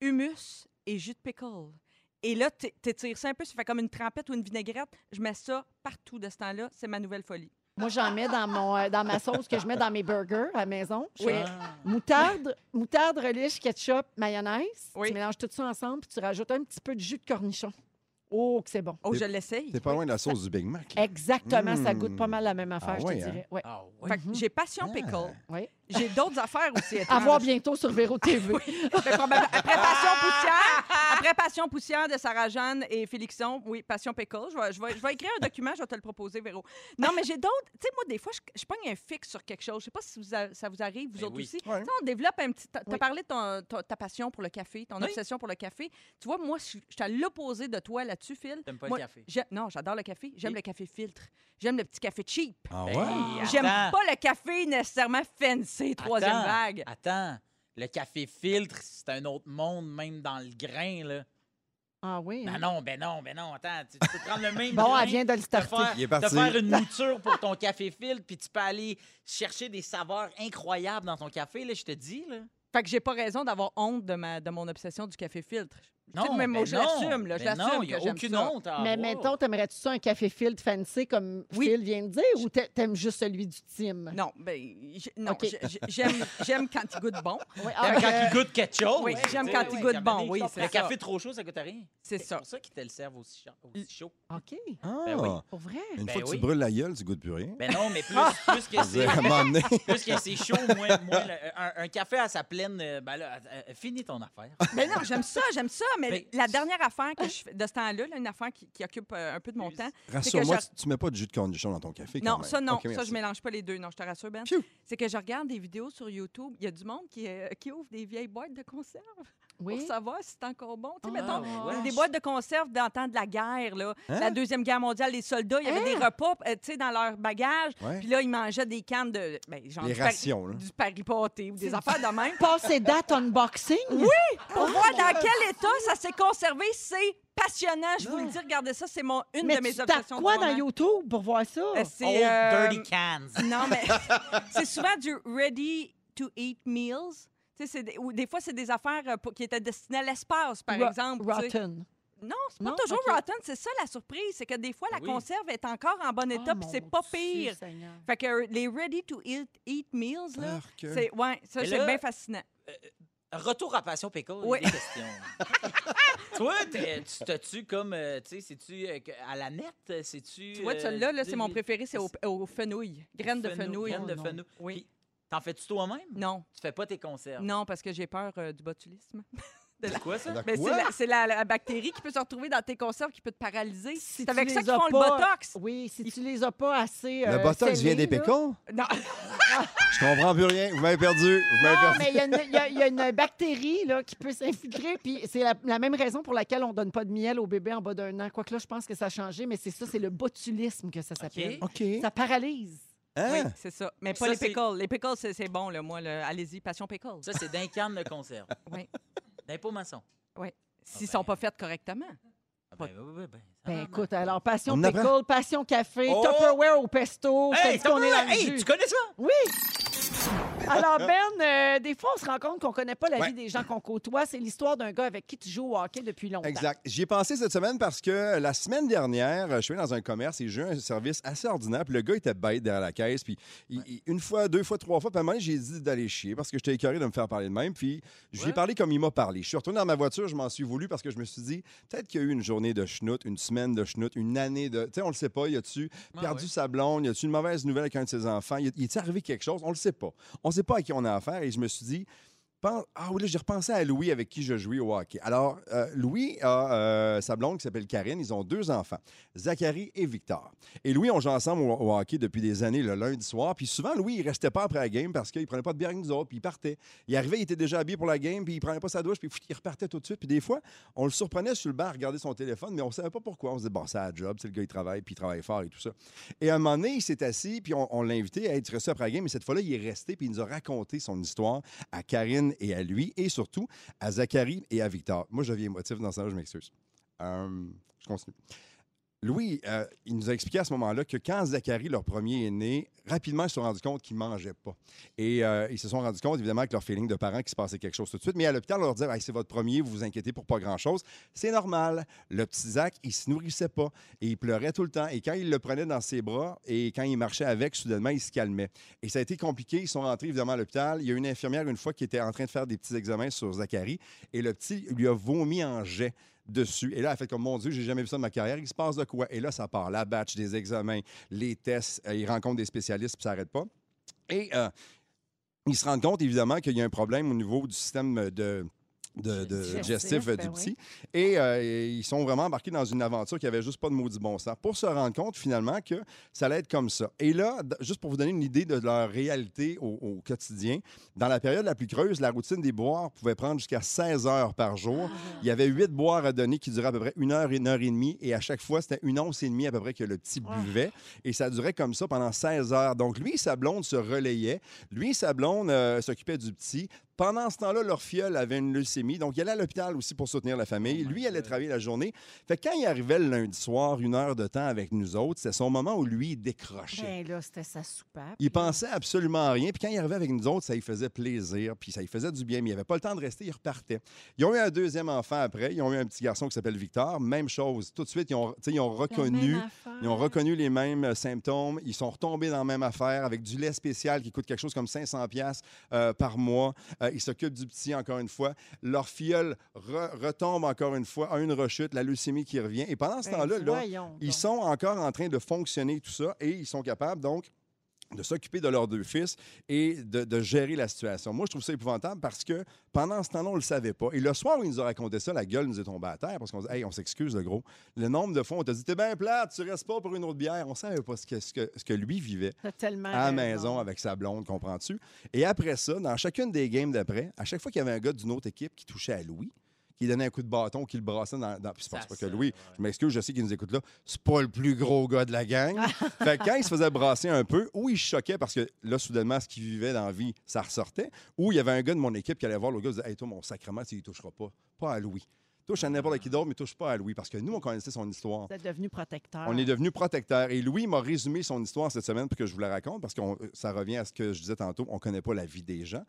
Speaker 3: humus et jus de pickle. Et là, t'é- t'étires ça un peu, ça fait comme une trempette ou une vinaigrette. Je mets ça partout de ce temps-là. C'est ma nouvelle folie.
Speaker 1: Moi, j'en mets dans, mon, euh, dans ma sauce que je mets dans mes burgers à la maison. Je
Speaker 3: Oui.
Speaker 1: fais Moutarde, moutarde, relish, ketchup, mayonnaise.
Speaker 3: Oui.
Speaker 1: Tu mélanges tout ça ensemble, puis tu rajoutes un petit peu de jus de cornichon. Oh, que c'est bon.
Speaker 3: Oh,
Speaker 4: T'es-
Speaker 3: je l'essaye.
Speaker 4: T'es pas loin de la sauce du Big Mac. là.
Speaker 1: Exactement, ça
Speaker 4: Mm.
Speaker 1: goûte pas mal la même affaire, je
Speaker 4: ouais,
Speaker 1: te
Speaker 4: hein?
Speaker 1: dirais. Ouais.
Speaker 2: Ah, oui.
Speaker 3: Fait que j'ai passion pickle.
Speaker 1: Oui.
Speaker 3: J'ai d'autres affaires aussi.
Speaker 1: À voir
Speaker 3: étranges.
Speaker 1: bientôt sur Véro TV.
Speaker 3: Ben, probablement. Après Passion Poussière, après Passion Poussière de Sarah-Jeanne et Félixon, oui, Passion Pécole. Je vais, je, vais, je vais écrire un document, je vais te le proposer, Véro. Non, mais j'ai d'autres. Tu sais, moi, des fois, je, je pogne un fixe sur quelque chose. Je sais pas si vous a- ça vous arrive, vous
Speaker 2: Ben
Speaker 3: autres
Speaker 2: oui.
Speaker 3: aussi.
Speaker 4: Ouais.
Speaker 3: Tu sais, on développe un petit. T'as t'as
Speaker 1: Oui.
Speaker 3: parlé de ton- ta- ta passion pour le café, ton
Speaker 2: Oui.
Speaker 3: obsession pour le café. Tu vois, moi, je suis je suis à l'opposé de toi là-dessus, Phil.
Speaker 2: T'aimes pas
Speaker 3: Moi,
Speaker 2: le café.
Speaker 3: j'ai- Non, j'adore le café. J'aime
Speaker 2: Oui.
Speaker 3: le café filtre. J'aime le petit café cheap.
Speaker 4: Ah
Speaker 2: Ben,
Speaker 4: ouais?
Speaker 2: attends.
Speaker 3: J'aime pas le café nécessairement fancy, troisième
Speaker 2: Attends,
Speaker 3: vague.
Speaker 2: Attends, le café filtre, c'est un autre monde, même dans le grain, là.
Speaker 1: Ah oui.
Speaker 3: Hein?
Speaker 2: Ben non, ben non, ben non, attends, tu, tu peux prendre le même
Speaker 1: Bon,
Speaker 2: drink,
Speaker 1: elle vient de le
Speaker 2: te
Speaker 1: starter.
Speaker 2: faire,
Speaker 4: Il est
Speaker 2: te
Speaker 4: parti.
Speaker 2: faire une mouture pour ton café fil, puis tu peux aller chercher des saveurs incroyables dans ton café, là, je te dis, là.
Speaker 3: Fait que j'ai pas raison d'avoir honte de, ma, de mon obsession du café filtre. Tu sais,
Speaker 2: Non,
Speaker 3: même
Speaker 2: ben
Speaker 3: moi, je
Speaker 2: non,
Speaker 3: l'assume, là, je
Speaker 2: ben
Speaker 3: l'assume
Speaker 2: non, il n'y a
Speaker 3: que j'aime
Speaker 2: aucune
Speaker 3: ça.
Speaker 2: honte ah, à
Speaker 1: Mais
Speaker 2: avoir.
Speaker 1: mettons, t'aimerais-tu ça un café filtre fancy comme
Speaker 3: Oui.
Speaker 1: Phil vient de dire ou t'a- t'aimes juste celui du team?
Speaker 3: Non, ben, j- non,
Speaker 1: OK.
Speaker 3: j- j- j'aime, j'aime quand il goûte bon.
Speaker 1: Oui,
Speaker 2: T'aimes
Speaker 1: ah,
Speaker 2: Eh, quand
Speaker 1: euh,
Speaker 2: il goûte quelque chose.
Speaker 3: Oui,
Speaker 2: tu
Speaker 3: j'aime
Speaker 2: sais,
Speaker 3: quand il goûte
Speaker 2: à un
Speaker 3: bon,
Speaker 2: moment donné,
Speaker 3: oui,
Speaker 2: je
Speaker 3: c'est
Speaker 2: Le
Speaker 3: ça.
Speaker 2: café trop chaud, ça goûte à rien.
Speaker 3: C'est ça.
Speaker 2: pour ça qu'ils te le servent aussi cha- aussi chaud.
Speaker 1: OK.
Speaker 4: Ah,
Speaker 2: Ben oui.
Speaker 1: Pour vrai?
Speaker 4: Une
Speaker 2: Ben
Speaker 4: fois que
Speaker 2: oui.
Speaker 4: tu brûles la gueule, tu goûtes plus rien.
Speaker 2: Ben non, mais plus,
Speaker 3: Ah.
Speaker 2: plus que
Speaker 4: Je veux
Speaker 2: c'est...
Speaker 4: dire, à un moment donné,
Speaker 2: Plus que c'est chaud, moins, moins le- un, un café à sa pleine. euh, Ben là, euh, euh, finis ton affaire.
Speaker 3: Mais Ben non, j'aime ça, j'aime ça. Mais
Speaker 2: Mais-
Speaker 3: la dernière affaire que je fais de ce temps-là, là, une affaire qui, qui occupe euh, un peu de mon
Speaker 2: Excuse.
Speaker 3: temps.
Speaker 4: rassure-moi,
Speaker 3: je-
Speaker 4: tu- tu mets pas de jus de cornichon dans ton café. quand
Speaker 3: Non,
Speaker 4: même.
Speaker 3: ça, non.
Speaker 4: Ok,
Speaker 3: ça,
Speaker 4: merci.
Speaker 3: je mélange pas les deux. Non, je te rassure, Ben.
Speaker 4: Pfiou.
Speaker 3: C'est que je regarde des vidéos sur YouTube. Il y a du monde qui, euh, qui ouvre des vieilles boîtes de conserve pour
Speaker 1: Oui.
Speaker 3: savoir si c'est encore bon. Tu sais,
Speaker 1: Ah,
Speaker 3: mettons,
Speaker 2: ouais.
Speaker 3: des boîtes de conserve dans le temps de la guerre, là.
Speaker 4: Hein?
Speaker 3: la Deuxième Guerre mondiale, les soldats, il y avait
Speaker 1: Hein?
Speaker 3: des repas euh, tu sais, dans leur bagage.
Speaker 4: Ouais.
Speaker 3: Puis là, ils mangeaient des cannes de. Ben, genre
Speaker 4: Les
Speaker 3: du, pari-
Speaker 4: rations, là.
Speaker 3: du Paris pâté ou des affaires de même.
Speaker 1: Passer date unboxing? Oui!
Speaker 3: Pour voir dans quel état ça s'est conservé, c'est passionnant. Je vous le dis, regardez ça, c'est mon, une
Speaker 1: Ah. Mais
Speaker 3: de mes
Speaker 1: tu tapes
Speaker 3: obsessions. du
Speaker 1: quoi dans Oh,
Speaker 3: moment.
Speaker 1: YouTube pour voir ça?
Speaker 3: Euh,
Speaker 2: Old
Speaker 3: C'est. euh,
Speaker 2: dirty cans.
Speaker 3: Non, mais c'est souvent du ready to eat meals. Tu sais, c'est des, ou des fois, c'est des affaires euh, pour- qui étaient destinées à l'espace, par
Speaker 1: Ro-
Speaker 3: exemple. tu sais.
Speaker 1: Rotten.
Speaker 3: Non, c'est pas
Speaker 1: Non?
Speaker 3: toujours
Speaker 1: OK.
Speaker 3: rotten. C'est ça la surprise. C'est que des fois, la
Speaker 2: Ben Oui.
Speaker 3: conserve est encore en bon état,
Speaker 1: Ah,
Speaker 3: puis c'est
Speaker 1: mon
Speaker 3: pas
Speaker 1: Dieu
Speaker 3: pire.
Speaker 1: Seigneur.
Speaker 3: Fait que euh, les ready to eat, eat meals, là,
Speaker 4: Arc.
Speaker 3: c'est ouais, ça,
Speaker 2: Mais
Speaker 3: c'est
Speaker 2: là-
Speaker 3: bien fascinant.
Speaker 2: Retour à Passion Péco,
Speaker 3: Oui.
Speaker 2: des questions. Toi, t'es- tu t'as-tu comme, euh, tu sais, c'est-tu euh, que- à la net? C'est-tu.
Speaker 3: Tu vois,
Speaker 2: euh,
Speaker 3: celui-là, là, c'est mon
Speaker 2: des-
Speaker 3: préféré, c'est aux au fenouilles. Graines de
Speaker 2: fenouil,
Speaker 3: fenouil.
Speaker 2: graines de
Speaker 3: Oh, non.
Speaker 2: fenouil.
Speaker 3: Oui.
Speaker 2: Puis- T'en fais-tu toi-même?
Speaker 3: Non,
Speaker 2: Tu fais pas tes conserves.
Speaker 3: non, parce que j'ai peur euh, du botulisme.
Speaker 2: C'est quoi ça?
Speaker 4: De
Speaker 3: Mais ben, c'est
Speaker 4: quoi?
Speaker 3: la- c'est la, la bactérie qui peut se retrouver dans tes conserves, qui peut te paralyser.
Speaker 1: Si
Speaker 3: C'est
Speaker 1: tu
Speaker 3: avec ça
Speaker 1: les
Speaker 3: qu'ils
Speaker 1: as
Speaker 3: font le
Speaker 1: pas-
Speaker 3: botox.
Speaker 1: Oui, si tu les as pas assez.
Speaker 4: Le
Speaker 1: euh,
Speaker 4: botox vient
Speaker 1: scellés,
Speaker 4: des
Speaker 1: là.
Speaker 4: pécons?
Speaker 3: Non,
Speaker 4: Je comprends plus rien. Vous m'avez perdu. Vous m'avez
Speaker 1: Non,
Speaker 4: perdu.
Speaker 1: mais il y a une- il y, a- il y a une bactérie là, qui peut s'infiltrer. Puis c'est la, la même raison pour laquelle on donne pas de miel au bébé en bas d'un an. Quoique là, je pense que ça a changé, mais c'est ça, c'est le botulisme que ça s'appelle.
Speaker 4: OK.
Speaker 1: Ça paralyse.
Speaker 4: Hein?
Speaker 3: oui, c'est ça. Mais pas
Speaker 2: Ça,
Speaker 3: les
Speaker 2: c'est-
Speaker 3: pickles. Les pickles, c'est c'est bon, là, moi. là. Allez-y, passion pickles.
Speaker 2: Ça, c'est d'un canne de conserve.
Speaker 3: Oui.
Speaker 2: D'un pot maçon.
Speaker 3: S'ils
Speaker 2: Ah ben.
Speaker 3: sont pas faits correctement.
Speaker 2: Ah Ben, oui, oui, ben, ça
Speaker 1: Ben
Speaker 3: Ah,
Speaker 2: va,
Speaker 1: écoute, alors, passion
Speaker 4: On apprend.
Speaker 1: pickle, passion café,
Speaker 2: Oh!
Speaker 1: Tupperware au pesto.
Speaker 2: man.
Speaker 1: je te
Speaker 2: ben. Hey,
Speaker 1: dis qu'on est dans le
Speaker 2: hey,
Speaker 1: jus.
Speaker 2: tu connais ça?
Speaker 1: Oui! Alors, Ben, euh, des fois, on se rend compte qu'on connaît pas la
Speaker 4: Ouais.
Speaker 1: vie des gens qu'on côtoie. C'est l'histoire d'un gars avec qui tu joues au hockey depuis longtemps.
Speaker 4: Exact. J'y ai pensé cette semaine parce que euh, la semaine dernière, euh, je suis allé dans un commerce et j'ai eu un service assez ordinaire. Puis le gars était bête derrière la caisse. Puis il- il- une fois, deux fois, trois fois, puis à un moment donné, j'ai dit d'aller chier parce que j'étais écœuré de me faire parler de même. Puis je lui ai
Speaker 2: Ouais.
Speaker 4: parlé comme il m'a parlé. Je suis retourné dans ma voiture, je m'en suis voulu parce que je me suis dit, peut-être qu'il y a eu une journée de schnout, une semaine de schnout, une année de. Tu sais, on le sait pas. Y a-tu
Speaker 2: Ah,
Speaker 4: perdu
Speaker 2: ouais.
Speaker 4: sa blonde? Y a-tu une mauvaise nouvelle avec un de ses enfants? Y a- y est-il arrivé quelque chose? On le sait pas. On sait pas à qui on a affaire. Et je me suis dit, Pense- Ah oui, là, j'ai repensé à Louis avec qui je jouais au hockey. Alors, euh, Louis a euh, sa blonde qui s'appelle Karine. Ils ont deux enfants, Zachary et Victor. Et Louis, on joue ensemble au, au hockey depuis des années, le lundi soir. Puis souvent, Louis, il restait pas après la game parce qu'il prenait pas de bière avec nous autres, puis il partait. Il arrivait, il était déjà habillé pour la game, puis il prenait pas sa douche, puis pff, il repartait tout de suite. Puis des fois, on le surprenait sur le bar à regarder son téléphone, mais on savait pas pourquoi. On se disait, bon, c'est la job, c'est le gars, il travaille, puis il travaille fort et tout ça. Et à un moment donné, il s'est assis, puis on, on l'a invité à être resté après la game. Mais cette fois-là, il est resté, puis il nous a raconté son histoire à Karine et à lui, et surtout à Zachary et à Victor. Moi, je deviens émotif dans ça, je m'excuse. Euh, je continue. Louis, euh, il nous a expliqué à ce moment-là que quand Zachary, leur premier, est né, rapidement, ils se sont rendus compte qu'ils ne mangeaient pas. Et euh, ils se sont rendus compte, évidemment, avec leur feeling de parents, qu'il se passait quelque chose tout de suite. Mais à l'hôpital, on leur disait Hey, c'est votre premier, vous vous inquiétez pour pas grand-chose. C'est normal. Le petit Zach, il se nourrissait pas. Et il pleurait tout le temps. Et quand il le prenait dans ses bras et quand il marchait avec, soudainement, il se calmait. Et ça a été compliqué. Ils sont rentrés, évidemment, à l'hôpital. Il y a une infirmière, une fois, qui était en train de faire des petits examens sur Zachary. Et le petit lui a vomi en jet dessus. Et là, elle a fait comme, mon Dieu, j'ai jamais vu ça de ma carrière. Il se passe de quoi? Et là, ça part. La batch, des examens, les tests. Euh, Il rencontre des spécialistes, puis ça n'arrête pas. Et euh, ils se rendent compte, évidemment, qu'il y a un problème au niveau du système de... de- de-
Speaker 1: Digestif,
Speaker 4: digestif
Speaker 1: ben
Speaker 4: euh, du
Speaker 1: oui.
Speaker 4: petit. Et euh, ils sont vraiment embarqués dans une aventure qui avait juste pas de maudit bon sens pour se rendre compte finalement que ça allait être comme ça. Et là, d- juste pour vous donner une idée de leur réalité au, au quotidien, dans la période la plus creuse, la routine des boires pouvait prendre jusqu'à 16 heures par jour. Il y avait huit boires à donner qui duraient à peu près une heure, une heure et demie. Et à chaque fois, c'était une once et demie à peu près que le petit
Speaker 1: Ah.
Speaker 4: buvait. Et ça durait comme ça pendant 16 heures. Donc lui et sa blonde se relayaient. Lui et sa blonde euh, s'occupaient du petit Pendant ce temps-là, leur filleul avait une leucémie, donc il allait à l'hôpital aussi pour soutenir la famille.
Speaker 2: Oh my
Speaker 4: lui, il allait
Speaker 2: God.
Speaker 4: travailler la journée. Fait que quand il arrivait le lundi soir, une heure de temps avec nous autres, c'était son moment où lui, il décrochait.
Speaker 6: Ben là, c'était sa soupape.
Speaker 4: Il pensait absolument à rien. Puis quand il arrivait avec nous autres, ça lui faisait plaisir, puis ça lui faisait du bien, mais il avait pas le temps de rester, il repartait. Ils ont eu un deuxième enfant après, ils ont eu un petit garçon qui s'appelle Victor, même chose. Tout de suite, ils ont, tu sais, ils ont
Speaker 6: La
Speaker 4: reconnu.
Speaker 6: même affaire.
Speaker 4: Ils ont reconnu les mêmes euh, symptômes. Ils sont retombés dans la même affaire avec du lait spécial qui coûte quelque chose comme 500 pièces par mois. Euh, ils s'occupent du petit encore une fois. Leur filleul re- retombe encore une fois, a une rechute, la leucémie qui revient. Et pendant ce
Speaker 1: Ben,
Speaker 6: Ben
Speaker 4: temps-là, là, ils sont encore en train de fonctionner tout ça et ils sont capables donc de s'occuper de leurs deux fils et de, de gérer la situation. Moi, je trouve ça épouvantable parce que pendant ce temps-là, on ne le savait pas. Et le soir où ils nous ont raconté ça, la gueule nous est tombée à terre parce qu'on dit Hey, on s'excuse, le gros. Le nombre de fois, on t'a dit T'es bien plate, tu restes pas pour une autre bière. On ne savait pas ce que, ce que- ce que lui vivait
Speaker 1: T'as tellement
Speaker 4: à la
Speaker 1: raison.
Speaker 4: maison avec sa blonde, comprends-tu? Et après ça, dans chacune des games d'après, à chaque fois qu'il y avait un gars d'une autre équipe qui touchait à Louis, qui lui donnait un coup de bâton, qui le brassait dans. dans... Puis je pense
Speaker 2: Ça
Speaker 4: pas que
Speaker 2: sonne,
Speaker 4: Louis,
Speaker 2: ouais.
Speaker 4: je m'excuse, je sais qu'il nous écoute là, c'est pas le plus gros gars de la gang. fait que quand il se faisait brasser un peu, ou il se choquait parce que là, soudainement, ce qu'il vivait dans la vie, ça ressortait, ou il y avait un gars de mon équipe qui allait voir le gars et disait Hey, toi, mon sacrement, tu y toucheras pas. Pas à Louis.
Speaker 2: Ah.
Speaker 4: Touche à n'importe qui d'autre, mais touche pas à Louis. Parce que nous, on connaissait son histoire.
Speaker 1: Vous êtes devenu protecteur.
Speaker 4: On est devenu protecteur. Et Louis m'a résumé son histoire cette semaine pour que je vous la raconte, parce que ça revient à ce que je disais tantôt, on ne connaît pas la vie des gens.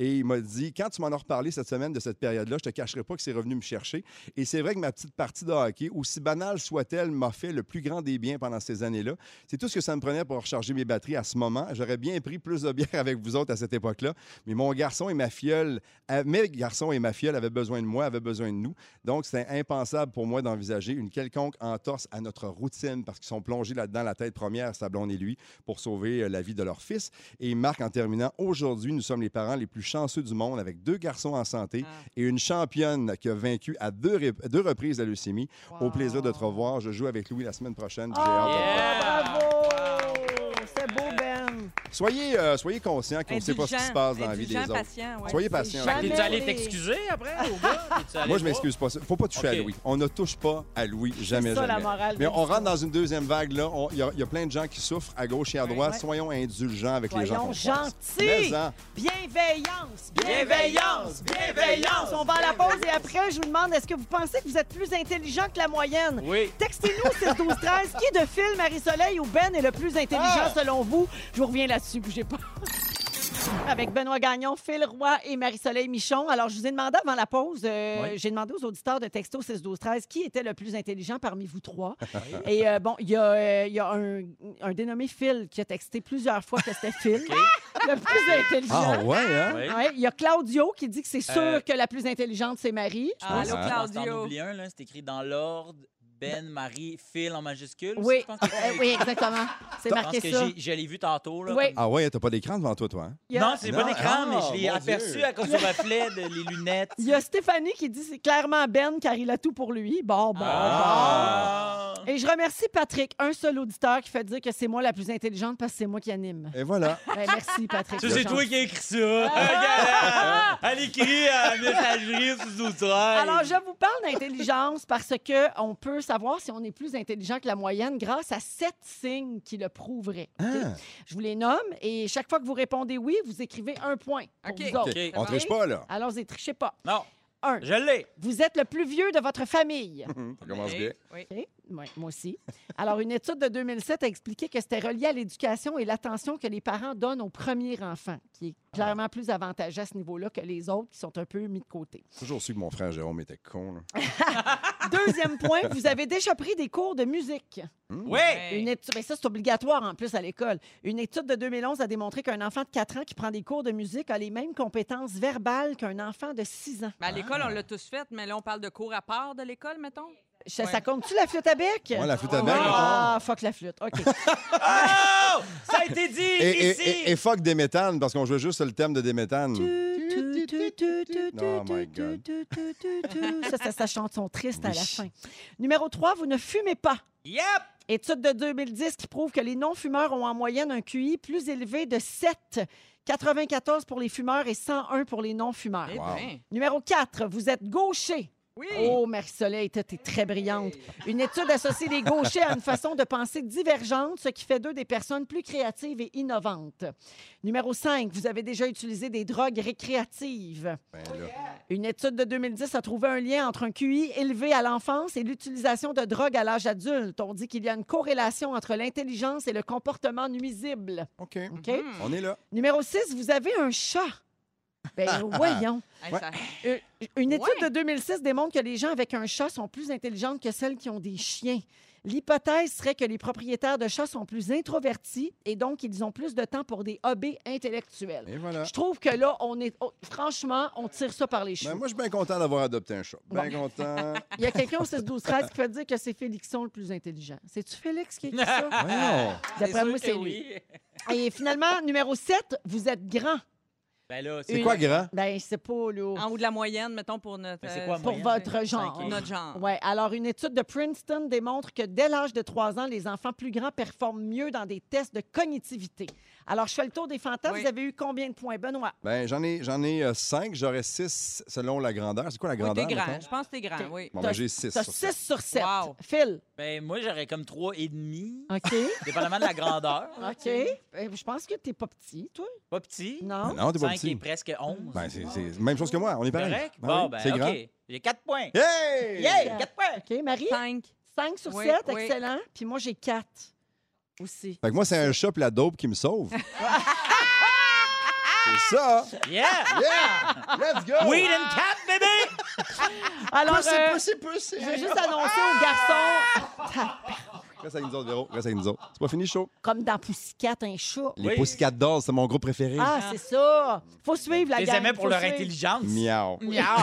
Speaker 4: Et il m'a dit, quand tu m'en as reparlé cette semaine de cette période-là, je te cacherai pas que c'est revenu me chercher. Et c'est vrai que ma petite partie de hockey, aussi banale soit-elle, m'a fait le plus grand des biens pendant ces années-là. C'est tout ce que ça me prenait pour recharger mes batteries à ce moment. J'aurais bien pris plus de bière avec vous autres à cette époque-là. Mais mon garçon et ma filleule, euh, mes garçons et ma filleule avaient besoin de moi, avaient besoin de nous. Donc, c'était impensable pour moi d'envisager une quelconque entorse à notre routine parce qu'ils sont plongés là-dedans, la tête première, Sablon et lui, pour sauver euh, la vie de leur fils. Et Marc, en terminant, aujourd'hui, nous sommes les parents les plus chanceux du monde avec deux garçons en santé
Speaker 3: Ah.
Speaker 4: et une championne qui a vaincu à deux, ré- deux reprises la leucémie. Au plaisir de te revoir. Je joue avec Louis la semaine prochaine.
Speaker 3: Oh,
Speaker 4: J'ai hâte de te voir.
Speaker 2: Yeah!
Speaker 1: Ah, Bravo! C'était beau, Ben.
Speaker 4: Soyez, euh, soyez conscients qu'on ne sait pas ce qui se passe dans la vie des
Speaker 3: Indulgent,
Speaker 4: autres.
Speaker 3: patient, ouais.
Speaker 4: Soyez patient.
Speaker 2: Fait que t'es-tu
Speaker 1: Jamais
Speaker 2: allé
Speaker 1: les-
Speaker 2: t'excuser après, au gars? T'es-tu allé
Speaker 4: Moi, je
Speaker 2: pas?
Speaker 4: m'excuse pas. Faut pas toucher à
Speaker 2: OK.
Speaker 4: Louis. On ne touche pas à Louis. Jamais,
Speaker 1: C'est ça, la
Speaker 4: jamais.
Speaker 1: morale.
Speaker 4: Mais
Speaker 1: de
Speaker 4: on
Speaker 1: l'histoire.
Speaker 4: rentre dans une deuxième vague. là. On- Il y, a- il y a plein de gens qui souffrent à gauche et à droite.
Speaker 1: ouais.
Speaker 4: Soyons indulgents avec les gens.
Speaker 1: Soyons
Speaker 4: qu'on croise.
Speaker 1: gentils.
Speaker 4: Mais hein? en-
Speaker 1: Bienveillance,
Speaker 2: Bienveillance, bienveillance.
Speaker 1: On va à la pause et après, je vous demande, est-ce que vous pensez que vous êtes plus intelligent que la moyenne?
Speaker 2: Oui.
Speaker 1: Textez-nous au 12 13 Qui de Phil, Marie-Soleil ou Ben est le plus intelligent
Speaker 2: Ah!
Speaker 1: selon vous? Je vous reviens là-dessus, bougez pas. Avec Benoît Gagnon, Phil Roy et Marie-Soleil Michon. Alors, je vous ai demandé avant la pause, euh,
Speaker 2: Oui.
Speaker 1: j'ai demandé aux auditeurs de Texto 6 12 13 qui était le plus intelligent parmi vous trois. Et euh, bon, il y a, euh, il y a un, un dénommé Phil qui a texté plusieurs fois que c'était Phil. Le plus intelligent.
Speaker 4: Ah ouais, hein?
Speaker 2: Oui.
Speaker 1: Ouais, il y a Claudio qui dit que c'est sûr
Speaker 2: Euh,
Speaker 1: que la plus intelligente, c'est Marie.
Speaker 3: Ah,
Speaker 4: Je
Speaker 3: Allô,
Speaker 4: pense-
Speaker 2: Je pense que T'en
Speaker 3: Claudio.
Speaker 2: oublies un, là. C'est écrit dans l'ordre. Ben, Marie, Phil en majuscule.
Speaker 1: Oui.
Speaker 2: Je pense que
Speaker 1: Euh, oui, exactement. C'est
Speaker 2: Je pense
Speaker 1: marqué
Speaker 2: que
Speaker 1: ça.
Speaker 2: j'ai- je l'ai vu tantôt. Là,
Speaker 1: Oui.
Speaker 2: comme-
Speaker 4: Ah ouais, t'as pas d'écran devant toi, toi. hein?
Speaker 1: Il y a-
Speaker 2: Non, c'est pas
Speaker 4: Non,
Speaker 2: d'écran, mais
Speaker 4: ah,
Speaker 2: je l'ai
Speaker 4: mon
Speaker 2: aperçu
Speaker 4: Dieu.
Speaker 2: à cause du reflet de les lunettes.
Speaker 1: Il y a Stéphanie qui dit c'est clairement Ben car il a tout pour lui. Bon, bon,
Speaker 2: Ah!
Speaker 1: bon. Et je remercie Patrick, un seul auditeur qui fait dire que c'est moi la plus intelligente parce que c'est moi qui anime.
Speaker 4: Et voilà.
Speaker 1: Ben, merci, Patrick.
Speaker 2: Ça, c'est
Speaker 1: Chance.
Speaker 2: toi qui as écrit ça.
Speaker 1: Ah.
Speaker 2: Regarde, elle- Elle écrit à la messagerie sous outraille.
Speaker 1: Alors, je vous parle d'intelligence parce que on peut savoir si on est plus intelligent que la moyenne grâce à sept signes qui le prouveraient. OK?
Speaker 4: Ah.
Speaker 1: Je vous les nomme et chaque fois que vous répondez oui, vous écrivez un point pour
Speaker 3: OK.
Speaker 1: vous autres.
Speaker 4: OK.
Speaker 2: c'est
Speaker 4: On
Speaker 3: bon.
Speaker 4: triche pas, là.
Speaker 1: Alors, vous ne trichez pas.
Speaker 2: Non,
Speaker 1: Un,
Speaker 2: je l'ai.
Speaker 1: vous êtes le plus vieux de votre famille.
Speaker 4: Hum, Ça commence
Speaker 3: Oui,
Speaker 4: bien.
Speaker 3: oui.
Speaker 1: OK? Ouais, moi aussi. Alors, une étude de 2007 a expliqué que c'était relié à l'éducation et l'attention que les parents donnent au premier enfant, qui est clairement plus avantageux à ce niveau-là que les autres qui sont un peu mis de côté.
Speaker 4: Toujours su que mon frère Jérôme était con,
Speaker 1: Euh,
Speaker 4: là.
Speaker 1: Deuxième point, vous avez déjà pris des cours de musique.
Speaker 2: Oui.
Speaker 3: Ouais.
Speaker 1: Une étude, mais ça, c'est obligatoire en plus à l'école. Une étude de 2011 a démontré qu'un enfant de 4 ans qui prend des cours de musique a les mêmes compétences verbales qu'un enfant de 6 ans.
Speaker 3: Ben, à l'école, on l'a tous fait, mais là, on parle de cours à part de l'école, mettons.
Speaker 1: Ça,
Speaker 3: Ouais.
Speaker 1: ça compte-tu la flûte à bec?
Speaker 4: Ouais, la flûte à bec,
Speaker 1: Ah, fuck la flûte. OK.
Speaker 2: Oh! Ça a été dit
Speaker 4: Et, et-
Speaker 2: ici.
Speaker 4: et- et fuck des méthanes, parce qu'on jouait juste sur le thème de Ben des méthanes. Oh my God.
Speaker 1: Ça, c'est sa chanson triste à
Speaker 4: Oui.
Speaker 1: la fin. Numéro 3, vous ne fumez pas.
Speaker 2: Yep.
Speaker 1: Étude de 2010 qui prouve que les non-fumeurs ont en moyenne un QI plus élevé de 7. 94 pour les fumeurs et 101 pour les non-fumeurs.
Speaker 3: Eh
Speaker 4: Wow.
Speaker 3: ben,
Speaker 1: Numéro 4, vous êtes gaucher.
Speaker 3: Oui!
Speaker 1: Oh, Marie-Soleil, t'es t'es très brillante. Une étude associe les gauchers à une façon de penser divergente, ce qui fait d'eux des personnes plus créatives et innovantes. Numéro 5, vous avez déjà utilisé des drogues récréatives.
Speaker 4: Ben là,
Speaker 1: Une étude de 2010 a trouvé un lien entre un QI élevé à l'enfance et l'utilisation de drogues à l'âge adulte. On dit qu'il y a une corrélation entre l'intelligence et le comportement nuisible.
Speaker 4: OK.
Speaker 1: OK?
Speaker 3: Mhm.
Speaker 4: On est là.
Speaker 1: Numéro 6, vous avez un chat. Ben voyons.
Speaker 3: Hey,
Speaker 4: Ouais.
Speaker 3: ça-
Speaker 1: Euh, Une étude
Speaker 3: Ouais.
Speaker 1: de 2006 démontre que les gens avec un chat sont plus intelligentes que celles qui ont des chiens. L'hypothèse serait que les propriétaires de chats sont plus introvertis et donc ils ont plus de temps pour des hobbies intellectuels.
Speaker 4: Et voilà.
Speaker 1: Je trouve que là, on est oh, franchement, on tire ça par les cheveux.
Speaker 4: hein? Ben, moi, je suis bien content d'avoir adopté un chat. Bien content.
Speaker 1: Il y a quelqu'un au 16 12 13 qui peut dire que c'est Félixon le plus intelligent. C'est-tu Félix qui a écrit ça?
Speaker 4: Voyons.
Speaker 1: D'après
Speaker 2: sûr
Speaker 1: moi,
Speaker 2: que
Speaker 1: c'est lui.
Speaker 2: oui.
Speaker 1: Et finalement, numéro 7, vous êtes grand.
Speaker 2: Ben là, c'est
Speaker 4: C'est
Speaker 1: Une-
Speaker 4: quoi grand?
Speaker 1: Ben, c'est pas là.
Speaker 3: En haut de la moyenne, mettons, pour notre.
Speaker 2: Mais c'est
Speaker 3: euh,
Speaker 2: quoi,
Speaker 1: Pour
Speaker 2: moyenne?
Speaker 1: votre genre.
Speaker 2: Ah, Cinq et-
Speaker 3: Notre genre.
Speaker 1: Oui, alors une étude de Princeton démontre que dès l'âge de 3 ans, les enfants plus grands performent mieux dans des tests de cognitivité. Alors, je fais le tour des fantasmes.
Speaker 3: Oui.
Speaker 1: Vous avez eu combien de points, Benoît?
Speaker 4: Ben, j'en ai, j'en ai euh, cinq. J'aurais six selon la grandeur. C'est quoi la
Speaker 3: Oui,
Speaker 4: grandeur?
Speaker 3: Oh, t'es grand.
Speaker 4: mettons?
Speaker 3: Je pense que t'es grand,
Speaker 1: T'es-
Speaker 3: oui.
Speaker 4: Bon, ben, j'ai six.
Speaker 1: T'as
Speaker 4: sur
Speaker 1: 6 sur 7.
Speaker 3: Wow.
Speaker 1: Phil?
Speaker 2: Ben moi, j'aurais comme trois et demi,
Speaker 1: OK.
Speaker 2: dépendamment de la grandeur.
Speaker 1: OK. Euh, Je pense que t'es pas petit, toi.
Speaker 2: Pas petit.
Speaker 4: Ben
Speaker 1: Non?
Speaker 4: non, t'es pas
Speaker 2: 5 est
Speaker 4: petit.
Speaker 2: presque 11.
Speaker 4: Ben, c'est, c'est même chose que moi. On est pareil.
Speaker 2: Correct?
Speaker 4: Ben
Speaker 2: bon,
Speaker 4: oui,
Speaker 2: ben,
Speaker 4: c'est
Speaker 2: OK.
Speaker 4: grand.
Speaker 2: J'ai 4 points.
Speaker 4: Hey!
Speaker 2: Yeah! 4 points!
Speaker 1: OK, Marie?
Speaker 3: Cinq.
Speaker 1: 5 sur
Speaker 3: Oui,
Speaker 1: 7,
Speaker 3: oui.
Speaker 1: excellent. Puis moi, j'ai 4 aussi.
Speaker 4: Fait que moi, c'est un chat pis la dope qui me sauve. c'est ça.
Speaker 2: Yeah!
Speaker 4: Yeah! Let's go!
Speaker 2: Weed and cat, bébé!
Speaker 1: Alors,
Speaker 4: Poussez,
Speaker 1: euh,
Speaker 4: poussez, poussez.
Speaker 1: je veux juste annoncer aux garçons,
Speaker 4: Reste avec nous autres, Véro. Reste avec nous autres. C'est pas fini, chaud.
Speaker 1: comme dans Pussycat, un chat.
Speaker 4: Les
Speaker 2: Oui.
Speaker 4: Pussycat Dolls, c'est mon groupe préféré.
Speaker 1: Ah, c'est ça. Faut suivre la
Speaker 2: Les
Speaker 1: gang,
Speaker 2: aimais pour
Speaker 1: faut
Speaker 2: leur
Speaker 1: suivre.
Speaker 2: intelligence.
Speaker 4: Miaou.
Speaker 2: Miaou!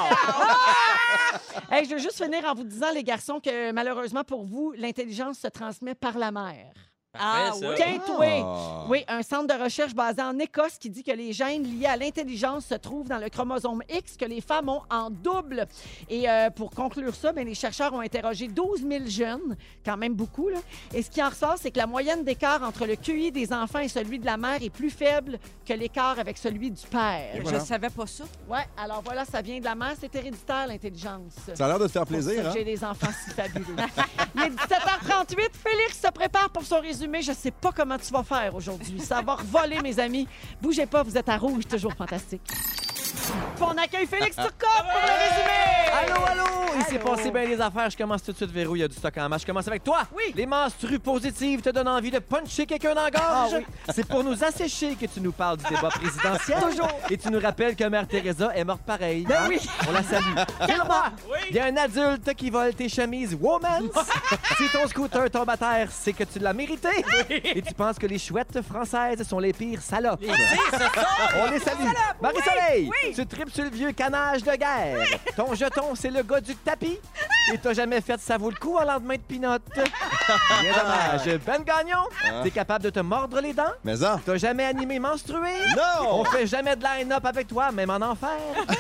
Speaker 1: Hey, je veux juste finir en vous disant, les garçons, que malheureusement pour vous, l'intelligence se transmet par la mère.
Speaker 3: Ah,
Speaker 2: Parfait, ça.
Speaker 3: oui.
Speaker 1: Quintway.
Speaker 4: Ah.
Speaker 1: Oui, un centre de recherche basé en Écosse qui dit que les gènes liés à l'intelligence se trouvent dans le chromosome X que les femmes ont en double. Et euh, pour conclure ça, ben, les chercheurs ont interrogé 12 000 jeunes, quand même beaucoup. Là. Et ce qui en ressort, c'est que la moyenne d'écart entre le QI des enfants et celui de la mère est plus faible que l'écart avec celui du père.
Speaker 4: Et
Speaker 3: Je
Speaker 4: voilà.
Speaker 3: savais pas ça.
Speaker 1: Ouais, alors voilà, ça vient de la mère, c'est héréditaire l'intelligence.
Speaker 4: Ça a l'air de te faire
Speaker 1: Pour ça
Speaker 4: plaisir,
Speaker 1: que
Speaker 4: hein?
Speaker 1: J'ai des enfants si fabuleux. Il est 17h38. Félix se prépare pour son résumé. Je sais pas comment tu vas faire aujourd'hui. Ça va revoler, mes amis. Bougez pas, vous êtes à rouge, toujours fantastique. Puis On accueille Félix Turcotte pour le résumé.
Speaker 5: Allô, allô! Il s'est
Speaker 1: Allô.
Speaker 5: passé bien des affaires. Je commence tout de suite, Véro. Il y a du stock en masse. Je commence avec toi.
Speaker 1: Oui.
Speaker 5: Les menstrues positives te donnent envie de puncher quelqu'un dans la gorge.
Speaker 1: Ah oui.
Speaker 5: C'est pour nous assécher que tu nous parles du débat présidentiel.
Speaker 1: Toujours.
Speaker 5: Et tu nous rappelles que Mère Teresa est morte pareil.
Speaker 1: Ben
Speaker 5: Hein?
Speaker 1: oui.
Speaker 5: On la salue. Vilma, Il y a un adulte qui vole tes chemises woman's. si ton scooter tombe à terre, c'est que tu l'as mérité. Et tu penses que les chouettes françaises sont les pires salopes. On les salue. Marie-Soleil, tu tripes sur le vieux canage de guerre. Ton jeton, c'est le gars du tapis. Et t'as jamais fait ça vaut le coup en lendemain de pinote. Bien dommage. Ben Gagnon, t'es capable de te mordre les dents.
Speaker 4: Mais hein? en.
Speaker 5: T'as jamais animé menstrué.
Speaker 4: Non!
Speaker 5: On fait jamais de line-up avec toi, même en enfer.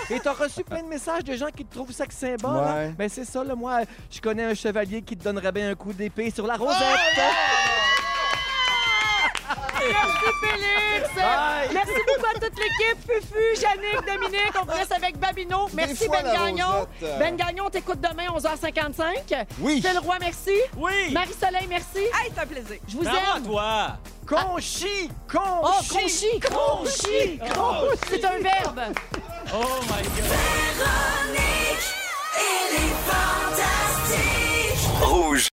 Speaker 5: Et t'as reçu plein de messages de gens qui te trouvent ça que c'est bon. hein?
Speaker 4: Ouais.
Speaker 5: Ben c'est ça, là, moi, je connais un chevalier qui te donnerait bien un coup d'épée sur la rosette.
Speaker 1: Merci, Félix.
Speaker 5: Bye.
Speaker 1: Merci beaucoup à toute l'équipe. Fufu, Yannick, Dominique. On vous laisse avec Babino. Merci,
Speaker 4: fois,
Speaker 1: Ben
Speaker 4: la
Speaker 1: Gagnon.
Speaker 4: rosette.
Speaker 1: Ben Gagnon, on t'écoute demain, 11h55.
Speaker 4: Oui!
Speaker 1: Phil Roy, merci.
Speaker 2: Oui!
Speaker 1: Marie-Soleil, merci.
Speaker 3: Hey, c'est un plaisir.
Speaker 1: Je vous
Speaker 2: Bravo à
Speaker 1: aime.
Speaker 2: toi!
Speaker 5: Conchi!
Speaker 1: Oh,
Speaker 5: Conchi!
Speaker 1: conchi, conchi, conchi. C'est un verbe.
Speaker 2: Oh my God!
Speaker 6: Véronique, elle est fantastique.